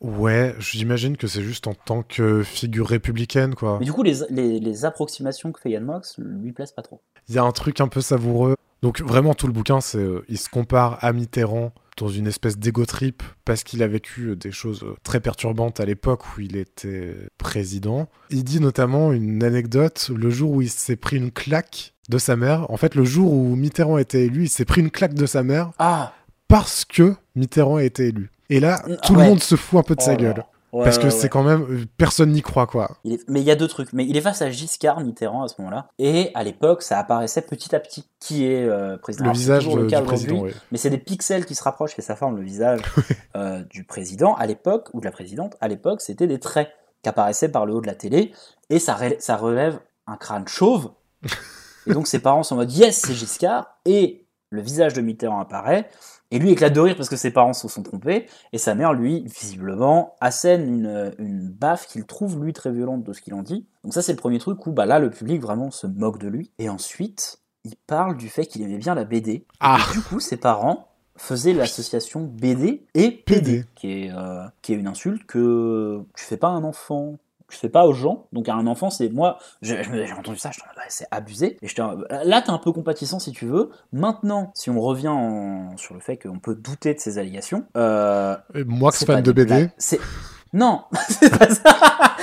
A: Ouais, j'imagine que c'est juste en tant que figure républicaine, quoi.
C: Mais du coup, les, les, les approximations que fait Yann Mox lui plaisent pas trop.
A: Il y a un truc un peu savoureux. Donc vraiment, tout le bouquin, c'est euh, il se compare à Mitterrand dans une espèce d'ego trip parce qu'il a vécu euh, des choses euh, très perturbantes à l'époque où il était président. Il dit notamment une anecdote le jour où il s'est pris une claque de sa mère. En fait, le jour où Mitterrand était élu, il s'est pris une claque de sa mère
C: Ah
A: parce que Mitterrand a été élu. Et là,
C: Ah,
A: tout le
C: ouais.
A: monde se fout un peu de sa
C: Oh là
A: gueule.
C: là. Ouais,
A: parce que
C: ouais,
A: c'est
C: ouais.
A: quand même... euh, Personne n'y croit, quoi.
C: Il est- Mais il y a deux trucs. Mais il est face à Giscard, Mitterrand, à ce moment-là. Et à l'époque, ça apparaissait petit à petit qui est euh, président.
A: Le
C: Alors, c'est
A: visage
C: toujours
A: de-
C: le cas
A: du président,
C: aujourd'hui,
A: oui.
C: Mais c'est des pixels qui se rapprochent, et ça forme le visage euh, du président à l'époque, ou de la présidente. À l'époque, c'était des traits qui apparaissaient par le haut de la télé. Et ça, ré- ça relève un crâne chauve. Et donc ses parents sont en mode Yes, c'est Giscard. Et le visage de Mitterrand apparaît. Et lui éclate de rire parce que ses parents se sont trompés. Et sa mère, lui, visiblement, assène une, une baffe qu'il trouve, lui, très violente de ce qu'il en dit. Donc ça, c'est le premier truc où, bah là, le public vraiment se moque de lui. Et ensuite, il parle du fait qu'il aimait bien la BD.
A: Ah.
C: Et du coup, ses parents faisaient l'association BD et PD,
A: PD.
C: qui est, euh, qui est une insulte que tu fais pas à un enfant. Tu fais pas aux gens, donc à un enfant, c'est moi. je- je- J'ai entendu ça, je t'en c'est abusé. Et j'étais en- là, t'es un peu compatissant si tu veux. Maintenant, si on revient en- sur le fait qu'on peut douter de ces allégations, euh,
A: Et moi, que
C: c'est
A: fan
C: pas
A: de
C: des
A: BD,
C: blagues, c'est non, c'est pas ça.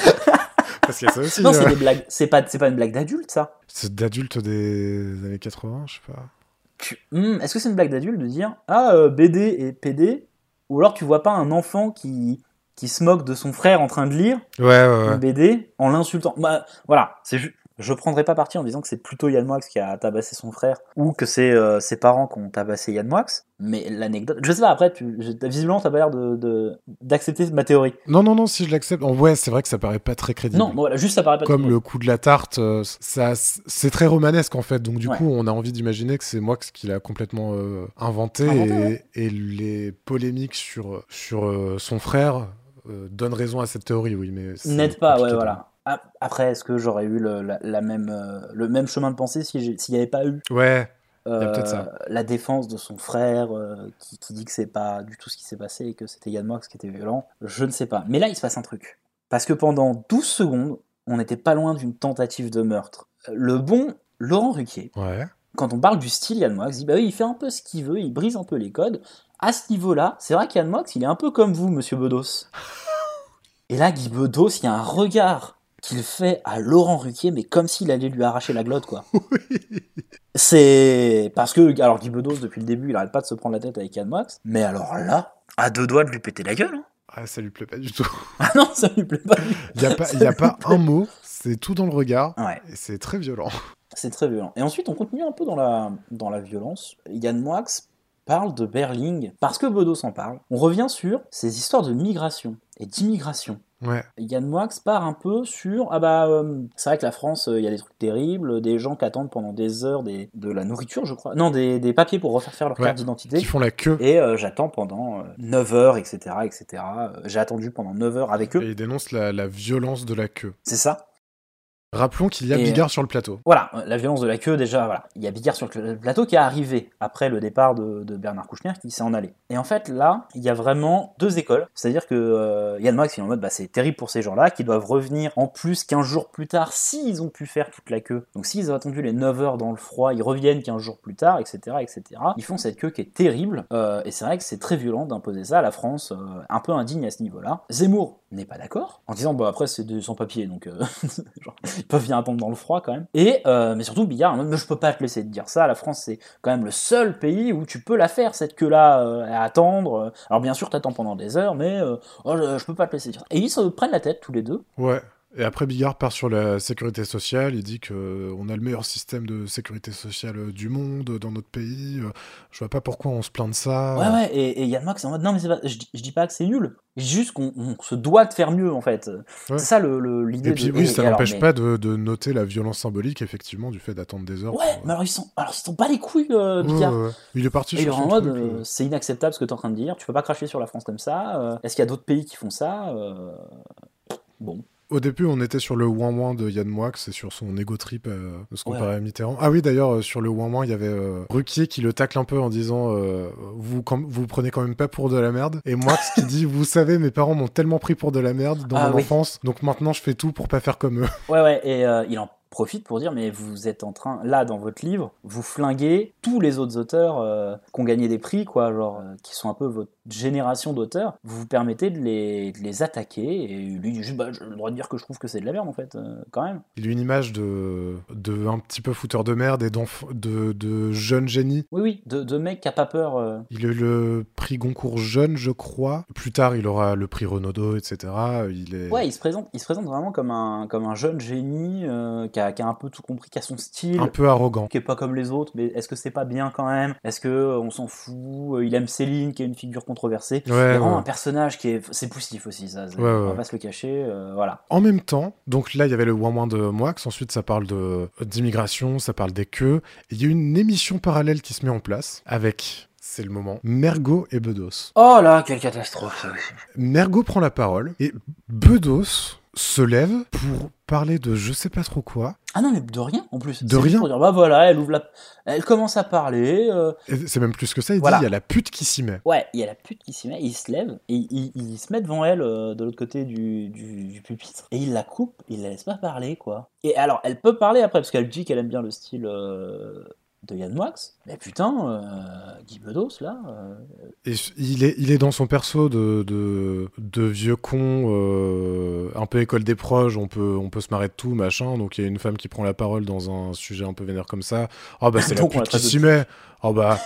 A: parce qu'il y a ça aussi.
C: non, c'est
A: euh,
C: des blagues. C'est pas, c'est pas une blague d'adulte, ça.
A: C'est d'adulte des années 80, je sais pas.
C: Tu- Hmm, Est-ce que c'est une blague d'adulte de dire ah euh, BD et PD ou alors tu vois pas un enfant qui qui se moque de son frère en train de lire
A: Ouais, ouais,
C: une BD en l'insultant. Bah, voilà, c'est ju- je prendrai pas parti en disant que c'est plutôt Yann Moix qui a tabassé son frère ou que c'est euh, ses parents qui ont tabassé Yann Moix. Mais l'anecdote, je sais pas. Après, tu, je- visiblement, t'as pas l'air de- de d'accepter ma théorie.
A: Non, non, non, si je l'accepte. en ouais, c'est vrai que ça paraît pas très crédible.
C: Non, bon, voilà, juste ça paraît pas.
A: Comme
C: trop-
A: le coup de la tarte, euh, ça, c'est très romanesque en fait. Donc du
C: Ouais.
A: coup, on a envie d'imaginer que c'est moi qui l'a complètement euh, inventé,
C: Inventé,
A: et,
C: ouais.
A: et les polémiques sur sur euh, son frère euh, donnent raison à cette théorie, oui. Mais c'est
C: N'aide pas, ouais,
A: compliqué de-
C: voilà. Ah, Après, est-ce que j'aurais eu le, la, la même, euh, le même chemin de pensée si j'ai- s'il n'y avait pas eu
A: Ouais, y a
C: euh,
A: peut-être ça.
C: la défense de son frère euh, qui, qui dit que c'est pas du tout ce qui s'est passé et que c'était Yann Mox qui était violent Je ne sais pas. Mais là, il se passe un truc. Parce que pendant 12 secondes, on n'était pas loin d'une tentative de meurtre. Le bon Laurent Ruquier,
A: ouais.
C: quand on parle du style Yann Moix, dit bah oui, il fait un peu ce qu'il veut, il brise un peu les codes. À ce niveau-là, c'est vrai qu'Yann Moix, il est un peu comme vous, monsieur Bedos. Et là, Guy Bedos, il y a un regard qu'il fait à Laurent Ruquier, mais comme s'il allait lui arracher la glotte, quoi. C'est parce que, alors Guy Bedos, depuis le début, il arrête pas de se prendre la tête avec Yann Moix, mais alors là, à deux doigts de lui péter la gueule. hein.
A: Ah, ça lui plaît pas du tout.
C: Ah non, ça lui plaît pas. du tout.
A: Il y a pas, y a pas un mot. C'est tout dans le regard.
C: Ouais.
A: Et c'est très violent.
C: C'est très violent. Et ensuite, on continue un peu dans la, dans la violence. Yann Moix parle de Berling, parce que Bodo s'en parle. On revient sur ces histoires de migration et d'immigration.
A: Ouais.
C: Yann Moix part un peu sur ah bah euh, c'est vrai que la France euh, il y a des trucs terribles des gens qui attendent pendant des heures des, de la nourriture je crois non des, des papiers pour refaire faire leur
A: Ouais.
C: carte d'identité
A: Qui font la queue.
C: et euh, j'attends pendant euh, 9 heures etc etc Euh, j'ai attendu pendant 9 heures avec
A: Et
C: eux
A: ils dénoncent la, la violence de la queue.
C: c'est ça
A: Rappelons qu'il y a
C: Et, euh,
A: Bigard sur le plateau.
C: Voilà, euh, la violence de la queue, déjà, voilà. Il y a Bigard sur le plateau qui est arrivé après le départ de, de Bernard Kouchner qui s'est en allé. Et en fait, là, il y a vraiment deux écoles. C'est-à-dire que euh, Yann Moix, il est en mode, bah, c'est terrible pour ces gens-là qui doivent revenir en plus 15 jours plus tard s'ils ont pu faire toute la queue. Donc s'ils ont attendu les 9 heures dans le froid, ils reviennent 15 jours plus tard, etc. etc. Ils font cette queue qui est terrible. Euh, et c'est vrai que c'est très violent d'imposer ça à la France, euh, un peu indigne à ce niveau-là. Zemmour n'est pas d'accord en disant, bah, après, c'est du sans-papier, donc euh, genre, ils peuvent bien attendre dans le froid quand même. Et euh, mais surtout Bigard, en mode, mais je peux pas te laisser te dire ça. La France c'est quand même le seul pays où tu peux la faire cette queue là à attendre. euh, Alors bien sûr t'attends pendant des heures, mais euh, oh, je, je peux pas te laisser dire. ça. Et ils se prennent la tête tous les deux.
A: Ouais. Et après, Bigard part sur la sécurité sociale. Il dit que euh, on a le meilleur système de sécurité sociale euh, du monde, dans notre pays. euh, Je vois pas pourquoi on se plaint de ça.
C: Ouais, ouais, et, et Yann Moix est en mode non, mais c'est pas- je, dis- je dis pas que c'est nul, je dis juste qu'on on se doit de faire mieux en fait. C'est
A: Ouais.
C: ça le- le- l'idée
A: Et puis
C: de-
A: oui, ça
C: alors,
A: n'empêche
C: mais-
A: pas de, de noter la violence symbolique, effectivement, du fait d'attendre des heures. euh,
C: Ouais, mais alors ils sont, alors ils sont pas les couilles, euh,
A: Ouais,
C: Bigard.
A: ouais, ouais. Il est parti
C: Et
A: sur
C: il est en
A: son
C: mode,
A: truc,
C: euh, c'est inacceptable ce que tu es en train de dire, tu peux pas cracher sur la France comme ça, euh, est-ce qu'il y a d'autres pays qui font ça Euh, Bon.
A: Au début, on était sur le ouin-ouin de Yann Moix et sur son ego trip euh, de se
C: Ouais.
A: comparer à Mitterrand. Ah oui, d'ailleurs, euh, sur le ouin-ouin, il y avait euh, Ruquier qui le tacle un peu en disant euh, vous, quand- vous prenez quand même pas pour de la merde. Et Moix qui dit Vous savez, mes parents m'ont tellement pris pour de la merde dans
C: Ah
A: mon
C: oui.
A: enfance, donc maintenant je fais tout pour pas faire comme eux.
C: Ouais, ouais, et euh, il en profite pour dire, mais vous êtes en train, là, dans votre livre, vous flinguez tous les autres auteurs euh, qui ont gagné des prix, quoi, genre, euh, qui sont un peu votre génération d'auteurs, vous vous permettez de les, de les attaquer, et lui, il dit juste, bah, j'ai le droit de dire que je trouve que c'est de la merde, en fait, euh, quand même.
A: Il a une image de, de un petit peu fouteur de merde et d'enf- de, de jeune génie.
C: Oui, oui, de, de mec qui a pas peur. euh,
A: Il a eu le prix Goncourt jeune, je crois. Plus tard, il aura le prix Renaudot, etc. Il est...
C: Ouais, il se présente, il se présente vraiment comme un, comme un jeune génie euh, qui, a, qui a un peu tout compris, qui a son style.
A: Un peu arrogant.
C: Qui est pas comme les autres, mais est-ce que c'est pas bien quand même Est-ce que euh, on s'en fout Euh, Il aime Céline, qui est une figure controversée.
A: Ouais,
C: il est vraiment
A: ouais.
C: un personnage qui est, c'est poussif aussi, ça. c'est-
A: Ouais, ouais,
C: on va
A: ouais.
C: pas se le cacher, euh, voilà.
A: En même temps, donc là, il y avait le moins de Moix, ensuite, ça parle de- d'immigration, ça parle des queues. Et Il y a une émission parallèle qui se met en place avec, c'est le moment, Mergot et Bedos.
C: Oh là, quelle catastrophe ça aussi.
A: Mergot prend la parole et Bedos se lève pour parler de je sais pas trop quoi.
C: Ah non, mais de rien en plus.
A: De
C: C'est juste
A: rien.
C: Pour dire, bah voilà, elle ouvre la, elle commence à parler. euh,
A: Et C'est même plus que ça, il
C: Voilà.
A: dit il y a la pute qui s'y met.
C: Ouais, il y a la pute qui s'y met, il se lève et il, il se met devant elle euh, de l'autre côté du, du- du pupitre et il la coupe, il la laisse pas parler quoi. Et alors, elle peut parler après parce qu'elle dit qu'elle aime bien le style euh, de Yann Moix, mais putain, euh, Guy Bedos là. euh,
A: Et il est, il est dans son perso de, de, de vieux con, euh, un peu école des proches, on peut, on peut se marrer de tout, machin. Donc il y a une femme qui prend la parole dans un sujet un peu vénère comme ça. Oh bah c'est la
C: Donc, on la
A: pute qui
C: traite de
A: s'y
C: pute.
A: met. Oh bah.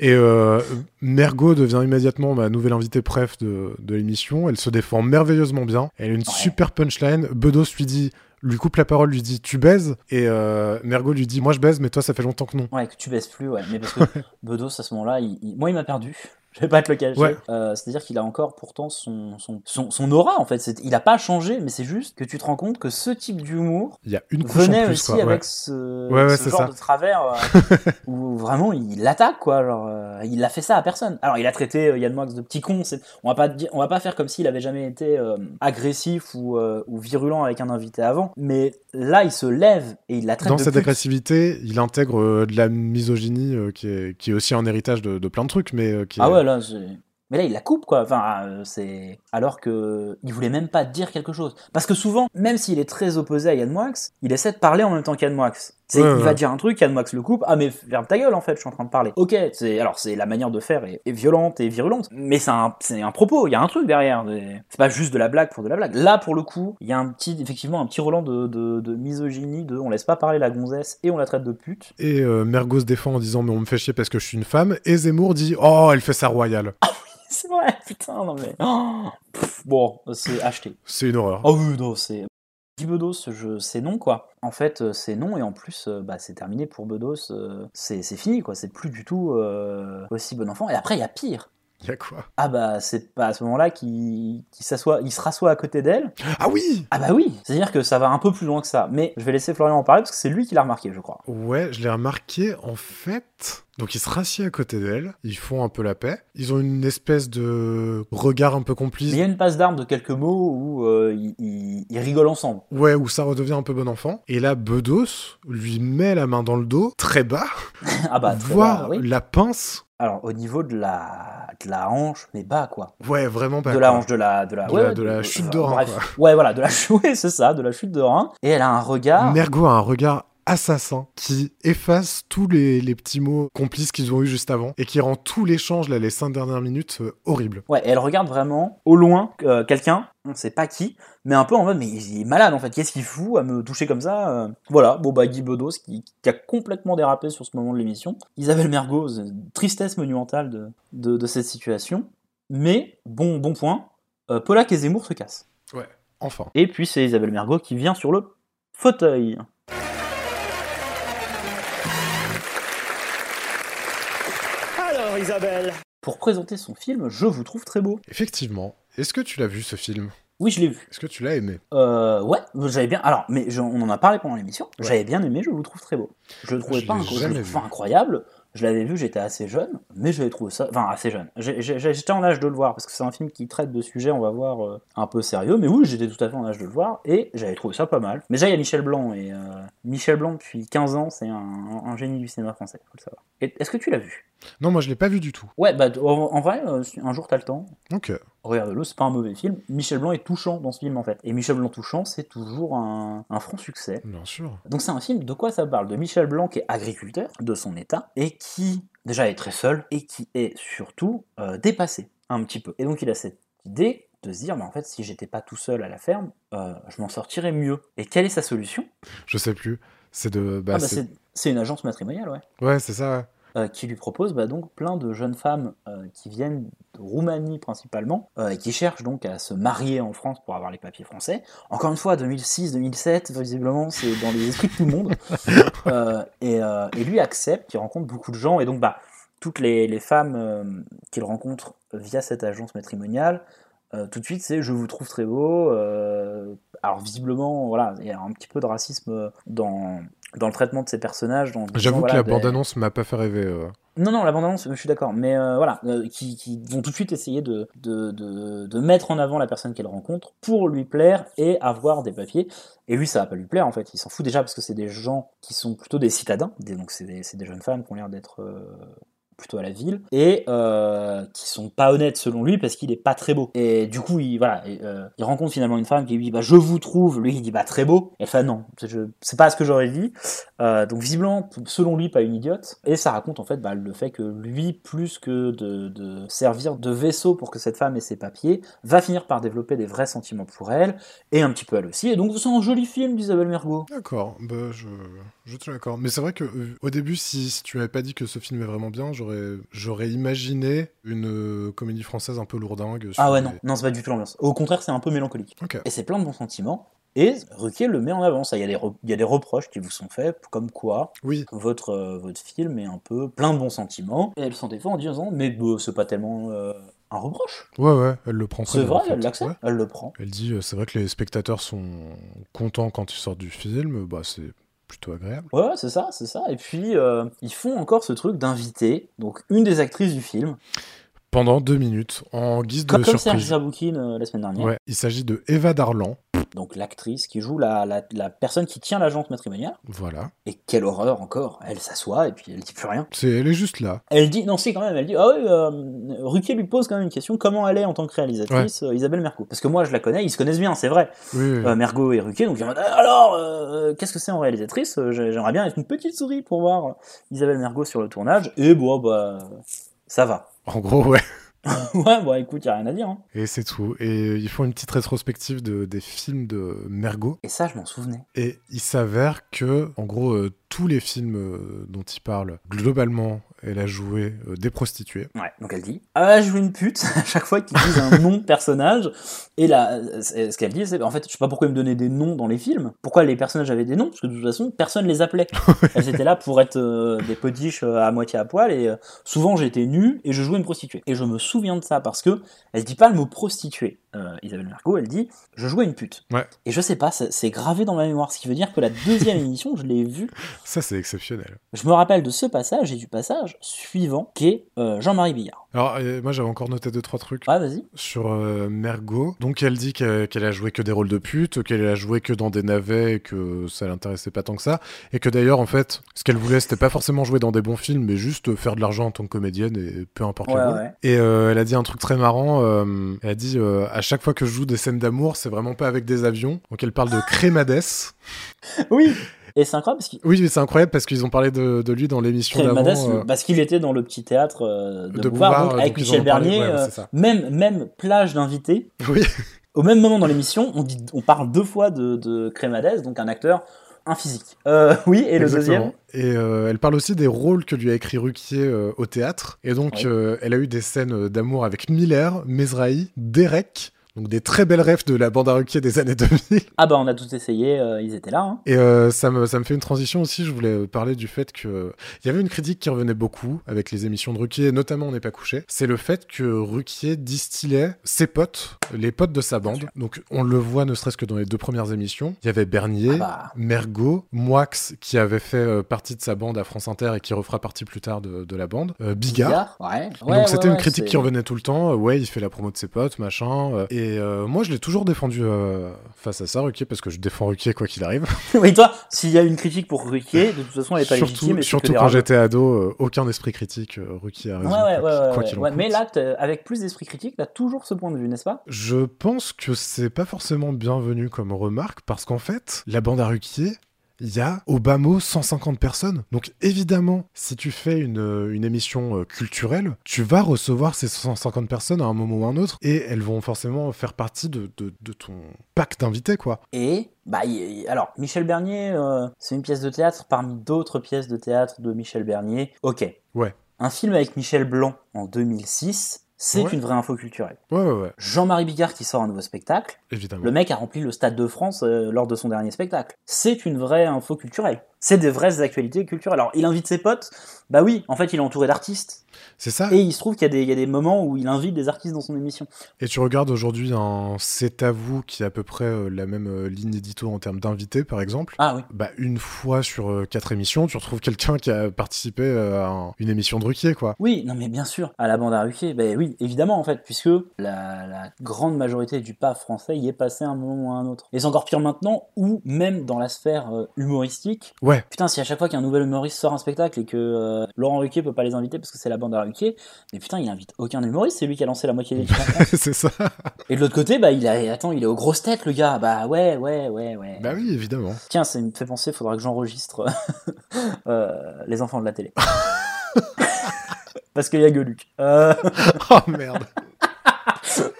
A: Et euh, Mergot devient immédiatement ma nouvelle invitée préf de, de l'émission. Elle se défend merveilleusement bien. Elle a une super punchline. Bedos lui dit, lui coupe la parole, lui dit tu baises. Et euh, Mergot lui dit moi je baise, mais toi ça fait longtemps que non.
C: Ouais, que tu baisses plus, ouais. Mais parce que Bedos, à ce moment-là, il- il- moi, il m'a perdu. Je vais pas te le cacher.
A: Ouais.
C: Euh, C'est-à-dire qu'il a encore pourtant son, son, son, son aura, en fait. C'est- Il a pas changé, mais c'est juste que tu te rends compte que ce type d'humour
A: Il y a une couche
C: venait
A: en plus,
C: aussi
A: quoi.
C: avec
A: Ouais.
C: ce,
A: Ouais, ouais,
C: ce
A: c'est
C: genre
A: ça.
C: de travers euh, où vraiment il attaque, quoi. Genre, euh, il a fait ça à personne. Alors, il a traité euh, Yann Moix de petit con. c'est- On va pas, dire- on va pas faire comme s'il avait jamais été euh, agressif ou, euh, ou virulent avec un invité avant. Mais là, il se lève et il la traite
A: Dans
C: de
A: cette
C: pute.
A: agressivité, il intègre euh, de la misogynie euh, qui, est, qui est aussi un héritage de, de plein de trucs, mais euh, qui est-
C: Ah ouais, là, c'est- mais là, il la coupe, quoi. Enfin, euh, c'est. Alors que il voulait même pas dire quelque chose. Parce que souvent, même s'il est très opposé à Yann Moix, il essaie de parler en même temps qu'Yann Moix. C'est,
A: Ouais,
C: il
A: ouais.
C: va dire un truc, Yann Moix le coupe. Ah, mais ferme ta gueule, en fait, je suis en train de parler. Ok, c'est, alors c'est la manière de faire est, est violente et virulente, mais c'est un, c'est un propos, il y a un truc derrière. C'est c'est pas juste de la blague pour de la blague. Là, pour le coup, il y a un petit, effectivement, un petit Roland de, de, de misogynie, de on laisse pas parler la gonzesse et on la traite de pute.
A: Et euh, Mergo se défend en disant mais on me fait chier parce que je suis une femme, et Zemmour dit oh elle fait ça royale.
C: C'est vrai, putain, non mais. Oh, pff, bon, c'est acheté.
A: C'est une horreur.
C: Oh oui, non, c'est. Guy Bedos, je... c'est non, quoi. En fait, euh, c'est non, et en plus, euh, bah, c'est terminé pour Bedos. euh, C'est c'est fini, quoi. C'est plus du tout euh, aussi bon enfant. Et après, il y a pire.
A: Il y a quoi
C: Ah bah, c'est pas à ce moment-là qu'il qu'il s'assoit, il se rassoit à côté d'elle.
A: Ah oui
C: Ah bah oui C'est-à-dire que ça va un peu plus loin que ça. Mais je vais laisser Florian en parler parce que c'est lui qui l'a remarqué, je crois.
A: Ouais, je l'ai remarqué en fait. Donc ils se rassient à côté d'elle, ils font un peu la paix, ils ont une espèce de regard un peu
C: Mais
A: complice.
C: il y a une passe d'armes de quelques mots où euh, ils- ils- ils rigolent ensemble.
A: Ouais, où ça redevient un peu bon enfant. Et là, Bedos lui met la main dans le dos, très bas,
C: Ah bah, très
A: voire
C: bas, oui.
A: la pince.
C: Alors, au niveau de la, de la hanche, mais bas, quoi.
A: Ouais, vraiment bas.
C: de la
A: quoi.
C: hanche, de la... De la,
A: De
C: ouais,
A: la-
C: ouais,
A: de la chute de
C: enfin,
A: rein,
C: bref. Ouais, voilà, de la chute, c'est ça, de la chute de rein. Et elle a un regard...
A: Mergo a un regard assassin qui efface tous les, les petits mots complices qu'ils ont eu juste avant et qui rend tout l'échange, là, les cinq dernières minutes, euh, horrible.
C: Ouais, et elle regarde vraiment au loin euh, quelqu'un, on sait pas qui, mais un peu en mode, mais il est malade en fait, qu'est-ce qu'il fout à me toucher comme ça euh Voilà, bon bah Guy Bedos qui, qui a complètement dérapé sur ce moment de l'émission. Isabelle Mergo, c'est une tristesse monumentale de, de, de cette situation. Mais, bon, bon point, euh, Polak et Zemmour se cassent.
A: Enfin.
C: Et puis c'est Isabelle Mergot qui vient sur le fauteuil.
E: Alors Isabelle
C: Pour présenter son film, je vous trouve très beau.
A: Effectivement. Est-ce que tu l'as vu ce film
C: Oui, je l'ai vu.
A: Est-ce que tu l'as aimé
C: Euh, ouais, j'avais bien. Alors, mais je- on en a parlé pendant l'émission. J'avais bien aimé. Je vous trouve très beau. Je le trouvais
A: Je
C: pas
A: l'ai
C: inco- je le
A: jamais
C: trouvais
A: vu.
C: pas incroyable. Je l'avais vu, j'étais assez jeune, mais j'avais trouvé ça. Enfin, assez jeune. J'ai- j'ai- j'ai- J'étais en âge de le voir parce que c'est un film qui traite de sujets, on va voir, euh, un peu sérieux. Mais oui, j'étais tout à fait en âge de le voir et j'avais trouvé ça pas mal. Mais déjà, il y a Michel Blanc et euh, Michel Blanc depuis 15 ans, c'est un, un génie du cinéma français, faut le savoir. Et- Est-ce que tu l'as vu
A: Non, moi je l'ai pas vu du tout. euh,
C: Ouais, bah en, en vrai, euh, un jour t'as le temps,
A: Ok.
C: Regarde-le, c'est pas un mauvais film. Michel Blanc est touchant dans ce film en fait. Et Michel Blanc touchant, c'est toujours un, un franc succès.
A: Bien sûr.
C: Donc c'est un film de quoi ça parle De Michel Blanc qui est agriculteur de son état et qui déjà est très seul et qui est surtout euh, dépassé un petit peu. Et donc il a cette idée de se dire, mais en fait si j'étais pas tout seul à la ferme, euh, je m'en sortirais mieux. Et quelle est sa solution
A: Je sais plus. C'est de.
C: Ah
A: Bah,
C: bah,
A: c'est-
C: c'est- C'est une agence matrimoniale, ouais.
A: Ouais, c'est ça.
C: euh, qui lui propose bah, donc plein de jeunes femmes euh, qui viennent de Roumanie principalement euh, et qui cherchent donc à se marier en France pour avoir les papiers français. Encore une fois, 2006-2007, visiblement, c'est dans les esprits de tout le monde. Euh, et, euh, et lui accepte, il rencontre beaucoup de gens et donc bah, toutes les, les femmes euh, qu'il rencontre via cette agence matrimoniale. euh, tout de suite, c'est je vous trouve très beau. euh, alors visiblement, voilà, il y a un petit peu de racisme dans, dans le traitement de ces personnages. dans-
A: J'avoue
C: voilà,
A: que la
C: des-
A: bande-annonce m'a pas fait rêver. euh.
C: non, non, l'abondance, je suis d'accord. Mais euh, voilà, euh, qui, qui vont tout de suite essayer de, de, de, de mettre en avant la personne qu'elle rencontre pour lui plaire et avoir des papiers. Et lui, ça va pas lui plaire en fait. Il s'en fout déjà parce que c'est des gens qui sont plutôt des citadins. Des- donc, c'est des, c'est des jeunes femmes qui ont l'air d'être euh, plutôt à la ville et euh, qui sont pas honnêtes selon lui parce qu'il est pas très beau. Et du coup, il, voilà, et, euh, il rencontre finalement une femme qui lui dit bah, Je vous trouve. Lui, il dit bah, Très beau. Elle fait Non, je- c'est pas ce que j'aurais dit. Euh, donc visiblement, selon lui, pas une idiote. Et ça raconte en fait bah, le fait que lui, plus que de, de servir de vaisseau pour que cette femme ait ses papiers, va finir par développer des vrais sentiments pour elle, et un petit peu elle aussi. Et donc c'est un joli film d'Isabelle Mergo.
A: D'accord, bah, je, je te l'accorde. Mais c'est vrai que euh, au début, si, si tu m'avais pas dit que ce film est vraiment bien, j'aurais j'aurais imaginé une euh, comédie française un peu lourdingue. sur
C: Ah ouais,
A: des-
C: non, non, c'est pas du tout l'ambiance. Au contraire, c'est un peu mélancolique.
A: Ok.
C: Et c'est plein de bons sentiments. Et Ruquier le met en avant. Ça, Il y, a des re- il y a des reproches qui vous sont faits, comme quoi
A: Oui.
C: votre, euh, votre film est un peu plein de bons sentiments. Et elle s'en défend en disant Mais bah, c'est pas tellement euh, un reproche.
A: Ouais, ouais, elle le prend très
C: C'est
A: bien,
C: vrai,
A: en fait.
C: elle l'accepte,
A: Ouais.
C: elle le prend.
A: Elle dit euh, c'est vrai que les spectateurs sont contents quand ils sortent du film, bah, c'est plutôt agréable.
C: Ouais, ouais, c'est ça, c'est ça. Et puis, euh, ils font encore ce truc d'inviter donc une des actrices du film,
A: Pendant deux minutes, en guise
C: comme,
A: de
C: comme Serge
A: surprise.
C: Zaboukine euh, la semaine dernière.
A: Ouais, il s'agit de Eva Darlan.
C: Donc, l'actrice qui joue la, la, la personne qui tient l'agence matrimoniale.
A: Voilà.
C: Et quelle horreur encore Elle s'assoit et puis elle dit plus rien.
A: C'est, elle est juste là.
C: Elle dit, non, si, quand même, elle dit, ah oui, euh, Ruquier lui pose quand même une question comment elle est en tant que réalisatrice, euh, Isabelle Merco Parce que moi, je la connais, ils se connaissent bien, c'est vrai.
A: Oui, oui, oui.
C: Euh, Mergo et Ruquier. Donc, ils sont en mode, alors, euh, qu'est-ce que c'est en réalisatrice Euh, j'ai- J'aimerais bien être une petite souris pour voir euh, Isabelle Mergo sur le tournage. Et bon, bah, ça va.
A: En gros, ouais.
C: ouais, bah écoute, y a rien à dire. hein.
A: Et c'est tout. Et euh, ils font une petite rétrospective de, des films de Mergot.
C: Et ça, je m'en souvenais.
A: Et il s'avère que, en gros, euh, tous les films euh, dont il parle, globalement, elle a joué euh, des prostituées.
C: Ouais, donc elle dit Ah, je veux une pute à chaque fois qu'ils disent un nom de personnage. Et là, euh, c'est- ce qu'elle dit, c'est En fait, je sais pas pourquoi ils me donnaient des noms dans les films. Pourquoi les personnages avaient des noms Parce que de toute façon, personne les appelait. Elles étaient là pour être euh, des podiches euh, à moitié à poil. Et euh, souvent, j'étais nu et je jouais une prostituée. Et je me souviens de ça parce que elle dit pas le mot prostituée, euh, Isabelle Mergo. Elle dit Je jouais une pute.
A: Ouais.
C: Et je sais pas, c'est c'est gravé dans ma mémoire. Ce qui veut dire que la deuxième émission, je l'ai vue
A: Ça, c'est exceptionnel.
C: Je me rappelle de ce passage et du passage suivant qui est euh, Jean-Marie Billard.
A: Alors, euh, moi, j'avais encore noté deux, trois trucs
C: Ouais, vas-y.
A: sur euh, Mergot. Donc, elle dit que- qu'elle a joué que des rôles de pute, qu'elle a joué que dans des navets, et que ça l'intéressait pas tant que ça. Et que d'ailleurs, en fait, ce qu'elle voulait, c'était pas forcément jouer dans des bons films, mais juste euh, faire de l'argent en tant que comédienne, et peu importe le
C: Ouais,
A: rôle.
C: ouais.
A: Et euh, elle a dit un truc très marrant. euh, elle a dit euh, à chaque fois que je joue des scènes d'amour, c'est vraiment pas avec des avions. Donc, elle parle de Crémades.
C: Oui. Et c'est incroyable parce qu'il
A: Oui, mais c'est incroyable parce qu'ils ont parlé de, de lui dans l'émission
C: Fred
A: d'avant.
C: Madès,
A: euh,
C: parce qu'il était dans le petit théâtre euh, de,
A: de
C: Bouvard,
A: Bouvard,
C: donc,
A: euh,
C: avec
A: donc ils en
C: Michel
A: ont parlé,
C: Bernier,
A: ouais, ouais,
C: euh,
A: c'est ça.
C: même même plage d'invités.
A: euh, Oui,
C: Au même moment dans l'émission, on dit on parle deux fois de, de Crémades, donc un acteur, un physique. Euh, oui, et le deuxième.
A: exactement. Et euh, elle parle aussi des rôles que lui a écrit Ruquier euh, au théâtre. Et donc,
C: Oui.
A: euh, elle a eu des scènes euh, d'amour avec Miller, Mesrahi, Derek. Donc des très belles refs de la bande à Ruquier des années 2000.
C: Ah bah on a tout essayé, euh, ils étaient là. hein.
A: Et euh, ça, me, ça me fait une transition aussi, je voulais parler du fait que... Il y avait une critique qui revenait beaucoup avec les émissions de Ruquier, notamment On n'est pas couché, c'est le fait que Ruquier distillait ses potes, les potes de sa bande. Donc on le voit ne serait-ce que dans les deux premières émissions. Il y avait
C: Ah
A: Bernier,
C: bah.
A: Mergot, Moix qui avait fait euh, partie de sa bande à France Inter et qui refera partie plus tard de, de la bande, euh, Bigard.
C: Bigard, ouais.
A: Et
C: Ouais,
A: donc
C: ouais,
A: c'était une
C: ouais,
A: critique qui
C: c'est-
A: revenait tout le temps, euh, ouais il fait la promo de ses potes, machin. euh, et euh, moi je l'ai toujours défendu euh, face à ça, Ruquier, parce que je défends Ruquier quoi qu'il arrive.
C: Oui, toi, s'il y a une critique pour Ruquier, de toute façon, elle n'est pas
A: surtout,
C: légitime. et c'est que
A: surtout
C: des
A: quand
C: ragots.
A: j'étais ado, euh, aucun esprit critique, euh, Ruki a
C: Ouais,
A: raison.
C: ouais, ouais,
A: quoi qu'il-
C: ouais,
A: quoi
C: ouais.
A: qu'il en
C: Ouais,
A: coûte.
C: Mais là, t'es- avec plus d'esprit critique, t'as toujours ce point de vue, n'est-ce pas
A: Je pense que c'est pas forcément bienvenu comme remarque, parce qu'en fait, la bande à Ruquier, il y a au bas mot 150 personnes. Donc évidemment, si tu fais une, euh, une émission euh, culturelle, tu vas recevoir ces 150 personnes à un moment ou à un autre, et elles vont forcément faire partie de, de- de ton pack d'invités, quoi.
C: Et bah, il- il- alors, Michel Bernier, euh, c'est une pièce de théâtre parmi d'autres pièces de théâtre de Michel Bernier. Ok.
A: Ouais.
C: Un film avec Michel Blanc en 2006, c'est
A: Ouais.
C: une vraie info culturelle.
A: Ouais, ouais, ouais,
C: Jean-Marie Bigard qui sort un nouveau spectacle.
A: évidemment.
C: Le mec a rempli le Stade de France euh, lors de son dernier spectacle. C'est une vraie info culturelle. C'est des vraies actualités culturelles. Alors, il invite ses potes. Bah oui, en fait, il est entouré d'artistes.
A: C'est ça.
C: Et il se trouve qu'il y, a des- il y a des moments où il invite des artistes dans son émission.
A: Et tu regardes aujourd'hui un C'est à vous qui est à peu près euh, la même euh, ligne édito en termes d'invités, par exemple.
C: Ah oui.
A: Bah, une fois sur euh, quatre émissions, tu retrouves quelqu'un qui a participé euh, à un- une émission de Ruquier, quoi.
C: Oui, non mais bien sûr, à la bande à Ruquier, ben oui, évidemment en fait, puisque la, la grande majorité du pas français y est passé à un moment ou à un autre. Et c'est encore pire maintenant, ou même dans la sphère euh, humoristique.
A: Ouais.
C: Putain, si à chaque fois qu'un nouvel humoriste sort un spectacle et que euh, Laurent Ruquier peut pas les inviter parce que c'est la bande à Ruquier, mais putain, il invite aucun humoriste, c'est lui qui a lancé la moitié des trucs en France.
A: c'est ça.
C: Et de l'autre côté, bah il a, attends, il est aux grosses têtes le gars, bah ouais, ouais, ouais, ouais.
A: Bah oui, évidemment.
C: Tiens, ça me fait penser, faudra que j'enregistre euh, les enfants de la télé. Parce qu'il y a Gueuluc. Euh,
A: Oh merde.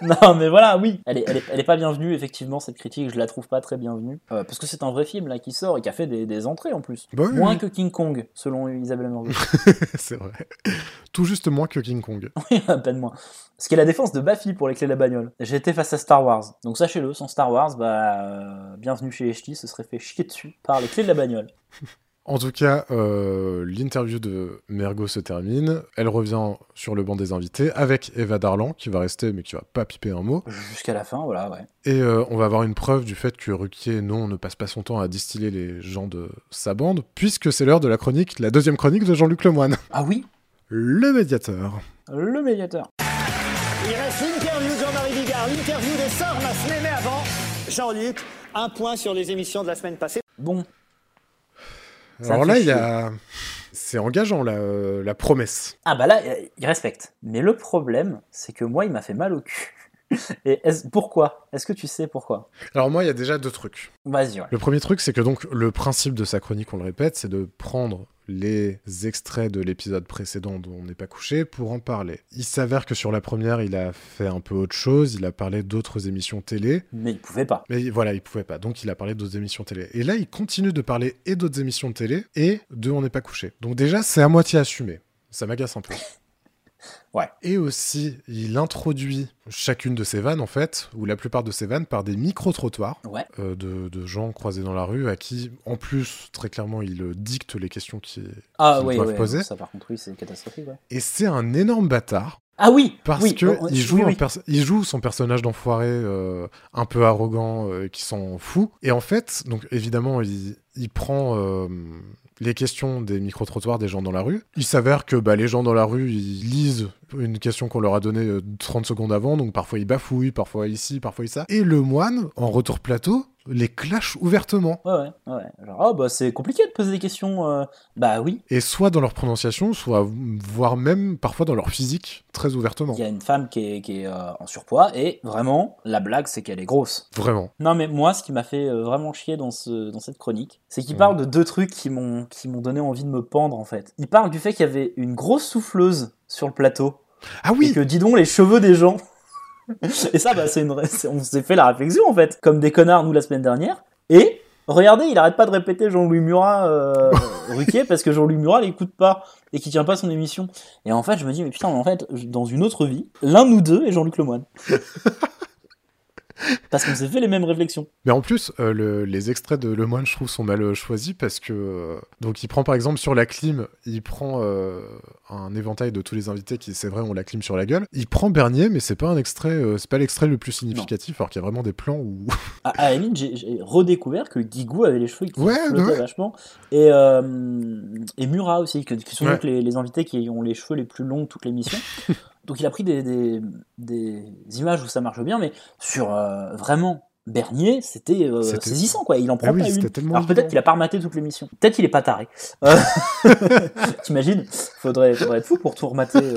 C: non, mais voilà, oui. Elle est, elle, est, elle est pas bienvenue, effectivement, cette critique. Je la trouve pas très bienvenue. Euh, parce que c'est un vrai film, là, qui sort et qui a fait des, des entrées, en plus.
A: Bah oui,
C: Moins
A: oui.
C: que King Kong, selon Isabelle Mergo.
A: c'est vrai. Tout juste moins que King Kong.
C: à peine moins. Ce qui est la défense de Baffy pour les clés de la bagnole. J'étais face à Star Wars. Donc sachez-le, sans Star Wars, bah, euh, bienvenue chez HT, se serait fait chier dessus par les clés de la bagnole.
A: En tout cas, euh, l'interview de Mergo se termine. Elle revient sur le banc des invités avec Eva Darlan, qui va rester mais qui va pas piper un mot.
C: Jusqu'à la fin, voilà, ouais.
A: Et euh, on va avoir une preuve du fait que Ruquier, non, ne passe pas son temps à distiller les gens de sa bande, puisque c'est l'heure de la chronique, la deuxième chronique de Jean-Luc Lemoine.
C: Ah oui
A: Le médiateur.
C: Le médiateur.
E: Il reste l'interview de Jean-Marie Bigard, l'interview de Sarah Massenet, mais avant, Jean-Luc, un point sur les émissions de la semaine passée.
C: Bon, Ça
A: Alors
C: me
A: là,
C: fait
A: il y a. C'est engageant, la, euh, la promesse.
C: Ah bah là, euh, il respecte. Mais le problème, c'est que moi, il m'a fait mal au cul. Et est-ce- pourquoi Est-ce que tu sais pourquoi
A: Alors moi, il y a déjà deux trucs.
C: Vas-y, ouais.
A: Le premier truc, c'est que donc le principe de sa chronique, on le répète, c'est de prendre les extraits de l'épisode précédent dont on n'est pas couché pour en parler. Il s'avère que sur la première, il a fait un peu autre chose, il a parlé d'autres émissions télé,
C: Mais il pouvait pas.
A: Mais voilà, il pouvait pas. Donc il a parlé d'autres émissions télé. Et là, il continue de parler et d'autres émissions de télé et de On n'est pas couché. Donc déjà, c'est à moitié assumé. Ça m'agace un peu.
C: Ouais.
A: Et aussi, il introduit chacune de ses vannes, en fait, ou la plupart de ses vannes, par des micro-trottoirs
C: Ouais.
A: euh, de, de gens croisés dans la rue à qui, en plus, très clairement, il euh, dicte les questions qui,
C: Ah
A: qu'ils
C: oui,
A: doivent
C: oui,
A: poser.
C: ça par contre, oui, c'est catastrophique, ouais.
A: Et c'est un énorme bâtard.
C: Ah oui
A: Parce
C: oui,
A: que
C: on-
A: il, joue
C: oui,
A: un
C: oui.
A: perso- il joue son personnage d'enfoiré euh, un peu arrogant euh, qui s'en fout. Et en fait, donc évidemment, il, il prend euh, les questions des micro-trottoirs des gens dans la rue. Il s'avère que bah, les gens dans la rue, ils lisent une question qu'on leur a donnée euh, 30 secondes avant. Donc parfois ils bafouillent, parfois ici, parfois ça. Et le moine, en retour plateau, les clash ouvertement.
C: Ouais, ouais, ouais. Genre, oh bah c'est compliqué de poser des questions. euh, Bah oui.
A: Et soit dans leur prononciation, soit voire même parfois dans leur physique, très ouvertement.
C: Il y a une femme qui est, qui est, euh, en surpoids et vraiment, la blague, c'est qu'elle est grosse.
A: Vraiment.
C: Non mais moi, ce qui m'a fait euh, vraiment chier dans, ce, dans cette chronique, c'est qu'il parle de deux trucs qui m'ont qui m'ont donné envie de me pendre en fait. Il parle du fait qu'il y avait une grosse souffleuse sur le plateau
A: Ah
C: et
A: oui
C: que dis donc les cheveux des gens. et ça, bah, c'est une... c'est- on s'est fait la réflexion en fait, comme des connards nous la semaine dernière. Et regardez, il arrête pas de répéter Jean-Louis Murat euh, Ruquier parce que Jean-Louis Murat l'écoute pas et qui tient pas son émission. Et en fait, je me dis mais putain, mais en fait, je- dans une autre vie, l'un nous deux est Jean-Luc Lemoine. Parce qu'on s'est fait les mêmes réflexions.
A: Mais en plus, euh, le- les extraits de Le Moine, je trouve, sont mal euh, choisis parce que. euh, donc, il prend par exemple sur la clim, il prend euh, un éventail de tous les invités qui, c'est vrai, ont la clim sur la gueule. Il prend Bernier, mais c'est pas un extrait, euh, c'est pas l'extrait le plus significatif, alors qu'il y a vraiment des plans où.
C: À, à la limite, j'ai- j'ai redécouvert que Guigou avait les cheveux qui
A: Ouais,
C: flottaient
A: ouais.
C: vachement. Et, euh, et Murat aussi, que, qui sont
A: Ouais.
C: donc les, les invités qui ont les cheveux les plus longs de toute l'émission. donc il a pris des, des- des images où ça marche bien, mais sur euh, vraiment. Bernier, c'était euh,
A: C'était-
C: saisissant quoi. Il en prend
A: Ah oui,
C: pas
A: c'était
C: une.
A: tellement
C: Alors peut-être
A: évident.
C: qu'il a pas rematé toute l'émission. Peut-être qu'il est pas taré. Euh, T'imagines Faudrait, faudrait être fou pour tout remater. euh,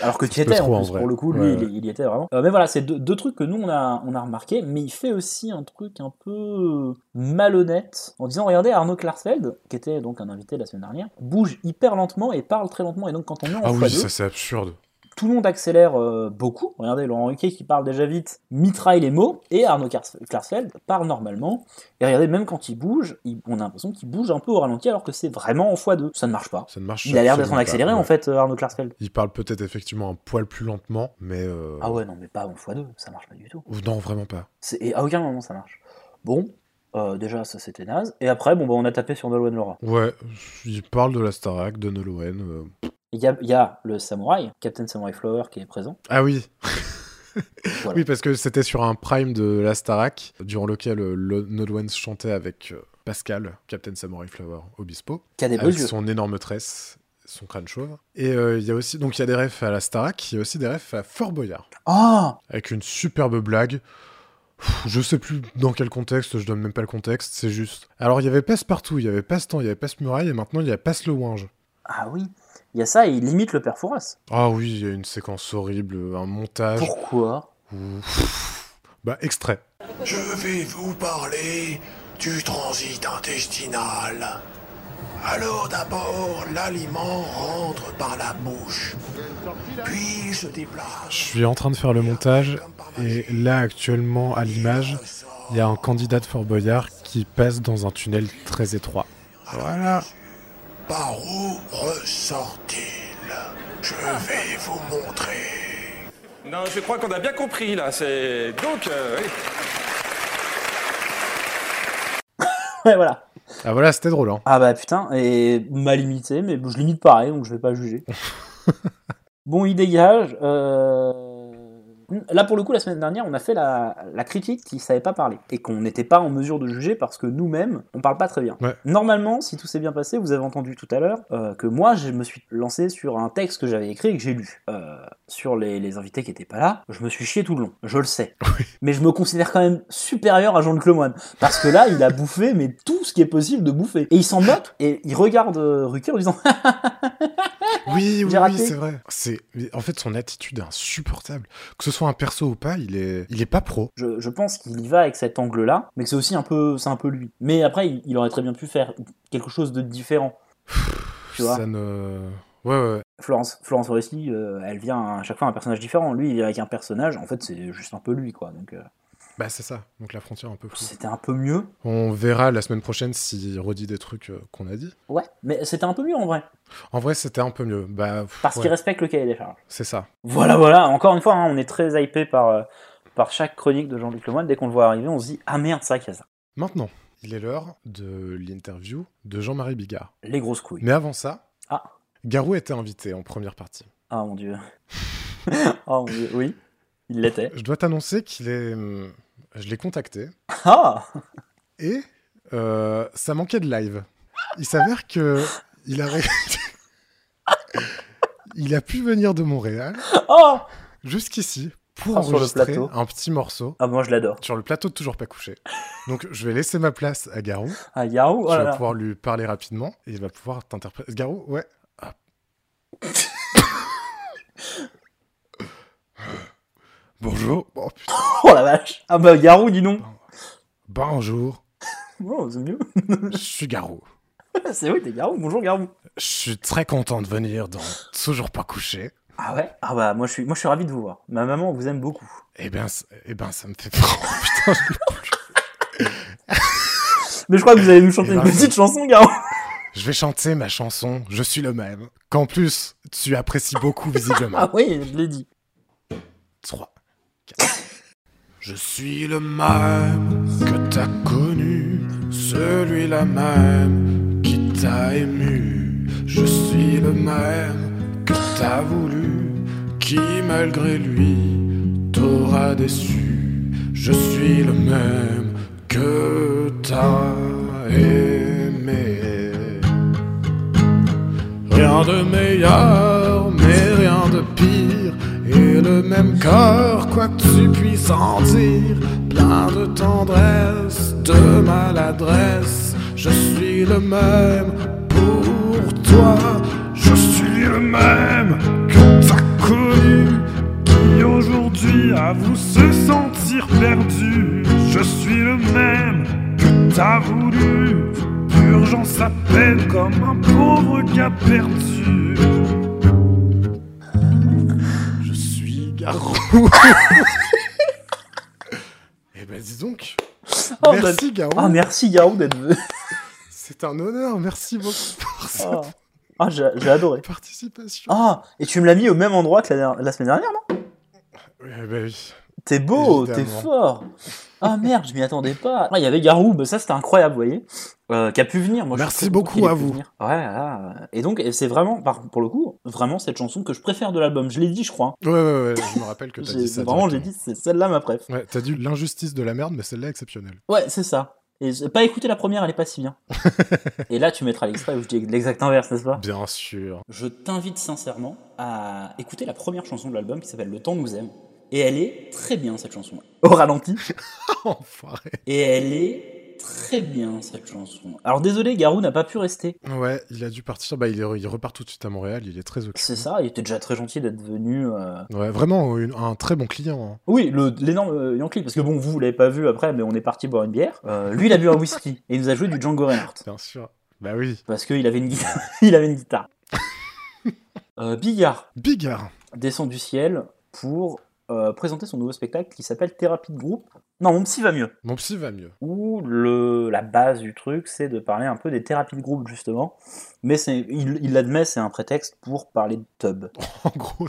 C: Alors que tu y
A: peu
C: étais
A: trop,
C: en
A: en
C: plus
A: vrai.
C: pour le coup, lui,
A: Ouais,
C: il,
A: ouais.
C: y- il y était vraiment. Euh, mais voilà, c'est deux, deux trucs que nous on a, on a remarqué, mais il fait aussi un truc un peu malhonnête en disant regardez Arnaud Klarsfeld, qui était donc un invité la semaine dernière, bouge hyper lentement et parle très lentement, et donc quand on est en
A: Ah
C: fois
A: oui,
C: deux,
A: ça c'est absurde.
C: tout le monde accélère euh, beaucoup. Regardez Laurent Ruquier qui parle déjà vite, mitraille les mots, et Arnaud Kars- Klarsfeld parle normalement. Et regardez, même quand il bouge, il- on a l'impression qu'il bouge un peu au ralenti alors que c'est vraiment en x2. Ça ne marche pas.
A: Ça ne marche
C: Il a l'air d'être en
A: absolument pas,
C: accéléré en
A: ouais.
C: fait, euh, Arnaud Klarsfeld.
A: Il parle peut-être effectivement un poil plus lentement, mais. euh,
C: Ah ouais, non, mais pas en x2, ça marche pas du tout.
A: ou- Non, vraiment pas.
C: C'est- Et à aucun moment ça marche. Bon, euh, déjà ça c'était naze. Et après, bon, bah, on a tapé sur Nolwenn Laura.
A: Ouais, il parle de la Starac, de Nolwenn. euh,
C: Il y a, il y a le samouraï, Captain Samurai Flower qui est présent.
A: Ah oui.
C: Voilà.
A: Oui, parce que c'était sur un prime de la Starac, durant lequel euh, le- Nolwenn chantait avec euh, Pascal, Captain Samurai Flower, Obispo,
C: Qui a des beaux
A: avec
C: yeux.
A: son énorme tresse, son crâne chauve. Et euh, il y a aussi, donc il y a des refs à la Starac, il y a aussi des refs à Fort Boyard,
C: Ah
A: avec une superbe blague. Pff, Je sais plus dans quel contexte, je donne même pas le contexte, c'est juste. Alors il y avait Passe-Partout, il y avait Passe-Temps, il y avait Passe-Muraille, et maintenant il y a Passe-le-Winge.
C: Ah oui Il y a ça et il limite le père Fouras.
A: Ah oui, il y a une séquence horrible, un montage.
C: Pourquoi
A: où- Bah, extrait.
L: Je vais vous parler du transit intestinal. Alors d'abord, l'aliment rentre par la bouche, puis il se déplace.
A: Je suis en train de faire le montage et là actuellement à l'image, il y a un candidat de Fort Boyard qui passe dans un tunnel très étroit. Voilà.
L: Par où ressort-il Je vais vous montrer.
G: Non, je crois qu'on a bien compris là. C'est donc. euh, oui.
C: Ouais, voilà.
A: Ah voilà, c'était drôle. Hein.
C: Ah bah putain, et mal limité, mais bon, je limite pareil, donc je vais pas juger. bon, il dégage. euh, Là, pour le coup, la semaine dernière, on a fait la, la critique qui savait pas parler et qu'on n'était pas en mesure de juger parce que nous-mêmes, on parle pas très bien.
A: Ouais.
C: Normalement, si tout s'est bien passé, vous avez entendu tout à l'heure euh, que moi, je me suis lancé sur un texte que j'avais écrit et que j'ai lu euh, sur les, les invités qui étaient pas là. Je me suis chié tout le long, je le sais. Mais je me considère quand même supérieur à Jean-Luc Lemoine parce que là, il a bouffé mais tout ce qui est possible de bouffer. Et il s'en moque et il regarde euh, Ruquier en disant
A: Oui, oui,
C: J'ai raté.
A: oui, c'est vrai. C'est mais en fait son attitude est insupportable. Que ce soit un perso ou pas, il est il est pas pro.
C: je, je pense qu'il y va avec cet angle-là, mais que c'est aussi un peu, c'est un peu lui. Mais après, il, il aurait très bien pu faire quelque chose de différent. tu vois,
A: Ça ne Ouais ouais.
C: Florence, Florence Foresti, euh, elle vient à chaque fois un personnage différent. Lui, il vient avec un personnage. En fait, c'est juste un peu lui, quoi. Donc, euh,
A: Bah c'est ça. Donc la frontière est un peu floue.
C: c'était un peu mieux.
A: On verra la semaine prochaine s'il redit des trucs euh, qu'on a dit.
C: Ouais, mais c'était un peu mieux en vrai,
A: En vrai, c'était un peu mieux. Bah pff,
C: parce
A: ouais,
C: qu'il respecte le cahier des charges.
A: c'est ça.
C: Voilà, voilà. Encore une fois, hein, on est très hypé par euh, par chaque chronique de Jean-Luc Lemoyne. Dès qu'on le voit arriver, on se dit ah merde, ça, qu'il y a ça.
A: Maintenant, il est l'heure de l'interview de Jean-Marie Bigard.
C: Les grosses couilles.
A: Mais avant ça,
C: Ah.
A: Garou était invité en première partie.
C: Ah mon dieu. Ah mon dieu, oui, il l'était.
A: Je dois t'annoncer qu'il est. hum, Je l'ai contacté
C: Ah
A: et euh, ça manquait de live. Il s'avère que il a. ré- il a pu venir de Montréal
C: Oh
A: jusqu'ici pour
C: Ah, sur le
A: enregistrer
C: plateau.
A: un petit morceau
C: Ah, moi je l'adore.
A: sur le plateau de Toujours pas couché. Donc je vais laisser ma place à Garou.
C: Ah, Yahoo, oh
A: Tu
C: là
A: vas
C: là.
A: pouvoir lui parler rapidement et il va pouvoir t'interpréter. Garou, ouais. Ah. Bonjour. Oh, putain.
C: Oh la vache Ah bah Garou, dis donc
A: Bonjour.
C: Oh, c'est mieux.
A: Je suis Garou.
C: c'est vrai, t'es Garou, bonjour Garou.
A: Je suis très content de venir dans Toujours pas couché.
C: Ah ouais Ah bah moi je suis, moi, je suis ravi de vous voir. Ma maman vous aime beaucoup.
A: Eh ben, c- eh ben ça me fait peur. Putain, je-
C: Mais je crois que vous allez nous chanter
A: Eh
C: une
A: ben,
C: petite chanson, Garou.
A: je vais chanter ma chanson. Je suis le même. Qu'en plus, tu apprécies beaucoup visiblement.
C: Ah oui, je l'ai dit.
A: 3, 4. Je suis le même que t'as connu, celui-là même qui t'a ému. Je suis le même que t'as voulu, qui malgré lui t'aura déçu. Je suis le même que t'as aimé. Rien de meilleur, mais rien de pire. Et le même corps, quoi que tu puisses en dire. Plein de tendresse, de maladresse. Je suis le même pour toi. Je suis le même que t'as connu. Qui aujourd'hui avoue se sentir perdu. Je suis le même que t'as voulu. L'urgence s'appelle comme un pauvre gars perdu. Je suis Garou. eh ben dis donc.
C: Oh,
A: merci
C: bah-
A: Garou.
C: Ah, merci Garou d'être venu.
A: C'est un honneur. Merci beaucoup pour cette
C: Ah, Ah, j'ai j'ai adoré.
A: participation.
C: Ah, et tu me l'as mis au même endroit que la, la semaine dernière, non
A: Eh ben oui.
C: T'es beau, t'es
A: Évidemment.
C: fort. Ah merde, je m'y attendais pas. Ah, il y avait Garou, bah ça c'était incroyable, vous voyez. Euh, qui a pu venir, moi. je
A: Merci
C: suis très content
A: beaucoup
C: qu'il ait
A: à
C: pu
A: vous.
C: venir. Ouais, là, euh, et donc et c'est vraiment, par- pour le coup, vraiment cette chanson que je préfère de l'album. Je l'ai dit, je crois. hein.
A: Ouais, ouais, ouais, je me rappelle que t'as
C: J'ai-
A: dit ça.
C: vraiment, j'ai
A: directement.
C: dit, c'est celle-là ma préf.
A: Ouais, t'as dit l'injustice de la merde, mais celle-là exceptionnelle.
C: Ouais, c'est ça. Et j'ai pas écouter la première, elle est pas si bien. et là, tu mettras l'extrait où je dis l'exact inverse, n'est-ce pas
A: Bien sûr.
C: Je t'invite sincèrement à écouter la première chanson de l'album qui s'appelle Le temps nous aime. Et elle est très bien cette chanson. Au ralenti.
A: Enfoiré.
C: Et elle est très bien cette chanson. Alors désolé, Garou n'a pas pu rester.
A: Ouais, il a dû partir. Bah, il, est- il repart tout de suite à Montréal. Il est très occupé.
C: C'est ça, il était déjà très gentil d'être venu. euh,
A: Ouais, vraiment une- un très bon client. hein.
C: Oui, le- l'énorme euh, Yankee, parce que bon, vous, vous l'avez pas vu après, mais on est parti boire une bière. Euh, lui, il a bu un whisky et il nous a joué du Django Reinhardt.
A: Bien sûr. Bah oui.
C: Parce qu'il avait une guitare. il avait une guitare. Euh, Bigard
A: Bigard.
C: descend du ciel pour euh, présenter son nouveau spectacle qui s'appelle Thérapie de groupe. Non, mon psy va mieux.
A: Mon psy va mieux.
C: Où le, la base du truc, c'est de parler un peu des thérapies de groupe, justement. Mais c'est- il il l'admet, c'est un prétexte pour parler de tub.
A: En gros,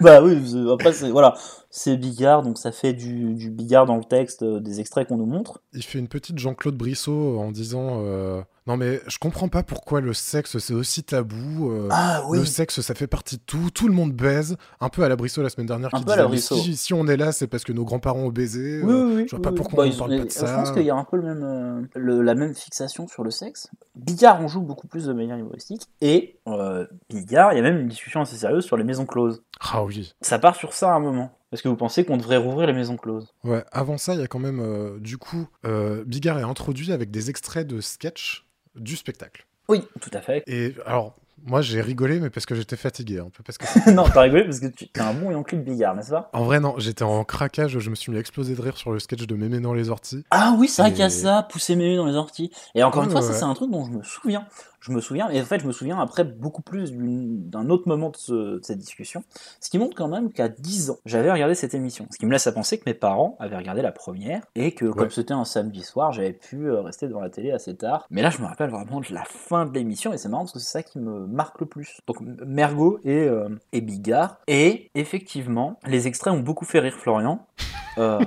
C: Bah oui, c'est- après, c'est voilà, c'est Bigard, donc ça fait du, du Bigard dans le texte, euh, des extraits qu'on nous montre.
A: il fait une petite Jean-Claude Brissot en disant euh, Non, mais je comprends pas pourquoi le sexe c'est aussi tabou. euh,
C: Ah
A: Le sexe ça fait partie de tout. Tout le monde baise. Un peu à la Brissot la semaine dernière
C: Un
A: qui
C: peu à la
A: disait,
C: Brissot.
A: mais Si, si on est là, c'est parce que nos grands-parents ont baisé.
C: Oui, oui,
A: euh,
C: oui.
A: je vois pas
C: oui, oui.
A: pourquoi
C: Bah,
A: on
C: ils-
A: parle pas de
C: Je
A: ça.
C: pense qu'il y a un peu le même, euh, le- la même fixation sur le sexe. Bigard en joue beaucoup plus de manière humoristique. Et euh, Bigard, il y a même une discussion assez sérieuse sur les maisons closes.
A: Ah oui.
C: Ça part sur ça à un moment. Est-ce que vous pensez qu'on devrait rouvrir les maisons closes
A: Ouais, avant ça, il y a quand même, euh, du coup, euh, Bigard est introduit avec des extraits de sketch du spectacle.
C: Oui, tout à fait.
A: Et alors, moi j'ai rigolé, mais parce que j'étais fatigué, un peu parce que
C: non, t'as rigolé parce que tu t'es un bon Yankee de Bigard, n'est-ce pas
A: En vrai, non, j'étais en craquage, je me suis mis à exploser de rire sur le sketch de Mémé dans les orties.
C: Ah oui, c'est vrai
A: Et-
C: qu'il y a ça, pousser mémé dans les orties. Et encore une
A: Ouais,
C: fois,
A: ouais,
C: ça
A: ouais.
C: c'est un truc dont je me souviens. Je me souviens, et en fait je me souviens après beaucoup plus d'une- d'un autre moment de, ce- de cette discussion. Ce qui montre quand même qu'à 10 ans, j'avais regardé cette émission. Ce qui me laisse à penser que mes parents avaient regardé la première, et que comme
A: Ouais.
C: c'était un samedi soir, j'avais pu euh, rester devant la télé assez tard. Mais là je me rappelle vraiment de la fin de l'émission, et c'est marrant parce que c'est ça qui me marque le plus. Donc M- Mergot et, euh, et Bigard. Et effectivement, les extraits ont beaucoup fait rire Florian. euh,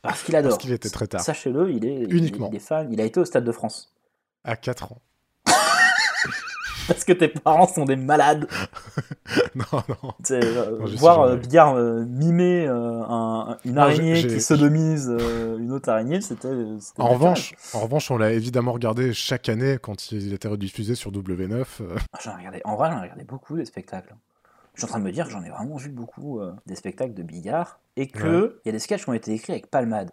C: Parce qu'il adore.
A: Parce qu'il était très tard.
C: Sachez-le, il est il-
A: Uniquement.
C: Il est fan. Il a été au Stade de France.
A: À 4 ans.
C: Parce que tes parents sont des malades.
A: non, non.
C: Tu sais, euh,
A: Non, je sais
C: voir
A: jamais.
C: euh, Bigard euh, mimer euh, un- une
A: Non,
C: araignée
A: j'ai- j'ai-
C: qui sodomise euh, une autre araignée, c'était. euh, c'était
A: En
C: naturel.
A: revanche, en revanche, on l'a évidemment regardé chaque année quand il était rediffusé sur W9. euh,
C: Ah, J'en ai regardé. En vrai, j'en ai regardé beaucoup des spectacles. Je suis en train de me dire que j'en ai vraiment vu beaucoup euh, des spectacles de Bigard et que il y a des sketchs qui ont été écrits avec Palmade.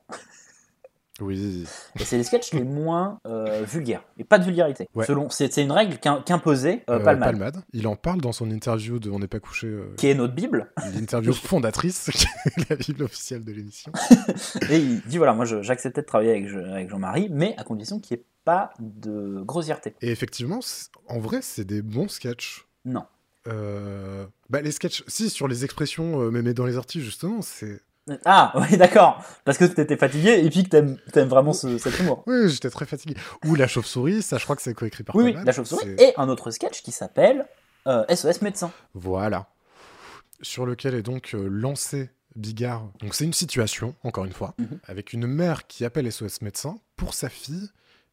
A: Oui.
C: Et c'est les sketchs les moins euh, vulgaires et pas de vulgarité.
A: Ouais.
C: Selon, c'est c'est une règle qu'im- qu'imposait euh,
A: Euh,
C: Palmade,
A: Il en parle dans son interview de On n'est pas couché, euh,
C: qui est notre bible.
A: l'interview fondatrice, qui est la Bible officielle de l'émission.
C: Et il dit voilà, moi je- j'acceptais de travailler avec, Je- avec Jean-Marie, mais à condition qu'il n'y ait pas de grossièreté.
A: Et effectivement, c'est- en vrai, c'est des bons sketchs.
C: Non.
A: Euh, Bah, les sketchs, si, sur les expressions, euh, mais, mais dans les orties, justement, c'est.
C: Euh, Ah, oui, d'accord, parce que t'étais fatigué et puis que t'aimes t'aimes vraiment ce, cet humour.
A: Oui, j'étais très fatigué. Ou La chauve-souris, ça, je crois que c'est coécrit par
C: Oui, oui,
A: Palmade,
C: la chauve-souris.
A: c'est-
C: Et un autre sketch qui s'appelle euh, SOS E médecin.
A: Voilà. Sur lequel est donc euh, lancé Bigard. Donc c'est une situation, encore une fois,
C: Mhm.
A: avec une mère qui appelle SOS médecin pour sa fille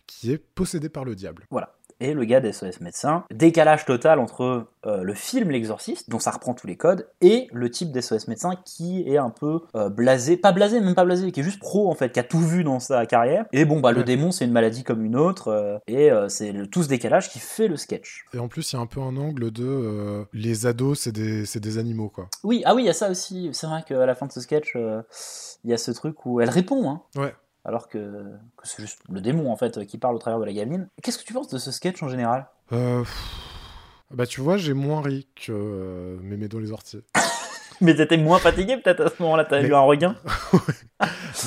A: qui est possédée par le diable.
C: Voilà. Et le gars d'SOS Médecin, décalage total entre euh, le film L'Exorciste, dont ça reprend tous les codes, et le type d'SOS Médecin qui est un peu euh, blasé, pas blasé, même pas blasé, qui est juste pro en fait, qui a tout vu dans sa carrière. Et bon, bah le démon c'est une maladie comme une autre, euh, et euh, c'est le- tout ce décalage qui fait le sketch.
A: Et en plus, il y a un peu un angle de euh, les ados, c'est des, c'est des animaux, quoi.
C: Oui, ah oui, il y a ça aussi. C'est vrai qu'à la fin de ce sketch, euh, il y a ce truc où elle répond, hein.
A: Ouais.
C: Alors que, que c'est juste le démon en fait qui parle au travers de la gamine. Qu'est-ce que tu penses de ce sketch en général
A: Euh, pff. Bah, tu vois, j'ai moins ri que euh, Mémé dans les orties.
C: Mais t'étais moins fatigué peut-être à ce moment-là, t'as
A: Mais-
C: eu un regain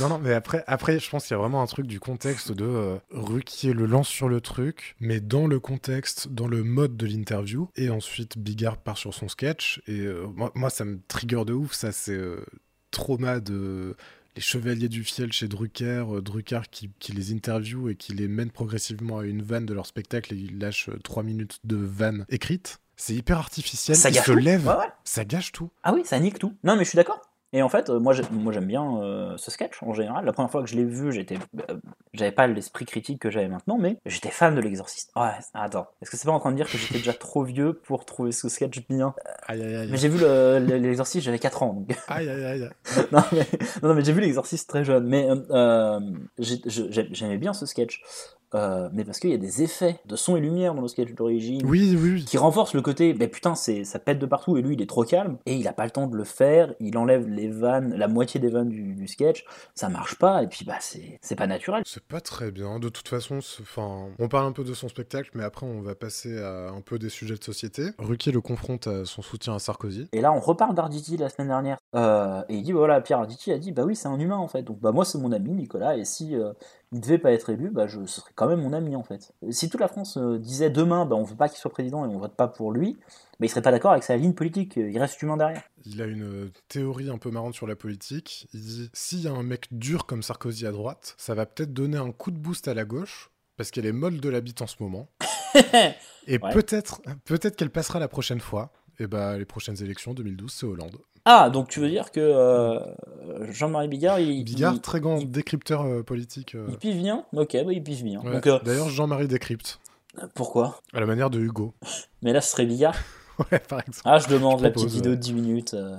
A: non, non, mais après, après je pense qu'il y a vraiment un truc du contexte de euh, Ruquier le lance sur le truc, mais dans le contexte, dans le mode de l'interview, et ensuite Bigard part sur son sketch, et euh, moi, moi, ça me trigger de ouf, ça c'est euh, trauma de... Les chevaliers du fiel chez Drucker, euh, Drucker qui, qui les interviewe et qui les mène progressivement à une vanne de leur spectacle et il lâche 3 minutes de vanne écrite. C'est hyper artificiel,
C: Ça
A: il
C: gâche
A: se
C: tout.
A: lève,
C: Ouais, ouais.
A: ça gâche tout.
C: Ah oui, ça nique tout. Non, mais je suis d'accord. Et en fait, euh, moi, j'ai- moi, j'aime bien euh, ce sketch en général. La première fois que je l'ai vu, j'étais, euh, j'avais pas l'esprit critique que j'avais maintenant, mais j'étais fan de l'Exorciste. Ouais, attends. Est-ce que c'est pas en train de dire que j'étais déjà trop vieux pour trouver ce sketch bien
A: Aïe, aïe, aïe.
C: Mais j'ai vu le- le- l'Exorciste, j'avais 4 ans. donc.
A: Aïe, aïe, aïe.
C: non, mais, non, non, mais j'ai vu l'exorciste très jeune. Mais euh, euh, j'ai- je- j'ai- j'aimais bien ce sketch. Euh, mais parce qu'il y a des effets de son et lumière dans le sketch d'origine
A: oui, oui,
C: qui renforcent le côté mais putain c'est ça pète de partout et lui il est trop calme et il a pas le temps de le faire il enlève les vannes la moitié des vannes du, du sketch ça marche pas et puis bah c'est c'est pas naturel
A: C'est pas très bien. De toute façon, ce- enfin, on parle un peu de son spectacle, mais après, on va passer à un peu des sujets de société. Ruquier le confronte à son soutien à Sarkozy.
C: Et là, on reparle d'Arditi la semaine dernière. Euh, et il dit, bah voilà, Pierre Arditi a dit, bah oui, c'est un humain en fait. Donc, bah moi, c'est mon ami, Nicolas. Et si euh, il devait pas être élu, bah je serais quand même mon ami en fait. Euh, Si toute la France euh, disait demain, bah on veut pas qu'il soit président et on vote pas pour lui, bah il serait pas d'accord avec sa ligne politique. Euh, Il reste humain derrière.
A: Il a une théorie un peu marrante sur la politique. Il dit s'il y a un mec dur comme Sarkozy à droite, ça va peut-être donner un coup de boost à la gauche, parce qu'elle est molle de la bite en ce moment. Et
C: Ouais.
A: peut-être peut-être qu'elle passera la prochaine fois. Et bah, les prochaines élections 2012, c'est Hollande.
C: Ah, donc tu veux dire que euh, Jean-Marie Bigard, il,
A: Bigard,
C: il,
A: très grand décrypteur euh, politique. euh.
C: il pive bien Ok, bah il pive bien.
A: Ouais.
C: Donc, euh,
A: D'ailleurs, Jean-Marie décrypte.
C: Pourquoi
A: À la manière de Hugo.
C: mais là, ce serait Bigard.
A: Ouais, par exemple.
C: Ah, je demande
A: Je
C: la
A: propose,
C: petite vidéo
A: ouais.
C: de 10 minutes. euh.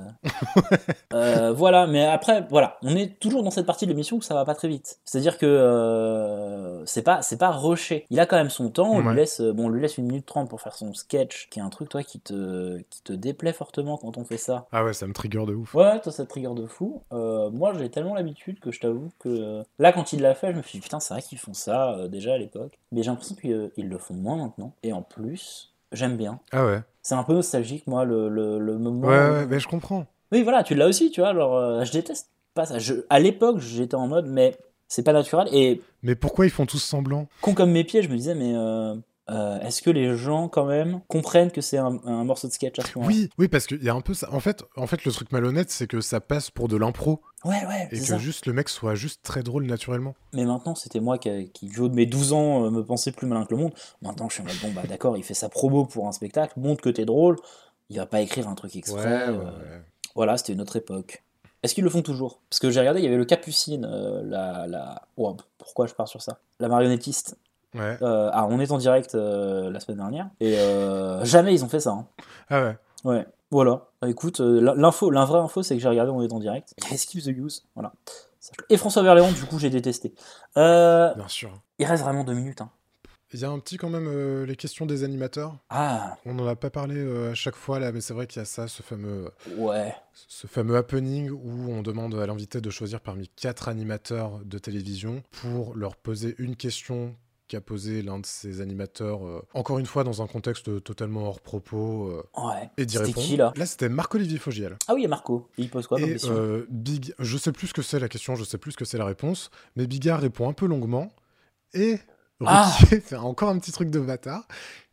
C: Euh, voilà, mais après, voilà, on est toujours dans cette partie de l'émission où ça va pas très vite. C'est-à-dire que euh, c'est pas c'est pas rushé. Il a quand même son temps. On
M: Ouais.
C: lui laisse euh, bon, on lui laisse une minute trente pour faire son sketch, qui est un truc toi qui te qui te déplaît fortement quand on fait ça.
A: Ah ouais, ça me trigger de ouf.
C: Ouais, ouais, toi ça te trigger de fou. Euh, moi j'ai tellement l'habitude que je t'avoue que euh, là quand il l'a fait, je me suis dit putain, c'est vrai qu'ils font ça euh, déjà à l'époque. Mais j'ai l'impression qu'ils euh, ils le font moins maintenant. Et en plus, j'aime bien.
A: Ah ouais.
C: C'est un peu nostalgique, moi, le, le, le moment.
A: Ouais, ouais, mais je comprends.
C: Oui, voilà, tu l'as aussi, tu vois. Alors, euh, je déteste pas ça. Je- à l'époque, j'étais en mode, mais c'est pas naturel. Et
A: Mais pourquoi ils font tous semblant
C: con comme mes pieds, je me disais, mais euh, euh, est-ce que les gens, quand même, comprennent que c'est un, un morceau de sketch à ce moment
A: Oui, oui, parce qu'il y a un peu ça. En fait, en fait, le truc malhonnête, c'est que ça passe pour de l'impro.
C: Ouais, ouais,
A: Et
C: c'est
A: que
C: ça.
A: juste le mec soit juste très drôle naturellement.
C: Mais maintenant, c'était moi qui, qui, du haut de mes 12 ans, euh, me pensais plus malin que le monde. Maintenant, je suis en mode, bon, bah d'accord, il fait sa promo pour un spectacle, montre que t'es drôle. Il va pas écrire un truc exprès.
A: Ouais, ouais,
C: euh, Voilà, c'était une autre époque. Est-ce qu'ils le font toujours Parce que j'ai regardé, il y avait le Capucine, euh, la. la... oh, pourquoi je pars sur ça La marionnettiste.
A: Ouais.
C: Euh, ah, on est en direct euh, la semaine dernière. Et euh, jamais ils ont fait ça. hein.
A: Ah ouais.
C: Ouais, voilà. Bah, écoute, euh, la- l'info, la vraie info, c'est que j'ai regardé, on est en direct. Il y a Escape the Use, voilà. Sache-le. Et François Berléand, du coup, j'ai détesté. Euh,
A: Bien sûr.
C: Il reste vraiment deux minutes. hein.
A: Il y a un petit quand même euh, les questions des animateurs.
C: Ah.
A: On n'en a pas parlé euh, à chaque fois là, mais c'est vrai qu'il y a ça, ce fameux.
C: Ouais.
A: Ce fameux happening où on demande à l'invité de choisir parmi quatre animateurs de télévision pour leur poser une question qu'a posée l'un de ces animateurs, euh, encore une fois dans un contexte totalement hors propos. euh,
C: Ouais.
A: Et d'y
C: C'était
A: répondre.
C: qui, là
A: c'était Marc-Olivier Fogiel.
C: Ah oui, et Marco. Il pose quoi comme
A: Et
C: question
A: euh, Big, je sais plus ce que c'est la question, je sais plus ce que c'est la réponse, mais Bigard répond un peu longuement et
C: Ah
A: Ruquier fait encore un petit truc de bâtard.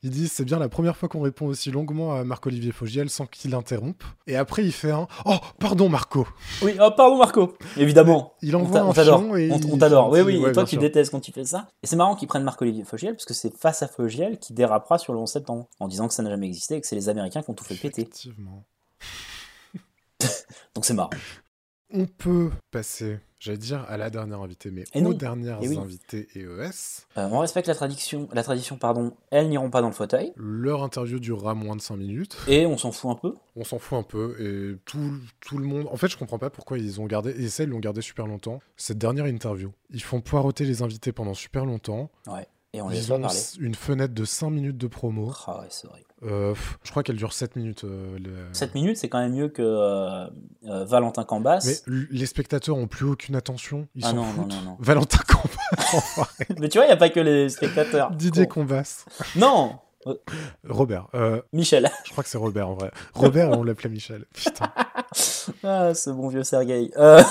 A: Il dit c'est bien la première fois qu'on répond aussi longuement à Marc-Olivier Fogiel sans qu'il interrompe. Et après il fait un oh pardon Marco.
C: Oui, oh, pardon Marco. Évidemment.
A: Il
C: On
A: envoie
C: t'a-
A: un
C: on t'adore.
A: fion et
C: On,
A: il
C: on t'adore. Oui,
A: fait un
C: oui.
A: petit-
C: et
A: ouais,
C: toi,
A: bien
C: tu
A: sûr.
C: détestes quand tu fais ça. Et c'est marrant qu'ils prennent Marc-Olivier Fogiel, parce que c'est face à Fogiel qui dérapera sur le 11 septembre, en disant que ça n'a jamais existé et que c'est les Américains qui ont tout fait péter.
A: Effectivement.
C: Donc c'est marrant.
A: On peut passer, j'allais dire, à la dernière invitée, mais
C: Et
A: aux
C: Eh non.
A: dernières E
C: Et oui.
A: invitées EES.
C: Euh, on respecte la tradition, la tradition pardon. Elles n'iront pas dans le fauteuil.
A: Leur interview durera moins de 5 minutes.
C: Et on s'en fout un peu.
A: On s'en fout un peu. Et tout, tout le monde. En fait, je comprends pas pourquoi ils ont gardé. Et ça, ils l'ont gardé super longtemps. Cette dernière interview. Ils font poireauter les invités pendant super longtemps.
C: Ouais. Et on les
A: Ils
C: laisse pas
A: ont
C: parler.
A: s- une fenêtre de 5 minutes de promo.
C: Ah ouais, c'est horrible.
A: Euh, pff, je crois qu'elle dure 7 minutes. euh, le-
C: 7 minutes, c'est quand même mieux que euh, euh, Valentin Cambas.
A: Mais l- les spectateurs ont plus aucune attention. Ils
C: Ah
A: s'en
C: non, non,
A: foutent.
C: non, non.
A: Valentin Combas, enfoiré.
C: Mais tu vois, il n'y a pas que les spectateurs.
A: Didier
C: Con.
A: Combas.
C: Non Euh,
A: Robert. euh,
C: Michel.
A: je crois que c'est Robert en vrai. Robert et on l'appelait Michel. Putain.
C: Ah, ce bon vieux Sergueï. Euh,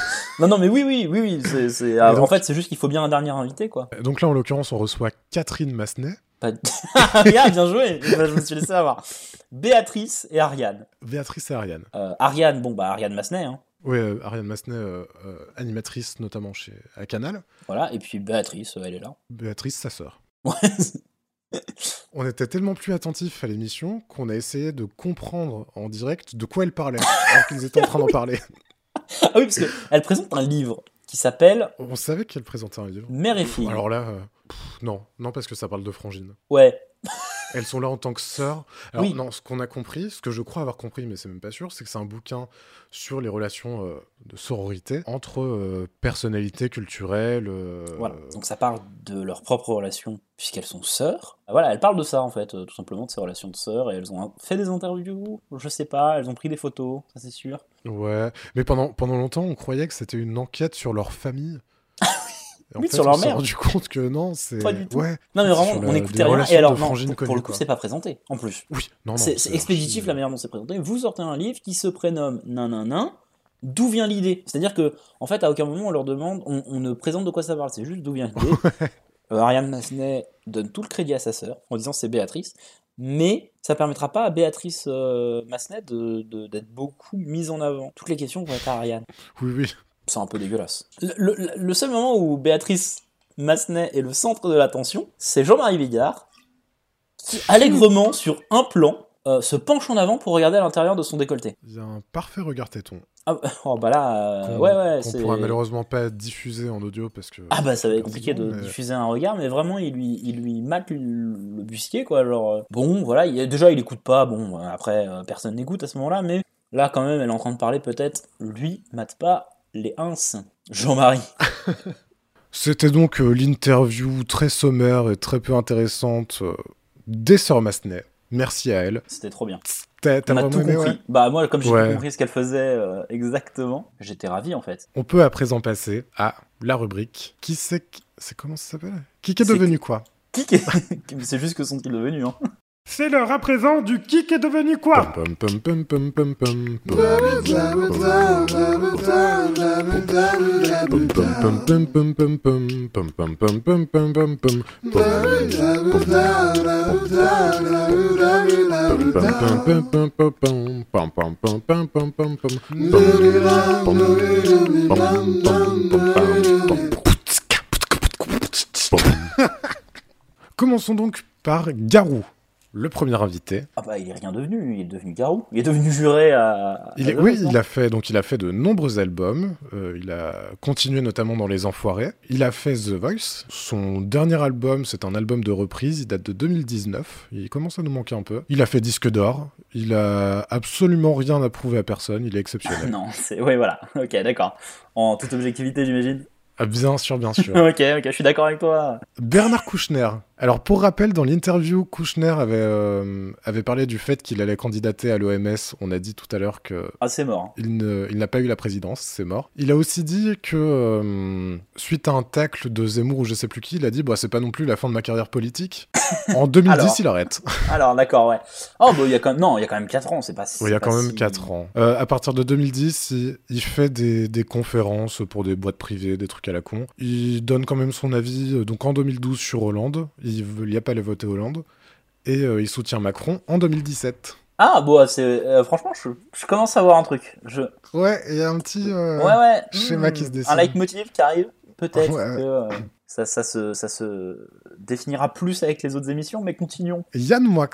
C: non, non, mais oui, oui, oui, oui. c'est- c'est- ah,
A: Et donc-
C: En fait, c'est juste qu'il faut bien un dernier invité, quoi.
A: Donc là, en l'occurrence, on reçoit Catherine Massenet.
C: Pas... Regarde, bien joué. Bah, je me suis laissé avoir. Béatrice et Ariane.
A: Béatrice et Ariane.
C: Euh, Ariane, bon, bah, Ariane Massenet, hein.
A: Oui, euh, Ariane Massenet, euh, euh, animatrice notamment chez à Canal.
C: Voilà, et puis Béatrice, euh, elle est là. Ah
A: Béatrice, sa sœur.
C: Ouais.
A: On était tellement plus attentifs à l'émission qu'on a essayé de comprendre en direct de quoi elle parlait, alors qu'ils étaient en train d'en parler.
C: Ah oui, parce qu'elle présente un livre qui s'appelle
A: On savait qu'elle présentait un livre.
C: Mère et fille.
A: Alors là, euh, pff, non, non parce que ça parle de Frangine.
C: Ouais,
A: Elles sont là en tant que sœurs. Alors
C: Oui.
A: non, ce qu'on a compris, ce que je crois avoir compris, mais c'est même pas sûr, c'est que c'est un bouquin sur les relations euh, de sororité entre euh, personnalités culturelles. euh,
C: voilà. Donc ça parle de leur propre relation, puisqu'elles sont sœurs. Ah, Voilà, elles parlent de ça, en fait, euh, tout simplement, de ces relations de sœurs, et elles ont fait des interviews, je sais pas, elles ont pris des photos, ça c'est sûr.
A: Ouais, mais pendant, pendant longtemps, on croyait que c'était une enquête sur leur famille. Et en
C: Oui,
A: fait,
C: sur
A: on
C: leur
A: s'est
C: mère.
A: rendu compte que non, c'est.
C: Pas du tout.
A: Ouais,
C: Non, mais
A: c'est
C: vraiment,
A: sur
C: on
A: la- des
C: écoutait rien,
A: relations
C: et alors,
A: de
C: non,
A: frangines
C: pour, pour
A: connues,
C: le coup,
A: quoi.
C: c'est pas présenté, en plus.
A: Oui, non, euh. non.
C: C'est c'est expéditif la manière dont c'est présenté. Vous sortez un livre qui se prénomme Nananin. D'où vient l'idée C'est-à-dire que, en fait, à aucun moment on leur demande, on, on ne présente de quoi ça parle. C'est juste d'où vient l'idée. Euh, Ariane Massenet donne tout le crédit à sa sœur en disant c'est Béatrice, mais ça permettra pas à Béatrice euh, Massenet de- de- d'être beaucoup mise en avant. Toutes les questions vont être à Ariane.
A: Oui, oui.
C: C'est un peu dégueulasse. Le, le- le seul moment où Béatrice Massenet est le centre de l'attention, c'est Jean-Marie Bigard qui allègrement, sur un plan, euh, se penche en avant pour regarder à l'intérieur de son décolleté.
A: Il y a un parfait regard téton.
C: Ah, bah- oh bah là, euh,
A: qu'on-
C: ouais, ouais,
A: qu'on
C: c'est.
A: pourra malheureusement pas diffuser en audio parce que.
C: Ah bah ça va être compliqué de
A: Mais-
C: diffuser un regard, mais vraiment il lui, il lui mate le, le bustier quoi. Genre euh, bon voilà, il- déjà il écoute pas, bon euh, après euh, personne n'écoute à ce moment-là, mais là quand même elle est en train de parler peut-être, lui mate pas les ins. Jean-Marie.
A: C'était donc euh, l'interview très sommaire et très peu intéressante euh, des sœurs Massenet. Merci à elles.
C: C'était trop bien.
A: T'as t'as
C: On a
A: vraiment
C: tout
A: aimé,
C: compris.
A: ouais
C: Bah moi comme j'ai
A: Ouais.
C: tout compris ce qu'elle faisait euh, exactement, j'étais ravi en fait.
A: On peut à présent passer à la rubrique Qui c'est. qui- C'est comment ça s'appelle Qui est
C: C'est-
A: devenu quoi
C: Qui qui- C'est juste que sont-ils devenus hein.
M: C'est l'heure à présent du qui est devenu quoi
A: Pum, pum, pum, pum, pum, pum, pum. Pum, pum, pum, pum, pum, pum, pum, pum, pum, pum, pum, pum. Pum, pum, pum, pum, pum, pum, pum, pum, pum, pum, pum, pum. Commençons donc par Garou, le premier invité.
C: Ah bah il est rien devenu, il est devenu garou, il est devenu juré à.
A: Ah, Il
C: à
A: est-
C: Delos,
A: oui,
C: non
A: il a fait donc il a fait de nombreux albums. Euh, il a continué notamment dans Les Enfoirés. Il a fait The Voice. Son dernier album, c'est un album de reprise. Il date de 2019. Il commence à nous manquer un peu. Il a fait disque d'or. Il a absolument rien à prouver à personne. Il est exceptionnel.
C: Non, c'est. Oui, voilà. Ok, d'accord. En toute objectivité, j'imagine.
A: Ah, bien sûr, bien sûr.
C: ok, ok, je suis d'accord avec toi.
A: Bernard Kouchner. Alors, pour rappel, dans l'interview, Kouchner avait, euh, avait parlé du fait qu'il allait candidater à l'OMS. On a dit tout à l'heure que
C: Ah, c'est mort.
A: Il ne- il n'a pas eu la présidence, c'est mort. Il a aussi dit que, euh, suite à un tacle de Zemmour ou je sais plus qui, il a dit bah, c'est pas non plus la fin de ma carrière politique. en 2010,
C: Alors.
A: il arrête.
C: hein. Alors, d'accord, ouais. Oh, bah, il y a quand même. Non, il y a quand même 4 ans, c'est pas.
A: Oui, il y a quand même 4 ans. Euh, à partir de 2010, il, il fait des, des conférences pour des boîtes privées, des trucs à la con. Il donne quand même son avis, euh, donc en 2012 sur Hollande. Il veut- il y a pas les voter Hollande. Et euh, il soutient Macron en 2017.
C: Ah, bon, c'est. euh, franchement, je... je commence à voir un truc. Je...
A: Ouais, il y a un petit euh,
C: Ouais, ouais.
A: schéma
C: hmm,
A: qui se dessine.
C: Un leitmotiv qui arrive. Peut-être
A: Ouais.
C: que. euh, Ça, ça, se, ça se définira plus avec les autres émissions, mais continuons. Ah,
A: Yann Moix,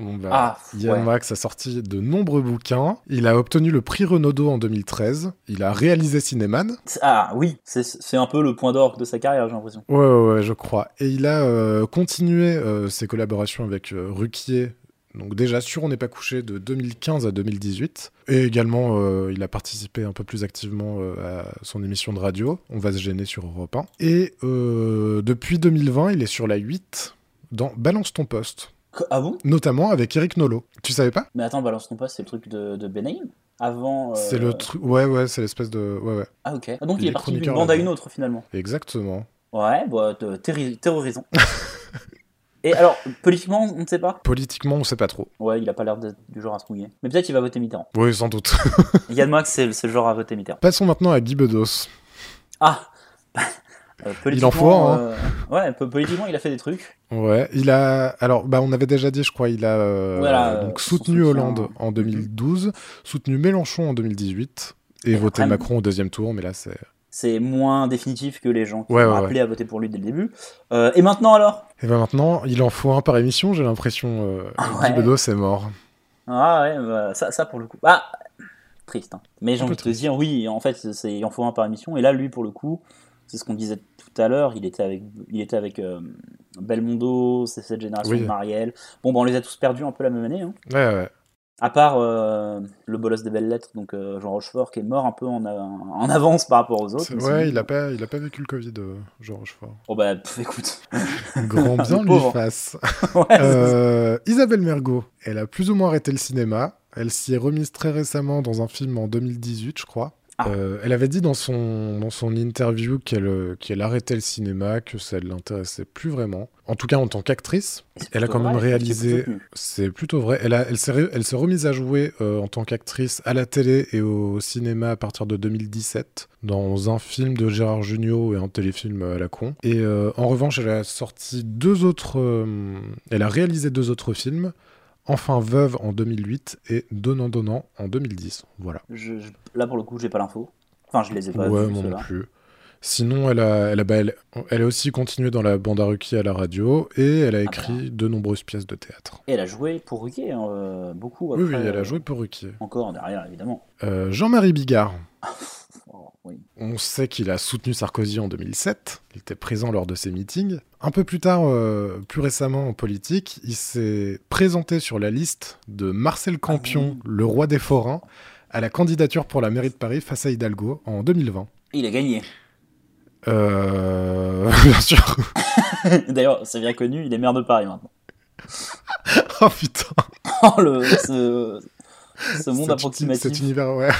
A: Bon, bah, Yann Wax a sorti de nombreux bouquins. Il a obtenu le prix Renaudot en 2013. Il a réalisé Cinéman.
C: Ah oui, c'est- c'est un peu le point d'orgue de sa carrière, j'ai l'impression.
A: Ouais, ouais, ouais, je crois. Et il a euh, continué euh, ses collaborations avec euh, Ruquier. Donc déjà sur On n'est pas couché de 2015 à 2018. Et également, euh, il a participé un peu plus activement euh, à son émission de radio. On va se gêner sur Europe 1. Et euh, depuis 2020, il est sur la 8 dans Balance ton poste.
C: Ah bon
A: Notamment avec Eric Nolo. Tu savais pas
C: Mais attends, balance ton pas, c'est le truc de, de Benahim Avant. euh,
A: C'est le truc. Ouais, ouais, c'est l'espèce de. Ouais, ouais.
C: Ah ok. Ah, donc il
A: Les
C: est parti d'une
A: chroniqueurs
C: bande à
A: là-bas.
C: une autre finalement.
A: Exactement.
C: Ouais, bah, de- terri- terrorisant. Et alors, politiquement, on ne sait pas.
A: Politiquement, on sait pas trop.
C: Ouais, il a pas l'air d'être du genre à se mouiller. Mais peut-être qu'il va voter Mitterrand.
A: Oui, sans doute.
C: Yann Max, c'est le c'est le genre à voter Mitterrand.
A: Passons maintenant à Guy Bedos.
C: Ah Euh,
A: Il en faut un, hein.
C: euh, Ouais, peu- politiquement, il a fait des trucs.
A: Ouais, il a. Alors, bah, on avait déjà dit, je crois, il a euh,
C: Voilà,
A: donc
C: son
A: soutenu
C: soutien.
A: Hollande en 2012, soutenu Mélenchon en 2018 et voté
C: après-
A: Macron au deuxième tour, mais là, c'est.
C: C'est moins définitif que les gens qui
A: Ouais,
C: sont
A: ouais, ouais.
C: appelés à voter pour lui dès le début. Euh, et maintenant alors
A: Et ben maintenant, il en faut un par émission, j'ai l'impression. euh,
C: Ah ouais.
A: Guy Bedos est mort.
C: Ah ouais, bah, ça, ça pour le coup. Ah Triste. hein. Mais j'ai
A: Un peu
C: envie de te dire, oui, en fait, c'est, il en faut un par émission. Et là, lui, pour le coup, c'est ce qu'on disait tout à l'heure, il était avec, il était avec euh, Belmondo, c'est cette génération
A: Oui.
C: de Marielle. Bon, bah, on les a tous perdus un peu la même année. hein.
A: Ouais, ouais.
C: À part euh, le bolos des belles lettres, donc euh, Jean Rochefort, qui est mort un peu en, a- en avance par rapport aux autres.
A: C'est-
C: mais
A: Ouais,
C: sinon-
A: il a, pas, il a pas vécu le Covid, euh, Jean Rochefort.
C: Oh bah, pff, écoute.
A: Grand
C: Le
A: bien lui
C: pauvre.
A: fasse.
C: Ouais, c'est ça.
A: Euh, Isabelle Mergot, elle a plus ou moins arrêté le cinéma. Elle s'y est remise très récemment dans un film en 2018, je crois. Euh, elle avait dit dans son, dans son interview qu'elle euh, qu'elle arrêtait le cinéma, que ça ne l'intéressait plus vraiment. En tout cas, en tant qu'actrice, elle a
C: plutôt
A: quand même
C: vrai, c'est
A: réalisé.
C: plutôt tenu.
A: C'est plutôt vrai. Elle, a- elle s'est ré- elle s'est remise à jouer euh, en tant qu'actrice à la télé et au cinéma à partir de 2017, dans un film de Gérard Jugnot et un téléfilm à la con. Et euh, en revanche, elle a sorti deux autres. euh, elle a réalisé deux autres films. Enfin Veuve en 2008 et Donnant Donnant en 2010. Voilà.
C: Je- je- là, pour le coup, j'ai pas l'info. Enfin, je les ai pas
A: Ouais,
C: vus,
A: moi non
C: ceux-là.
A: plus. Sinon, elle a, elle, a, bah, elle, elle a aussi continué dans la bande à Ruki à la radio et
C: Ah,
A: elle a écrit de nombreuses pièces de théâtre.
C: Et elle a joué pour Ruquier, hein, euh, beaucoup.
A: Oui,
C: après,
A: oui, elle a
C: euh,
A: joué pour Ruki.
C: Encore derrière, évidemment.
A: Euh, Jean-Marie Bigard.
C: Oh, oui.
A: On sait qu'il a soutenu Sarkozy en 2007. Il était présent lors de ses meetings. Un peu plus tard, euh, plus récemment en politique, il s'est présenté sur la liste de Marcel Campion,
C: Ah
A: le roi des forains, à la candidature pour la mairie de Paris face à Hidalgo en 2020.
C: Il a gagné.
A: Euh... Bien sûr.
C: D'ailleurs, c'est bien connu, il est maire de Paris maintenant.
A: oh putain.
C: Oh, le, ce, ce monde
A: Cet-
C: approximatif.
A: Cet univers, ouais.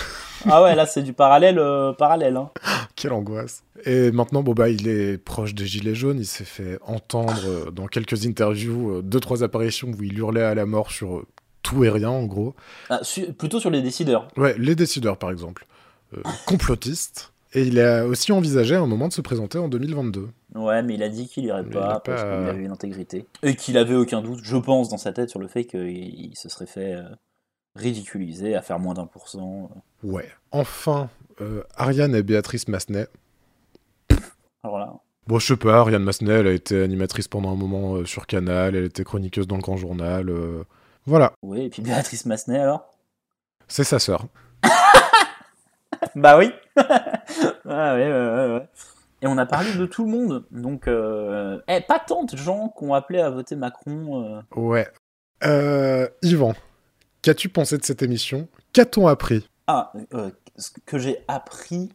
C: Ah ouais, là, c'est du parallèle. euh, parallèle hein.
A: Quelle angoisse. Et maintenant, bon, bah, il est proche des Gilets jaunes. Il s'est fait entendre euh, dans quelques interviews, euh, deux, trois apparitions où il hurlait à la mort sur euh, tout et rien, en gros.
C: Ah, su- plutôt sur les décideurs.
A: Ouais, les décideurs, par exemple. Euh, complotiste. Et il a aussi envisagé à un moment de se présenter en 2022.
C: Ouais, mais il a dit qu'il irait
A: Mais il a
C: pas parce
A: pas- euh.
C: qu'il avait une intégrité. Et qu'il avait aucun doute, je pense, dans sa tête sur le fait qu'il il se serait fait euh, ridiculiser à faire moins d'un pour cent. euh.
A: Ouais. Enfin, euh, Ariane et Béatrice Massenet.
C: Alors là,
A: Bon, je sais pas, Ariane Massenet, elle a été animatrice pendant un moment euh, sur Canal, elle était chroniqueuse dans le Grand Journal. euh, Voilà,
C: oui, et puis Béatrice Massenet alors
A: c'est sa sœur.
C: Bah oui Ah ouais, ouais, ouais, ouais. Et on a parlé de tout le monde, donc euh, eh, pas tant de gens qui ont appelé à voter Macron. euh.
A: Ouais. Euh, Yvan, qu'as-tu pensé de cette émission Qu'a-t-on appris
C: Ah, euh, ce que j'ai appris,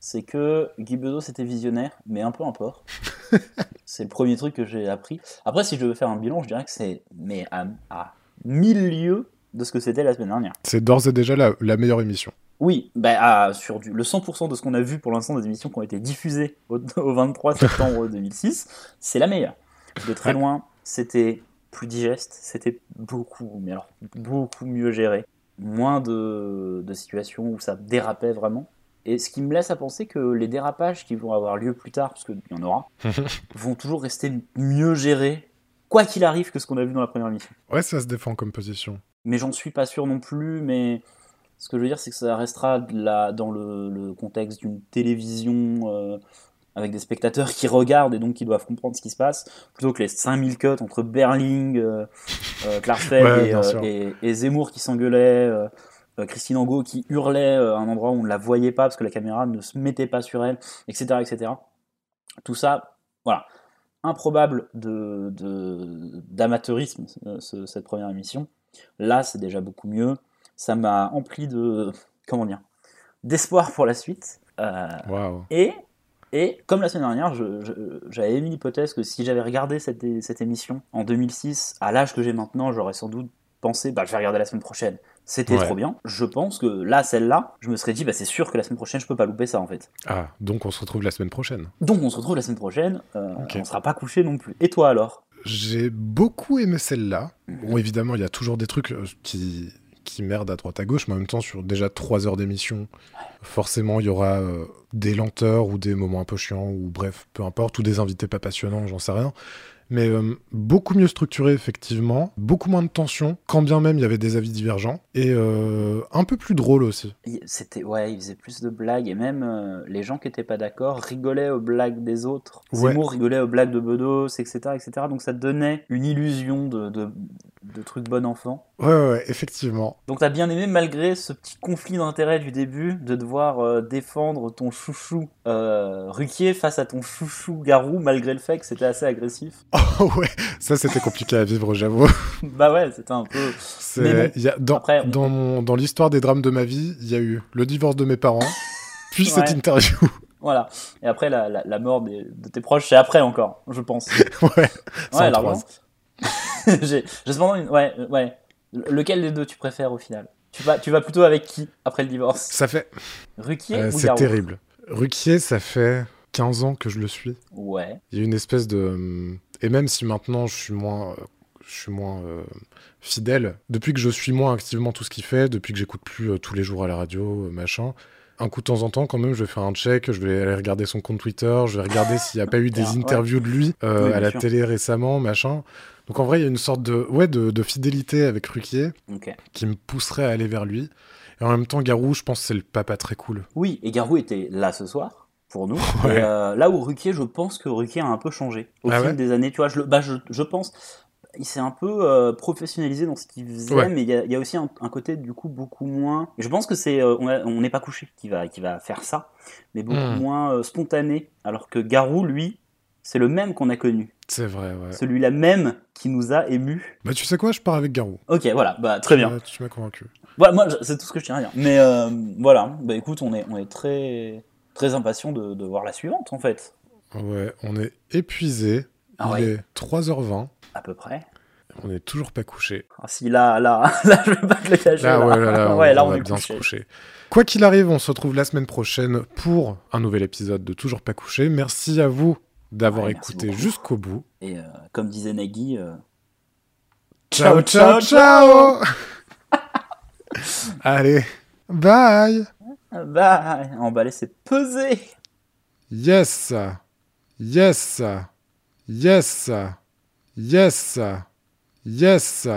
C: c'est que Guy Bedos était visionnaire, mais un peu un porc. c'est le premier truc que j'ai appris. Après, si je devais faire un bilan, je dirais que c'est mais à, à mille lieues de ce que c'était la semaine dernière.
A: C'est d'ores et déjà la, la meilleure émission.
C: Oui, bah, à- sur du, le 100% de ce qu'on a vu pour l'instant des émissions qui ont été diffusées au, au 23 septembre 2006, c'est la meilleure. De très loin, c'était plus digeste, c'était beaucoup, mais alors beaucoup mieux géré. Moins de, de situations où ça dérapait vraiment. Et ce qui me laisse à penser que les dérapages qui vont avoir lieu plus tard, parce qu'il y en aura, vont toujours rester mieux gérés, quoi qu'il arrive, que ce qu'on a vu dans la première émission
A: Ouais, ça se défend comme position.
C: mais j'en suis pas sûr non plus. Mais ce que je veux dire, c'est que ça restera de la- dans le, le contexte d'une télévision euh, avec des spectateurs qui regardent et donc qui doivent comprendre ce qui se passe, plutôt que les 5000 cuts entre Berling, euh, euh, Clarsfeld
A: Ouais,
C: et,
A: bien
C: euh,
A: sûr.
C: et, et Zemmour qui s'engueulaient, euh, euh, Christine Angot qui hurlait euh, à un endroit où on ne la voyait pas parce que la caméra ne se mettait pas sur elle, etc. etc. Tout ça, voilà. Improbable de- de- d'amateurisme, de, cette première émission. Là, c'est déjà beaucoup mieux. Ça m'a empli de. Comment dire D'espoir pour la suite. Euh, et, et comme la semaine dernière, je- je- j'avais mis l'hypothèse que si j'avais regardé cette, é- cette émission en 2006, à l'âge que j'ai maintenant, j'aurais sans doute pensé, bah, je vais regarder la semaine prochaine. C'était
A: Ouais.
C: trop bien. Je pense que là, celle-là, je me serais dit, bah, c'est sûr que la semaine prochaine, je peux pas louper ça en fait.
A: Ah, donc on se retrouve la semaine prochaine.
C: Donc on se retrouve la semaine prochaine, euh, on sera pas couché non plus. Et toi alors
A: J'ai beaucoup aimé celle-là. Bon, évidemment, il y a toujours des trucs euh, qui, qui merdent à droite à gauche, mais en même temps, sur déjà trois heures d'émission, forcément, il y aura euh, des lenteurs ou des moments un peu chiants, ou bref, peu importe, ou des invités pas passionnants, j'en sais rien. Mais euh, beaucoup mieux structuré, effectivement, beaucoup moins de tension, quand bien même il y avait des avis divergents, et euh, un peu plus drôle aussi.
C: Il- C'était ouais, il faisait plus de blagues et même euh, les gens qui étaient pas d'accord rigolaient aux blagues des autres.
A: Ouais.
C: Zemmour rigolait aux blagues de Bedos, etc., etc. Donc ça donnait une illusion de, de, de truc bon enfant.
A: Ouais, ouais, ouais, effectivement.
C: Donc t'as bien aimé malgré ce petit conflit d'intérêt du début de devoir euh, défendre ton chouchou euh, Ruquier face à ton chouchou Garou malgré le fait que c'était assez agressif.
A: Oh ouais, ça c'était compliqué à vivre, j'avoue.
C: bah ouais, c'était un peu.
A: C'est-
C: Mais bon,
A: il y a- dans
C: après, on-
A: dans, mon- dans l'histoire des drames de ma vie, il y a eu le divorce de mes parents, puis cette
C: Ouais.
A: interview.
C: Voilà. Et après, la, la- la mort des- de tes proches, c'est après encore, je pense.
A: ouais, ça en
C: alors
A: croise.
C: bon. J'ai j'ai cependant une. Ouais, euh, ouais. Le- Lequel des deux tu préfères au final tu vas, tu vas plutôt avec qui après le divorce
A: Ça fait.
C: Ruquier
A: Euh,
C: ou
A: c'est
C: Garou
A: terrible. Ruquier, ça fait 15 ans que je le suis.
C: Ouais.
A: Il y a une espèce de. hum, Et même si maintenant je suis moins. euh, Je suis moins euh, fidèle. Depuis que je suis moins activement tout ce qu'il fait, depuis que j'écoute plus euh, tous les jours à la radio, euh, machin, un coup de temps en temps, quand même, je vais faire un check, je vais aller regarder son compte Twitter, je vais regarder s'il n'y a pas eu
C: Ah,
A: des
C: ouais.
A: interviews de lui euh,
C: Oui, bien
A: à la
C: sûr.
A: télé récemment, machin. Donc en vrai, il y a une sorte de, ouais, de, de fidélité avec Ruquier
C: Ok.
A: qui me pousserait à aller vers lui. Et en même temps, Garou, je pense que c'est le papa très cool.
C: Oui, et Garou était là ce soir pour nous.
A: Ouais.
C: Et, euh, là où Ruquier, je pense que Ruquier a un peu changé au
A: Ah
C: fil
A: ouais
C: des années. Tu vois, je, le- bah, je, je pense. Il s'est un peu euh, professionnalisé dans ce qu'il faisait,
A: Ouais.
C: mais il y, a- il y a aussi un, un côté du coup beaucoup moins. Je pense que c'est euh, on a- on n'est pas couché qui va qui va faire ça, mais beaucoup
A: Hmm.
C: moins euh, spontané. Alors que Garou, lui, c'est le même qu'on a connu,
A: C'est vrai, ouais.
C: celui-là même qui nous a émus.
A: Bah, tu sais quoi, je pars avec Garou.
C: Ok, voilà, bah très
A: Tu
C: bien.
A: m'as- Tu m'as convaincu.
C: Voilà, moi, je- c'est tout ce que je tiens à dire. Mais euh, voilà, bah écoute, on est, on est très, très impatient de, de voir la suivante, en fait,
A: Ah Ouais, on est épuisé.
C: Ah
A: Il
C: ouais.
A: est 3h20.
C: à peu près.
A: On n'est toujours pas couché.
C: Ah, si, là, là, là, je vais pas te le cacher.
A: Là, ouais, là, là,
C: Ouais, là,
A: on,
C: on
A: va
C: est
A: bien se
C: couché.
A: coucher. Quoi qu'il arrive, on se retrouve la semaine prochaine pour un nouvel épisode de Toujours pas couché. Merci à vous d'avoir
C: Ouais, merci
A: écouté
C: beaucoup.
A: jusqu'au bout.
C: Et euh, comme disait Nagui, euh,
A: Ciao, ciao,
C: ciao,
A: ciao Allez, bye
C: bah, emballer, c'est peser.
A: Yes Yes Yes Yes Yes